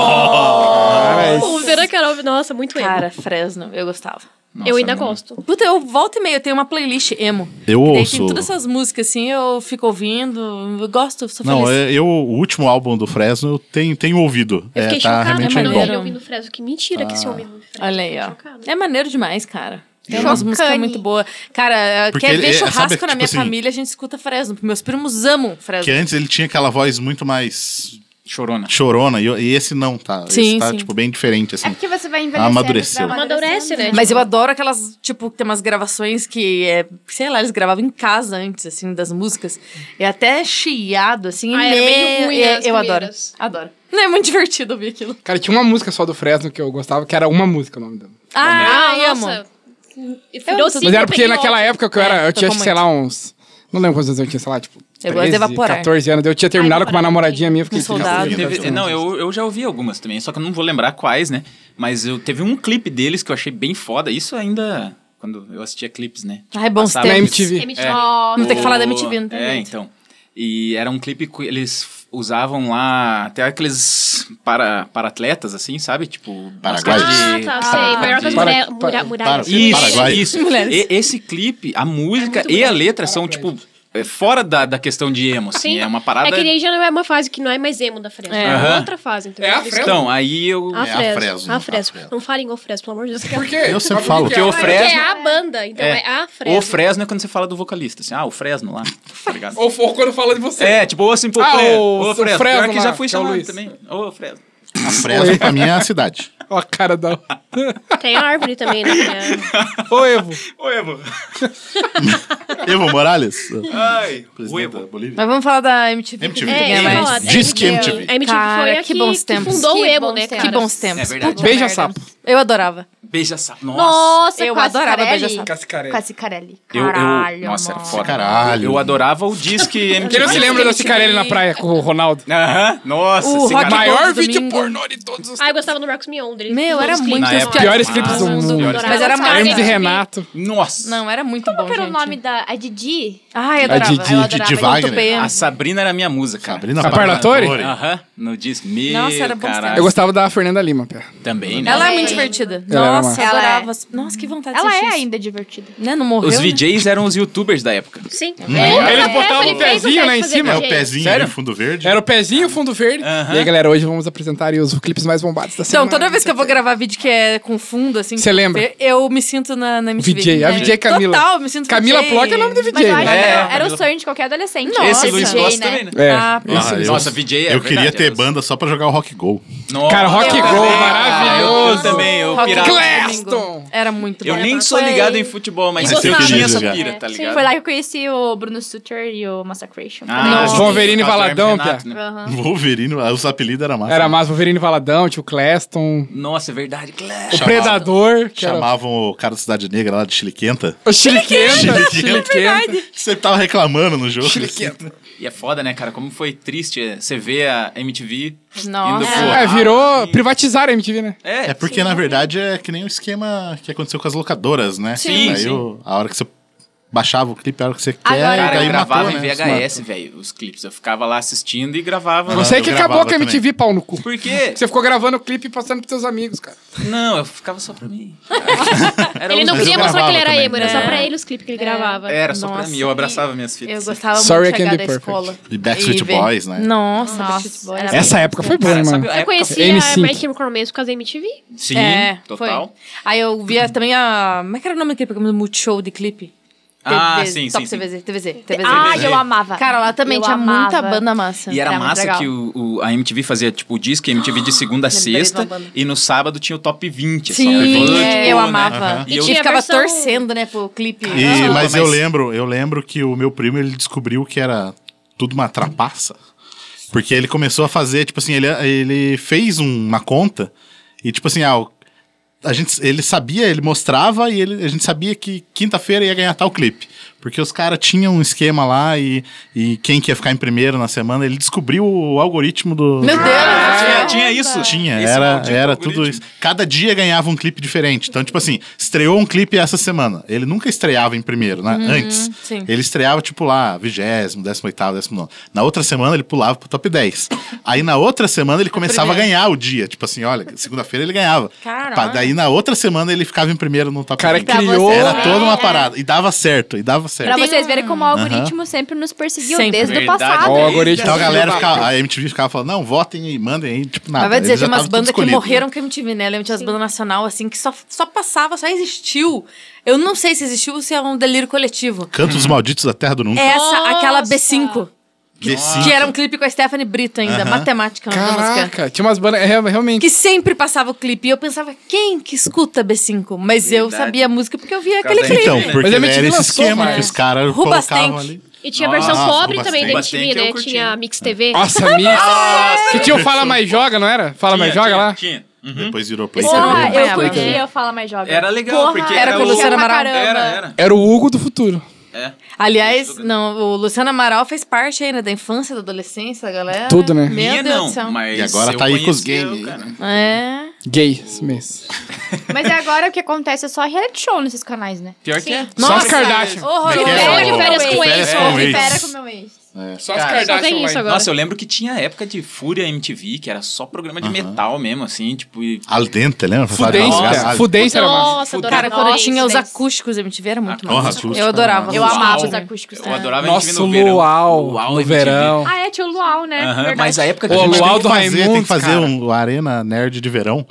Speaker 5: Cara, esse-
Speaker 7: Nossa! Era Carol, nossa, muito emo.
Speaker 4: Cara, Fresno, eu gostava.
Speaker 7: eu
Speaker 3: Nossa,
Speaker 7: ainda
Speaker 3: mano.
Speaker 7: gosto.
Speaker 4: Puta, eu volto e meio, eu tenho uma playlist emo.
Speaker 2: Eu
Speaker 4: E daí tem
Speaker 2: ouço.
Speaker 4: todas essas músicas, assim, eu fico ouvindo, eu gosto, sou
Speaker 2: Não, é, eu,
Speaker 4: feliz.
Speaker 2: eu- o último álbum do Fresno eu tenho, tenho ouvido.
Speaker 7: Eu
Speaker 2: É,
Speaker 7: fiquei
Speaker 2: tá
Speaker 7: chocada
Speaker 2: realmente
Speaker 7: quando eu
Speaker 2: bom.
Speaker 7: vi ele ouvindo Fresno. Que mentira que esse homem ouviu Fresno.
Speaker 4: Olha aí, ó.
Speaker 7: Chocada.
Speaker 4: É maneiro demais, cara. Tem umas músicas muito boas. Cara, eh,
Speaker 2: Porque
Speaker 4: quer
Speaker 2: ele-
Speaker 4: ver
Speaker 2: é,
Speaker 4: churrasco
Speaker 2: sabe,
Speaker 4: na
Speaker 2: tipo
Speaker 4: minha
Speaker 2: assim-
Speaker 4: família, a gente escuta Fresno. Meus primos amam Fresno.
Speaker 2: Que é? antes ele tinha aquela voz muito mais
Speaker 3: Chorona.
Speaker 2: chorona, e, eu- e esse não, tá?
Speaker 4: Sim,
Speaker 2: esse tá,
Speaker 4: sim.
Speaker 2: tipo, bem diferente,
Speaker 6: É
Speaker 2: assim.
Speaker 6: porque você vai envelhecendo.
Speaker 2: Amadureceu.
Speaker 6: você vai
Speaker 7: Amadurece, né?
Speaker 4: Mas eu adoro aquelas, tipo, tem umas gravações que, é, sei lá, eles gravavam em casa antes, assim, das músicas. É até chiado, assim,
Speaker 7: Ah,
Speaker 4: e
Speaker 7: era meio
Speaker 4: meio-
Speaker 7: ruim,
Speaker 4: é,
Speaker 7: né, as
Speaker 4: Eu adoro.
Speaker 7: primeiras.
Speaker 4: Adoro. Não é muito divertido ouvir aquilo.
Speaker 5: Cara, tinha uma música só do Fresno que eu gostava, que era uma música o nome dela.
Speaker 4: Ah, eu amo.
Speaker 7: nossa. é
Speaker 4: Eu
Speaker 7: Deu
Speaker 4: amo
Speaker 7: cinco,
Speaker 4: tudo.
Speaker 5: Mas era porque
Speaker 7: peguei
Speaker 5: naquela
Speaker 7: outro.
Speaker 5: época que eu era,
Speaker 4: É,
Speaker 5: eu
Speaker 4: tocou
Speaker 5: tinha, acho que, sei lá, uns... Não lembro quantos anos eu tinha, sei lá, tipo,
Speaker 4: Eu gosto de
Speaker 5: 13,
Speaker 4: evaporar.
Speaker 5: 14 anos. Eu tinha terminado
Speaker 7: Ai,
Speaker 5: com uma
Speaker 7: evaporar um
Speaker 5: namoradinha minha, fiquei...
Speaker 4: Um soldado.
Speaker 5: fiquei-
Speaker 3: Teve- não, eu, eu já ouvi algumas também, só que eu não vou lembrar quais, né? Mas eu teve um clipe deles que eu achei bem foda. Isso ainda quando eu assistia clipes, né?
Speaker 4: Ai, bons
Speaker 3: Passava
Speaker 5: Na
Speaker 4: tempos.
Speaker 5: MTV.
Speaker 7: MTV.
Speaker 3: É.
Speaker 4: Vamos ter que
Speaker 3: O-
Speaker 4: falar da MTV, não tem
Speaker 3: É,
Speaker 4: jeito.
Speaker 3: então. E era um clipe que eles f- usavam lá até aqueles para, para atletas, assim, sabe? Tipo,
Speaker 2: Paraguaios.
Speaker 3: basquete
Speaker 7: Ah,
Speaker 3: de-
Speaker 7: tá, sei. Maior que as
Speaker 5: Para-
Speaker 7: muralhas.
Speaker 5: para-
Speaker 7: muralhas.
Speaker 2: para-
Speaker 3: Isso,
Speaker 2: Paraguai.
Speaker 3: isso.
Speaker 4: tá. Mulheres. É
Speaker 3: E- esse clipe, a música e a letra são, tipo, é fora da, da questão de emo, assim.
Speaker 7: Sim.
Speaker 3: É uma parada.
Speaker 7: É que nem já não é uma fase que não é mais emo da Fresno.
Speaker 6: É.
Speaker 7: É,
Speaker 3: Aham.
Speaker 7: outra fase, entendeu?
Speaker 5: É a
Speaker 7: Por isso que-
Speaker 5: Fresno?
Speaker 3: Então, aí eu.
Speaker 7: A
Speaker 4: Ah,
Speaker 2: É a Fresno,
Speaker 7: Fresno.
Speaker 2: a
Speaker 7: A Fresno.
Speaker 2: Fresno.
Speaker 7: Não falem o Fresno, pelo amor de Deus.
Speaker 5: Por quê?
Speaker 2: Eu sempre
Speaker 5: Sabe
Speaker 2: falo.
Speaker 5: por
Speaker 3: Porque
Speaker 5: que é?
Speaker 3: o
Speaker 7: Mas porque
Speaker 3: Fresno-
Speaker 7: é a banda, então é, a Fresno.
Speaker 3: O Fresno é quando você fala do vocalista, assim, ah, o Fresno lá. Tá ligado?
Speaker 5: Ou for quando fala de você.
Speaker 3: É, tipo, ou assim, pô,
Speaker 5: Ah,
Speaker 3: Fre-
Speaker 5: o-
Speaker 3: ô,
Speaker 5: o
Speaker 3: Fresno.
Speaker 5: Fresno
Speaker 3: Pior que
Speaker 5: lá,
Speaker 3: já fui
Speaker 5: que é o
Speaker 3: chamado
Speaker 5: Luiz.
Speaker 3: também. Ô, Fresno.
Speaker 2: A Fresno, pra mim, é a cidade.
Speaker 5: Ó a cara da...
Speaker 7: Tem a árvore também, né? que é-
Speaker 5: Ô, Evo.
Speaker 3: Ô, Evo.
Speaker 2: Evo Morales,
Speaker 3: Ai, Ah. o
Speaker 2: presidente da
Speaker 3: Evo.
Speaker 2: Bolívia.
Speaker 4: Mas vamos falar da MTV.
Speaker 2: MTV.
Speaker 7: É,
Speaker 4: Ninguém
Speaker 7: eu ia
Speaker 4: mais.
Speaker 7: falar,
Speaker 2: Diz que MTV.
Speaker 7: A MTV foi
Speaker 4: Cara,
Speaker 7: a
Speaker 4: que bons tempos.
Speaker 7: fundou o
Speaker 6: Que
Speaker 7: emo,
Speaker 6: bons
Speaker 7: né, cara?
Speaker 4: Que bons tempos.
Speaker 3: É verdade.
Speaker 4: Puta
Speaker 5: Beija
Speaker 4: merda.
Speaker 5: sapo.
Speaker 4: Eu adorava.
Speaker 3: Beija sapo. Nossa.
Speaker 6: Nossa,
Speaker 4: Eu
Speaker 6: quase
Speaker 4: adorava
Speaker 6: Carelli.
Speaker 4: beijar
Speaker 5: Cascarelli.
Speaker 6: Quase Carelli.
Speaker 3: Eu,
Speaker 6: Caralho,
Speaker 3: eu, nossa, era
Speaker 6: mano.
Speaker 3: foda.
Speaker 2: Caralho.
Speaker 3: Eu adorava o Disque MTV.
Speaker 5: Quem não se lembra da Cicarelli na praia com o Ronaldo?
Speaker 3: Aham. Nossa,
Speaker 4: O
Speaker 3: sim,
Speaker 4: Rock
Speaker 3: cara.
Speaker 4: Band.
Speaker 5: Maior
Speaker 4: Domingo.
Speaker 5: vídeo pornô de todos os
Speaker 7: Ah, eu gostava do Marcos Mion dele.
Speaker 4: Meu,
Speaker 7: Todos
Speaker 4: era
Speaker 7: os
Speaker 4: muito
Speaker 7: clipes.
Speaker 3: Na
Speaker 4: os
Speaker 3: época,
Speaker 4: piores
Speaker 3: mas-
Speaker 4: clipes do
Speaker 3: mas
Speaker 4: mundo.
Speaker 3: era
Speaker 4: Mas era
Speaker 7: muito
Speaker 4: mais.
Speaker 5: Hermes e
Speaker 7: MTV.
Speaker 5: Renato.
Speaker 3: Nossa.
Speaker 4: Não, era muito bom,
Speaker 6: Como que era o
Speaker 4: gente.
Speaker 6: nome da... A Didi?
Speaker 4: Ah, eu adorava.
Speaker 5: Didi.
Speaker 6: Eu
Speaker 5: Didi
Speaker 6: adorava. Então,
Speaker 2: Didi Wagner.
Speaker 4: PM.
Speaker 3: A Sabrina era a minha musa, cara.
Speaker 2: Sabrina
Speaker 5: A Parlatore?
Speaker 2: Parlatore.
Speaker 3: Aham, no Disque. Meu,
Speaker 4: Nossa, era bom
Speaker 3: caralho.
Speaker 5: Eu gostava da Fernanda Lima, pé.
Speaker 3: Também, né?
Speaker 4: Ela é muito
Speaker 6: Ela é
Speaker 4: divertida.
Speaker 5: Ela era
Speaker 4: Nossa, eu
Speaker 6: massa.
Speaker 4: adorava. Nossa, que vontade de
Speaker 6: Ela
Speaker 4: assistir
Speaker 6: é
Speaker 4: isso.
Speaker 6: ainda divertida.
Speaker 4: Né? Não morreu,
Speaker 3: Os
Speaker 4: né?
Speaker 3: VJs eram os youtubers da época.
Speaker 7: Sim.
Speaker 5: Eles
Speaker 4: É,
Speaker 7: Ele
Speaker 5: botavam
Speaker 7: fez
Speaker 5: o pezinho
Speaker 7: teste
Speaker 5: lá em
Speaker 7: de fazer
Speaker 5: cima.
Speaker 2: É o
Speaker 7: Gente.
Speaker 2: pezinho
Speaker 3: Sério?
Speaker 2: no fundo verde.
Speaker 5: Era o pezinho, fundo verde.
Speaker 3: Aham.
Speaker 5: E aí, galera, hoje vamos apresentar aí os clipes mais bombados da semana.
Speaker 4: Então, toda vez que eu vou gravar vídeo que é com fundo, assim...
Speaker 5: Cê lembra?
Speaker 4: Eu me sinto na, na MTV.
Speaker 5: VJ, a VJ Camila.
Speaker 4: né? Total, me sinto
Speaker 5: Camila
Speaker 4: VJ.
Speaker 5: Plock é o nome do
Speaker 6: Mas
Speaker 5: VJ.
Speaker 6: eu acho
Speaker 5: né?
Speaker 6: que
Speaker 3: É,
Speaker 6: era, era
Speaker 3: Camila.
Speaker 6: o sonho de qualquer adolescente.
Speaker 4: Nossa.
Speaker 3: Esse Luiz
Speaker 6: DJ,
Speaker 3: Costa
Speaker 6: né?
Speaker 3: também, né?
Speaker 5: É.
Speaker 4: Ah, pô.
Speaker 2: Ah, eu-
Speaker 3: Nossa, VJ é
Speaker 2: Eu queria
Speaker 3: verdade,
Speaker 2: ter
Speaker 3: era-
Speaker 2: banda só pra jogar o rock go.
Speaker 3: Nossa.
Speaker 5: Cara, Rock
Speaker 3: Eu
Speaker 5: Go,
Speaker 3: também,
Speaker 5: maravilhoso.
Speaker 3: cara, Eu também, eu
Speaker 4: Rock
Speaker 3: pirava.
Speaker 4: Go
Speaker 5: Claston.
Speaker 4: domingo. Era muito
Speaker 3: Eu
Speaker 4: bom.
Speaker 3: nem sou
Speaker 6: Foi-
Speaker 3: ligado em futebol, mas
Speaker 2: Mas
Speaker 3: eu
Speaker 2: eu
Speaker 3: tinha
Speaker 2: queria
Speaker 3: essa
Speaker 2: jogar.
Speaker 3: pira, tá
Speaker 6: Sim,
Speaker 3: ligado?
Speaker 6: foi lá que eu conheci o Bruno Sutter e o Massacration.
Speaker 3: Ah,
Speaker 5: Nossa.
Speaker 3: sim.
Speaker 5: Wolverine e
Speaker 3: Por causa do
Speaker 5: Valadão,
Speaker 3: Hermes Renato, né?
Speaker 6: Aham.
Speaker 2: Wolverine, ah, os apelidos eram massa.
Speaker 5: Era
Speaker 2: né?
Speaker 5: mais Wolverine Valadão, tio Cleston.
Speaker 3: Nossa, é verdade. Clash.
Speaker 5: O Predador. que era-
Speaker 2: Chamavam o cara da Cidade Negra lá de Chiliquenta.
Speaker 5: O Chiliquenta. Chiliquenta.
Speaker 2: Que sempre tava reclamando no jogo.
Speaker 3: E é foda, né, cara? Como foi triste é, você ver a MTV
Speaker 4: Nossa.
Speaker 3: indo pro...
Speaker 5: É, virou... Privatizaram a MTV, né?
Speaker 3: É,
Speaker 2: É porque, na verdade, é que nem o esquema que aconteceu com as locadoras, né?
Speaker 3: Sim,
Speaker 2: Daí
Speaker 3: sim.
Speaker 2: o- a hora que você baixava o clipe, a hora que você quer,
Speaker 6: Agora-
Speaker 2: e
Speaker 3: Cara,
Speaker 2: daí
Speaker 3: eu
Speaker 2: matou,
Speaker 3: gravava
Speaker 2: né?
Speaker 3: em VHS, velho, os clipes. Eu ficava lá assistindo e gravava.
Speaker 2: Aham.
Speaker 5: Você
Speaker 2: eu
Speaker 5: que
Speaker 2: gravava
Speaker 5: acabou com a
Speaker 2: também.
Speaker 5: MTV, pau no cu.
Speaker 3: Por quê?
Speaker 5: Você ficou gravando o clipe e passando pros seus amigos, cara.
Speaker 3: Não, eu ficava só pra mim. Era
Speaker 7: Ele
Speaker 3: um-
Speaker 7: não
Speaker 2: Mas eu
Speaker 7: queria mostrar que ele era
Speaker 2: gravava
Speaker 7: emo, era só
Speaker 4: também.
Speaker 7: pra ele os clipes
Speaker 4: É.
Speaker 7: que ele gravava.
Speaker 3: Era só pra
Speaker 4: Nossa,
Speaker 3: mim, É eu
Speaker 4: e-
Speaker 3: abraçava minhas
Speaker 4: Eu
Speaker 3: filhas.
Speaker 4: gostava
Speaker 5: Sorry, I
Speaker 4: muito de
Speaker 5: can't
Speaker 4: chegar
Speaker 5: be
Speaker 4: da
Speaker 5: perfect.
Speaker 4: escola.
Speaker 2: E Backstreet
Speaker 4: e ver.
Speaker 2: Boys, né?
Speaker 4: Nossa,
Speaker 6: Nossa,
Speaker 4: Backstreet Boys.
Speaker 6: era
Speaker 5: Essa época foi boa, hein, mano?
Speaker 3: a
Speaker 7: Eu
Speaker 3: época-
Speaker 7: conheci
Speaker 5: MC.
Speaker 7: a My Chemical Romance por causa da MTV.
Speaker 3: Sim,
Speaker 4: É,
Speaker 3: total.
Speaker 4: foi. Aí eu via também a. Como é que era o nome do clipe? Como Multishow de clipe?
Speaker 3: Ah,
Speaker 4: TVZ,
Speaker 3: sim,
Speaker 4: Top
Speaker 3: sim, sim.
Speaker 4: TVZ, TVZ, TVZ.
Speaker 6: Ah,
Speaker 3: TVZ.
Speaker 6: eu amava.
Speaker 4: Cara, lá também
Speaker 6: Eu
Speaker 4: tinha muita
Speaker 6: amava.
Speaker 4: banda massa.
Speaker 3: E era,
Speaker 6: muito
Speaker 3: massa
Speaker 6: legal.
Speaker 3: que o, o- a MTV fazia, tipo, o disco MTV de segunda a
Speaker 4: Lembrei de uma
Speaker 3: sexta.
Speaker 4: banda.
Speaker 3: E no sábado tinha o top 20. assim,
Speaker 4: Sim, é,
Speaker 3: top 20,
Speaker 4: eu
Speaker 3: né?
Speaker 4: amava.
Speaker 3: Aham.
Speaker 4: E,
Speaker 3: E eu-
Speaker 4: tinha- ficava
Speaker 7: versão-
Speaker 4: torcendo, né, pro clipe.
Speaker 2: E-
Speaker 3: Ah,
Speaker 2: mas
Speaker 3: mas-
Speaker 2: eu lembro, eu lembro que o meu primo ele descobriu que era tudo uma trapaça. Porque ele começou a fazer, tipo assim, ele, ele fez um- uma conta e, tipo assim, ah, o- a gente, ele sabia, ele mostrava e ele- a gente sabia que quinta-feira ia ganhar tal clipe. Porque os caras tinham um esquema lá e, e quem que ia ficar em primeiro na semana, ele descobriu o algoritmo do.
Speaker 4: Meu Deus!
Speaker 2: Ah,
Speaker 3: Tinha,
Speaker 4: tinha-
Speaker 2: é.
Speaker 3: tinha isso.
Speaker 2: Tinha,
Speaker 3: Esse
Speaker 2: era,
Speaker 3: maldito
Speaker 2: era
Speaker 3: algoritmo.
Speaker 2: tudo isso. Cada dia ganhava um clipe diferente. Então, tipo assim, estreou um clipe essa semana. Ele nunca estreava em primeiro, né? Antes.
Speaker 4: Uhum, sim.
Speaker 2: Ele estreava, tipo, lá, vigésimo, décimo oitavo, décimo nono. Na outra semana, ele pulava pro top 10. Aí, na outra semana, ele começava a
Speaker 4: primeira.
Speaker 2: ganhar o dia. Tipo assim, olha, segunda-feira ele ganhava.
Speaker 4: Caraca.
Speaker 2: Pa- Daí, na outra semana, ele ficava em primeiro no top
Speaker 5: Cara,
Speaker 2: 20.
Speaker 5: criou-
Speaker 2: Era toda uma parada. E dava certo, e dava certo.
Speaker 6: Pra vocês verem como o algoritmo sempre nos perseguiu
Speaker 4: um- Sempre.
Speaker 6: desde o
Speaker 3: Verdade.
Speaker 6: passado. né?
Speaker 5: Ó, o algoritmo.
Speaker 2: Então a galera
Speaker 5: Filho da
Speaker 2: ficava, a MTV ficava falando, não, votem e mandem aí, tipo, nada.
Speaker 4: Mas vai dizer,
Speaker 2: Eles já
Speaker 4: tinha umas
Speaker 2: estavam tudo
Speaker 4: bandas que
Speaker 2: escolhido, né?
Speaker 4: morreram com a MTV, né? Eu lembro que tinha as bandas nacional, assim, que só, só passava, só existiu. Eu não sei se existiu ou se é um delírio coletivo. É
Speaker 2: Canto dos Malditos da Terra do Nunca.
Speaker 4: Essa,
Speaker 7: Nossa!
Speaker 4: aquela B5,
Speaker 2: Desci.
Speaker 4: que era um clipe com a Stephanie Brito ainda, matemática, o nome da música.
Speaker 5: Caraca, tinha umas bandas. É, realmente.
Speaker 4: que sempre passava o clipe. E eu pensava, quem que escuta B5? Mas eu
Speaker 3: Verdade.
Speaker 4: sabia a música porque eu via
Speaker 3: Por causa
Speaker 4: aquele
Speaker 3: da
Speaker 4: clipe.
Speaker 2: Então,
Speaker 3: né?
Speaker 2: porque
Speaker 5: Mas
Speaker 2: né,
Speaker 5: a MTV
Speaker 2: era esse
Speaker 5: lançou,
Speaker 2: esquema
Speaker 5: né?
Speaker 2: que os caras
Speaker 4: Rubastank.
Speaker 2: colocavam ali.
Speaker 7: E tinha a
Speaker 3: Nossa,
Speaker 7: versão
Speaker 2: o
Speaker 7: pobre
Speaker 2: Bastante.
Speaker 7: também da MTV,
Speaker 3: Bastante eu
Speaker 7: né?
Speaker 3: curti.
Speaker 7: Tinha a Mix TV.
Speaker 5: É. Nossa, Mix.
Speaker 3: Ah,
Speaker 5: Que tinha o Fala Mais Joga, não era? Fala Mais
Speaker 3: Tinha,
Speaker 5: joga lá.
Speaker 3: tinha, Uhum. tinha.
Speaker 2: Depois virou Play
Speaker 6: Porra,
Speaker 2: Center.
Speaker 4: Sim.
Speaker 6: eu
Speaker 4: acompanhava.
Speaker 6: curtia, eu falo mais jovem.
Speaker 3: Era legal, porque
Speaker 4: era com o
Speaker 3: o-
Speaker 4: Luciano Amaral.
Speaker 3: Era, era.
Speaker 5: Era o Hugo do futuro.
Speaker 3: É.
Speaker 4: Aliás, não, o Luciano Amaral fez parte ainda da infância, da adolescência, da galera.
Speaker 5: Tudo, né?
Speaker 4: Meu
Speaker 3: Minha
Speaker 4: Deus
Speaker 3: não,
Speaker 4: do céu.
Speaker 3: mas
Speaker 2: E agora
Speaker 3: eu
Speaker 2: tá aí com os
Speaker 3: conheci,
Speaker 2: games.
Speaker 3: cara.
Speaker 4: É.
Speaker 5: Gay esse mês.
Speaker 6: Mas agora o que acontece é só reality show nesses canais, né?
Speaker 3: Pior que é.
Speaker 5: Só as Kardashian.
Speaker 4: horroroso.
Speaker 2: Como é que é?
Speaker 6: Férias
Speaker 2: O-
Speaker 6: com o
Speaker 2: férias
Speaker 6: ex.
Speaker 2: com o ex.
Speaker 6: Férias com o meu ex.
Speaker 5: Só as
Speaker 3: Cara,
Speaker 5: Kardashian
Speaker 7: só tem isso
Speaker 5: lá. então.
Speaker 7: agora.
Speaker 3: Nossa, eu lembro que tinha a época de Fúria MTV, que era só programa de metal mesmo, assim, tipo. E...
Speaker 2: Al dente, lembra?
Speaker 5: Fudência,
Speaker 2: Nossa,
Speaker 5: cara.
Speaker 2: al-
Speaker 5: Fudência era massa.
Speaker 7: Nossa,
Speaker 3: Fuder.
Speaker 7: adorava.
Speaker 4: Cara, quando
Speaker 7: Nossa,
Speaker 4: tinha os
Speaker 7: dance.
Speaker 4: acústicos da MTV, era muito
Speaker 3: Ah,
Speaker 4: massa.
Speaker 2: acústico,
Speaker 4: eu adorava.
Speaker 2: cara.
Speaker 6: Eu
Speaker 4: Uau.
Speaker 6: amava os acústicos.
Speaker 3: Eu adorava MTV
Speaker 5: Nossa, o
Speaker 3: no verão.
Speaker 5: Luau,
Speaker 3: Luau
Speaker 5: no
Speaker 3: MTV.
Speaker 5: verão.
Speaker 6: Ah, é, tinha o Luau, né?
Speaker 3: Aham,
Speaker 6: Verdade.
Speaker 3: Mas é a época que
Speaker 5: Ô,
Speaker 3: a gente
Speaker 5: Luau
Speaker 2: tem que
Speaker 5: do
Speaker 2: fazer, tem
Speaker 5: Raimundos,
Speaker 2: que fazer
Speaker 5: cara.
Speaker 2: um Arena Nerd de Verão.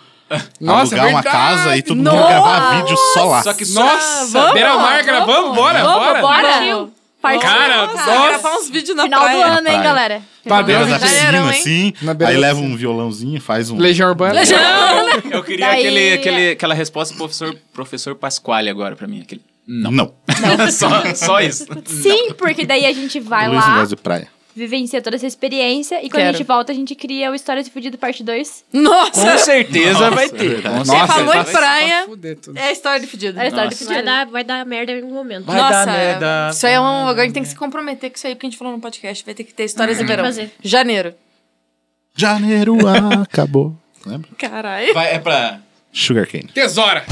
Speaker 5: Nossa,
Speaker 2: alugar uma
Speaker 5: verdade.
Speaker 2: casa e todo mundo
Speaker 5: Nossa.
Speaker 2: gravar vídeo só lá.
Speaker 3: Só que só
Speaker 5: Nossa, beira-mar gravamos, bora,
Speaker 6: Vamos,
Speaker 5: bora.
Speaker 6: Partiu. Partiu.
Speaker 5: Cara,
Speaker 4: Nossa,
Speaker 5: nossa.
Speaker 4: gravar uns vídeos na
Speaker 6: Final do
Speaker 4: praia.
Speaker 6: ano, hein,
Speaker 2: praia.
Speaker 6: galera?
Speaker 5: Pra
Speaker 2: beira da
Speaker 5: Deus,
Speaker 4: Verão,
Speaker 2: piscina,
Speaker 4: hein?
Speaker 2: assim.
Speaker 5: Na beira
Speaker 2: aí
Speaker 5: da
Speaker 2: leva
Speaker 5: piscina.
Speaker 2: um violãozinho, faz um.
Speaker 5: Legião Urbana.
Speaker 3: Eu queria
Speaker 6: Daí-
Speaker 3: aquele, aquele, aquela resposta do professor, professor Pasquale agora pra mim. Aquele,
Speaker 2: Não.
Speaker 3: não. só, só isso.
Speaker 6: Sim, porque daí a gente vai
Speaker 2: Luiz não
Speaker 6: lá,
Speaker 2: gosta de praia.
Speaker 6: vivencia toda essa experiência e quando a
Speaker 4: Quero.
Speaker 6: gente volta, a gente cria o História de Fudido Parte 2.
Speaker 4: Nossa,
Speaker 3: Com certeza
Speaker 2: Nossa,
Speaker 3: vai
Speaker 2: é
Speaker 3: ter.
Speaker 2: verdade.
Speaker 3: Com
Speaker 5: Nossa,
Speaker 3: certeza.
Speaker 4: você falou
Speaker 5: vai
Speaker 4: de
Speaker 5: se
Speaker 4: praia,
Speaker 5: fuder tudo.
Speaker 4: é a história de fedido.
Speaker 6: Era a história de
Speaker 3: Nossa.
Speaker 6: Fudido.
Speaker 7: Vai dar, vai dar merda em algum momento.
Speaker 3: Vai
Speaker 4: Nossa,
Speaker 3: dar merda.
Speaker 4: isso aí é um... Agora a gente tem que se comprometer com isso aí, porque a gente falou no podcast. Vai ter que ter histórias de verão.
Speaker 7: fazer.
Speaker 4: Janeiro.
Speaker 2: Janeiro acabou. Lembra?
Speaker 4: Caralho.
Speaker 3: Vai, é pra...
Speaker 2: Sugar Cane.
Speaker 5: Tesoura.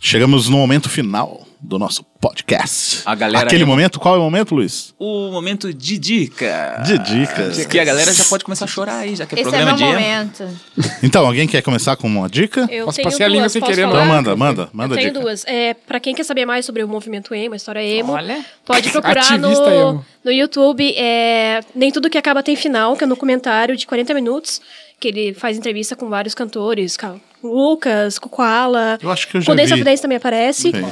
Speaker 2: Chegamos no momento final do nosso podcast.
Speaker 3: A galera-
Speaker 2: Aquele momento, qual é o momento, Luiz?
Speaker 3: O momento de dica.
Speaker 2: De dicas.
Speaker 3: Que a galera já pode começar a chorar aí, já que é
Speaker 6: Esse é
Speaker 3: programa
Speaker 6: meu
Speaker 3: de emo.
Speaker 6: momento.
Speaker 2: Então, alguém quer começar com uma dica?
Speaker 7: Eu
Speaker 5: Posso
Speaker 7: tenho
Speaker 5: passar a língua
Speaker 7: duas,
Speaker 5: sem
Speaker 7: posso
Speaker 5: querer, não.
Speaker 7: falar?
Speaker 2: Então manda, manda, manda
Speaker 7: eu tenho
Speaker 2: dica.
Speaker 7: duas. É, pra quem quer saber mais sobre o movimento emo, a história emo,
Speaker 4: Olha.
Speaker 7: pode procurar no,
Speaker 5: Ativista emo.
Speaker 7: no YouTube. é, Nem Tudo Que Acaba Tem Final, que é um documentário de 40 minutos, que ele faz entrevista com vários cantores, com o Lucas, com o Koala.
Speaker 2: Eu acho que eu já
Speaker 7: Condense
Speaker 2: vi.
Speaker 7: of Dance também aparece.
Speaker 2: Sim.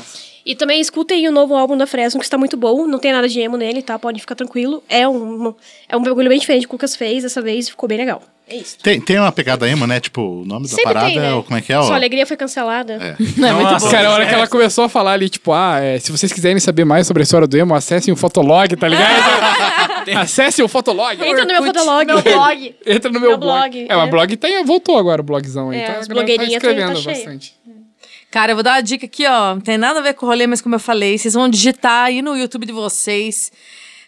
Speaker 7: E também escutem o novo álbum da Fresno, que está muito bom. Não tem nada de emo nele, tá? Pode ficar tranquilo. É um, é um bagulho bem diferente que o Lucas fez dessa vez e ficou bem legal. É isso.
Speaker 2: Tem, tem uma pegada emo, né? Tipo, o nome da parada
Speaker 7: tem, né?
Speaker 2: é o- como é que é? o-
Speaker 7: Sua alegria foi cancelada.
Speaker 2: É.
Speaker 3: Nossa,
Speaker 5: Cara, a hora que ela começou a falar ali, tipo, ah, é, se vocês quiserem saber mais sobre a história do emo, acessem o Fotolog, tá ligado?
Speaker 3: assim,
Speaker 5: acessem o Fotolog.
Speaker 2: É.
Speaker 7: Entra no meu fotolog.
Speaker 6: Meu blog.
Speaker 5: Entra no meu,
Speaker 7: meu
Speaker 5: blog.
Speaker 7: blog,
Speaker 5: É, mas
Speaker 7: é.
Speaker 5: blog tem, voltou agora o blogzão aí.
Speaker 7: É,
Speaker 5: tá,
Speaker 7: as
Speaker 5: a galera tá
Speaker 7: blogueirinhas tem- tá
Speaker 5: escrevendo
Speaker 7: cheia.
Speaker 5: bastante.
Speaker 4: Cara, eu vou dar uma dica aqui, ó. Não tem nada a ver com o rolê, mas como eu falei, vocês vão digitar aí no YouTube de vocês.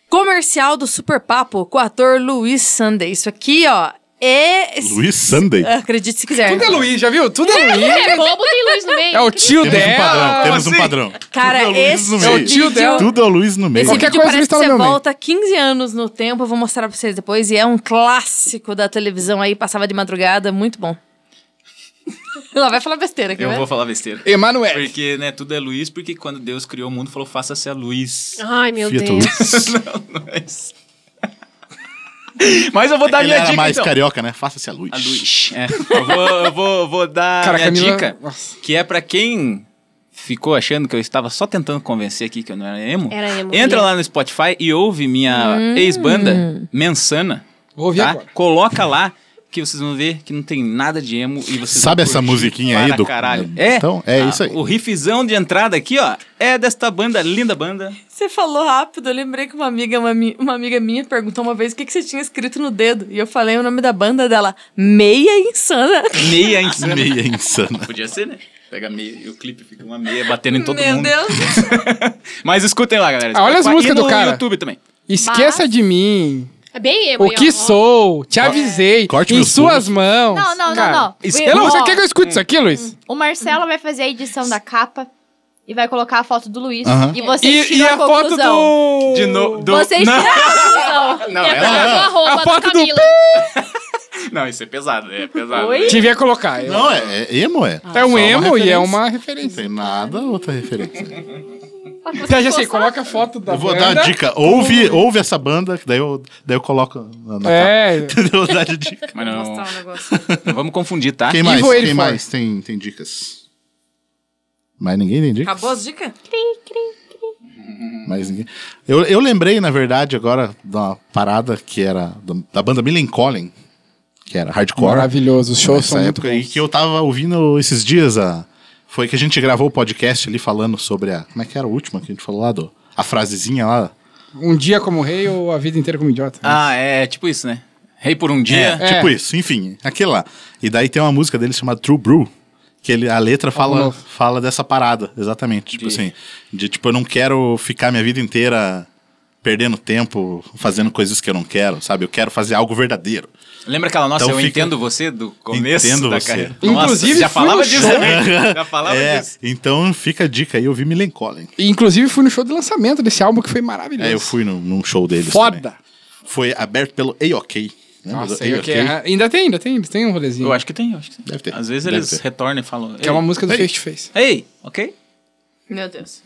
Speaker 4: Comercial do Super Papo com o ator Luiz Sunday. Isso aqui, ó, é...
Speaker 2: Luiz Sunday.
Speaker 4: Acredite se quiser.
Speaker 5: Tudo é Luiz, já viu? Tudo é Luiz.
Speaker 7: É bobo, tem luz no meio.
Speaker 5: É o tio
Speaker 2: Temos um padrão,
Speaker 5: dela. Assim.
Speaker 2: temos um padrão.
Speaker 4: Cara,
Speaker 2: Tudo é o Luiz
Speaker 4: esse
Speaker 2: no
Speaker 5: é
Speaker 2: meio.
Speaker 5: o tio dela.
Speaker 2: Tudo é o Luiz no meio.
Speaker 4: Esse
Speaker 5: Qualquer
Speaker 4: vídeo
Speaker 5: coisa
Speaker 4: parece
Speaker 5: está
Speaker 4: que você
Speaker 5: no meu meio.
Speaker 4: volta 15 anos no tempo. Eu vou mostrar pra vocês depois. E é um clássico da televisão aí. Passava de madrugada. Muito bom. Ela vai falar besteira aqui,
Speaker 3: Eu
Speaker 4: né?
Speaker 3: vou falar besteira.
Speaker 5: Emanuel.
Speaker 3: Porque, né, tudo é Luiz, porque quando Deus criou o mundo, falou, faça-se a luz.
Speaker 7: Ai, meu
Speaker 2: Fia
Speaker 7: Deus.
Speaker 2: Toulouse.
Speaker 3: Não, mas... mas eu vou dar
Speaker 2: Ele
Speaker 3: minha
Speaker 2: era
Speaker 3: dica,
Speaker 2: é mais
Speaker 3: então.
Speaker 2: carioca, né? Faça-se a luz.
Speaker 3: A luz. É. Eu, vou, eu vou, vou dar
Speaker 5: Cara,
Speaker 3: minha
Speaker 5: Camila-
Speaker 3: dica,
Speaker 5: Nossa.
Speaker 3: que é pra quem ficou achando que eu estava só tentando convencer aqui que eu não era emo.
Speaker 7: Era emo.
Speaker 3: Entra lá no Spotify e ouve minha ex-banda, Mensana.
Speaker 5: Vou ouvir
Speaker 3: tá?
Speaker 5: agora.
Speaker 3: Coloca lá que vocês vão ver que não tem nada de emo e vocês
Speaker 2: Sabe
Speaker 3: vão
Speaker 2: essa
Speaker 3: curtir
Speaker 2: musiquinha aí
Speaker 3: para
Speaker 2: do-
Speaker 3: caralho. É.
Speaker 2: Então, é isso aí.
Speaker 3: O riffzão de entrada aqui, ó, é desta banda, linda banda.
Speaker 4: Você falou rápido. Eu lembrei que uma amiga, uma, mi- uma amiga minha perguntou uma vez o que, que você tinha escrito no dedo. E eu falei o nome da banda dela. Meia Insana.
Speaker 3: Meia insana.
Speaker 2: Meia é insana.
Speaker 3: Podia ser, né? Pega meia, e o clipe fica uma meia batendo em todo
Speaker 4: Meu
Speaker 3: mundo.
Speaker 4: Deus.
Speaker 3: Mas escutem lá, galera.
Speaker 5: Ah, olha as
Speaker 3: Spotify e
Speaker 5: músicas do
Speaker 3: no
Speaker 5: cara.
Speaker 3: YouTube também.
Speaker 5: Esqueça de mim.
Speaker 7: É bem emo.
Speaker 5: O
Speaker 7: aí,
Speaker 5: que
Speaker 7: ó.
Speaker 5: sou? Te avisei.
Speaker 2: Corte
Speaker 5: em
Speaker 2: meus
Speaker 5: suas mãos.
Speaker 6: Não, não,
Speaker 5: Cara,
Speaker 6: não, Hum. não.
Speaker 3: isso-
Speaker 6: O-
Speaker 2: é
Speaker 5: Eu não, você
Speaker 6: ó,
Speaker 5: quer que
Speaker 2: Hum.
Speaker 5: eu escute isso aqui, Luiz?
Speaker 6: O Marcelo vai fazer a edição da capa e vai colocar a foto do Luiz.
Speaker 2: Aham.
Speaker 6: E vocês
Speaker 5: E, e
Speaker 6: tiram
Speaker 5: a foto
Speaker 6: conclusão.
Speaker 5: do...
Speaker 3: De novo.
Speaker 6: Vocês
Speaker 3: não,
Speaker 6: tiram a conclusão.
Speaker 3: não,
Speaker 7: É
Speaker 3: ela-
Speaker 7: a
Speaker 5: A
Speaker 7: arroba
Speaker 5: foto do
Speaker 7: Camila.
Speaker 3: não, isso é pesado, é pesado.
Speaker 6: Oi?
Speaker 5: Devia colocar.
Speaker 2: Não, é, é emo, é.
Speaker 5: é um
Speaker 2: Só uma
Speaker 5: emo e
Speaker 2: referência.
Speaker 5: é uma
Speaker 2: Não
Speaker 5: referência.
Speaker 2: tem nada outra referência.
Speaker 5: Tá, já sei, coloca a foto da
Speaker 2: Eu vou
Speaker 5: banda.
Speaker 2: dar a dica. Ouve, ouve essa banda, que daí eu, daí eu coloco na, na
Speaker 5: É.
Speaker 2: capa. Entendeu? Eu Vou dar de dica.
Speaker 3: Mas
Speaker 4: Vou
Speaker 3: não,
Speaker 4: mostrar um negócio.
Speaker 3: não vamos confundir, tá?
Speaker 2: Quem mais?
Speaker 5: Evil
Speaker 2: Quem
Speaker 5: 84.
Speaker 2: mais tem, tem dicas? Mas ninguém tem dicas.
Speaker 4: Acabou as dicas?
Speaker 2: Mas ninguém... eu, eu lembrei, na verdade, agora de uma parada que era da, da banda Millencolin, que era hardcore.
Speaker 5: Maravilhoso, os shows
Speaker 2: Essa
Speaker 5: são muito
Speaker 2: época aí
Speaker 5: bons.
Speaker 2: que eu tava ouvindo esses dias, a... foi que a gente gravou o podcast ali falando sobre a. Como é que era a última que a gente falou lá? Do... A frasezinha lá.
Speaker 5: Um dia como rei ou a vida inteira como idiota.
Speaker 3: Ah, é tipo isso, né? Rei por um dia.
Speaker 2: É, tipo isso, enfim, aquele lá. E daí tem uma música dele chamada True Brew, que ele, a letra fala,
Speaker 5: novo.
Speaker 2: fala dessa parada, exatamente. Tipo assim, de tipo, eu não quero ficar minha vida inteira perdendo tempo fazendo coisas que eu não quero, sabe? Eu quero fazer algo verdadeiro.
Speaker 3: Lembra aquela nossa,
Speaker 2: Então
Speaker 3: eu
Speaker 2: fica-
Speaker 3: entendo você do começo
Speaker 2: Entendo
Speaker 3: da
Speaker 2: você.
Speaker 3: carreira? Nossa,
Speaker 5: Inclusive,
Speaker 3: já
Speaker 5: fui
Speaker 3: falava
Speaker 5: no
Speaker 3: disso,
Speaker 5: show.
Speaker 3: né? Já falava
Speaker 2: é,
Speaker 3: disso.
Speaker 2: então fica a dica aí, eu vi Milen Collin.
Speaker 5: E, inclusive, fui no show de lançamento desse álbum que foi maravilhoso.
Speaker 2: É, eu fui num, num show deles.
Speaker 5: Foda.
Speaker 2: também. Foi aberto pelo AOK. né?
Speaker 5: Nossa,
Speaker 2: Do
Speaker 5: eu que- ainda tem, ainda tem, ainda tem um rolezinho.
Speaker 3: Eu acho que tem, eu acho que tem.
Speaker 2: Deve ter,
Speaker 3: Às vezes
Speaker 2: deve
Speaker 3: eles
Speaker 2: ter.
Speaker 3: retornam e falam.
Speaker 5: Que é uma música do Face to Face.
Speaker 3: Ei, ok?
Speaker 4: Meu Deus.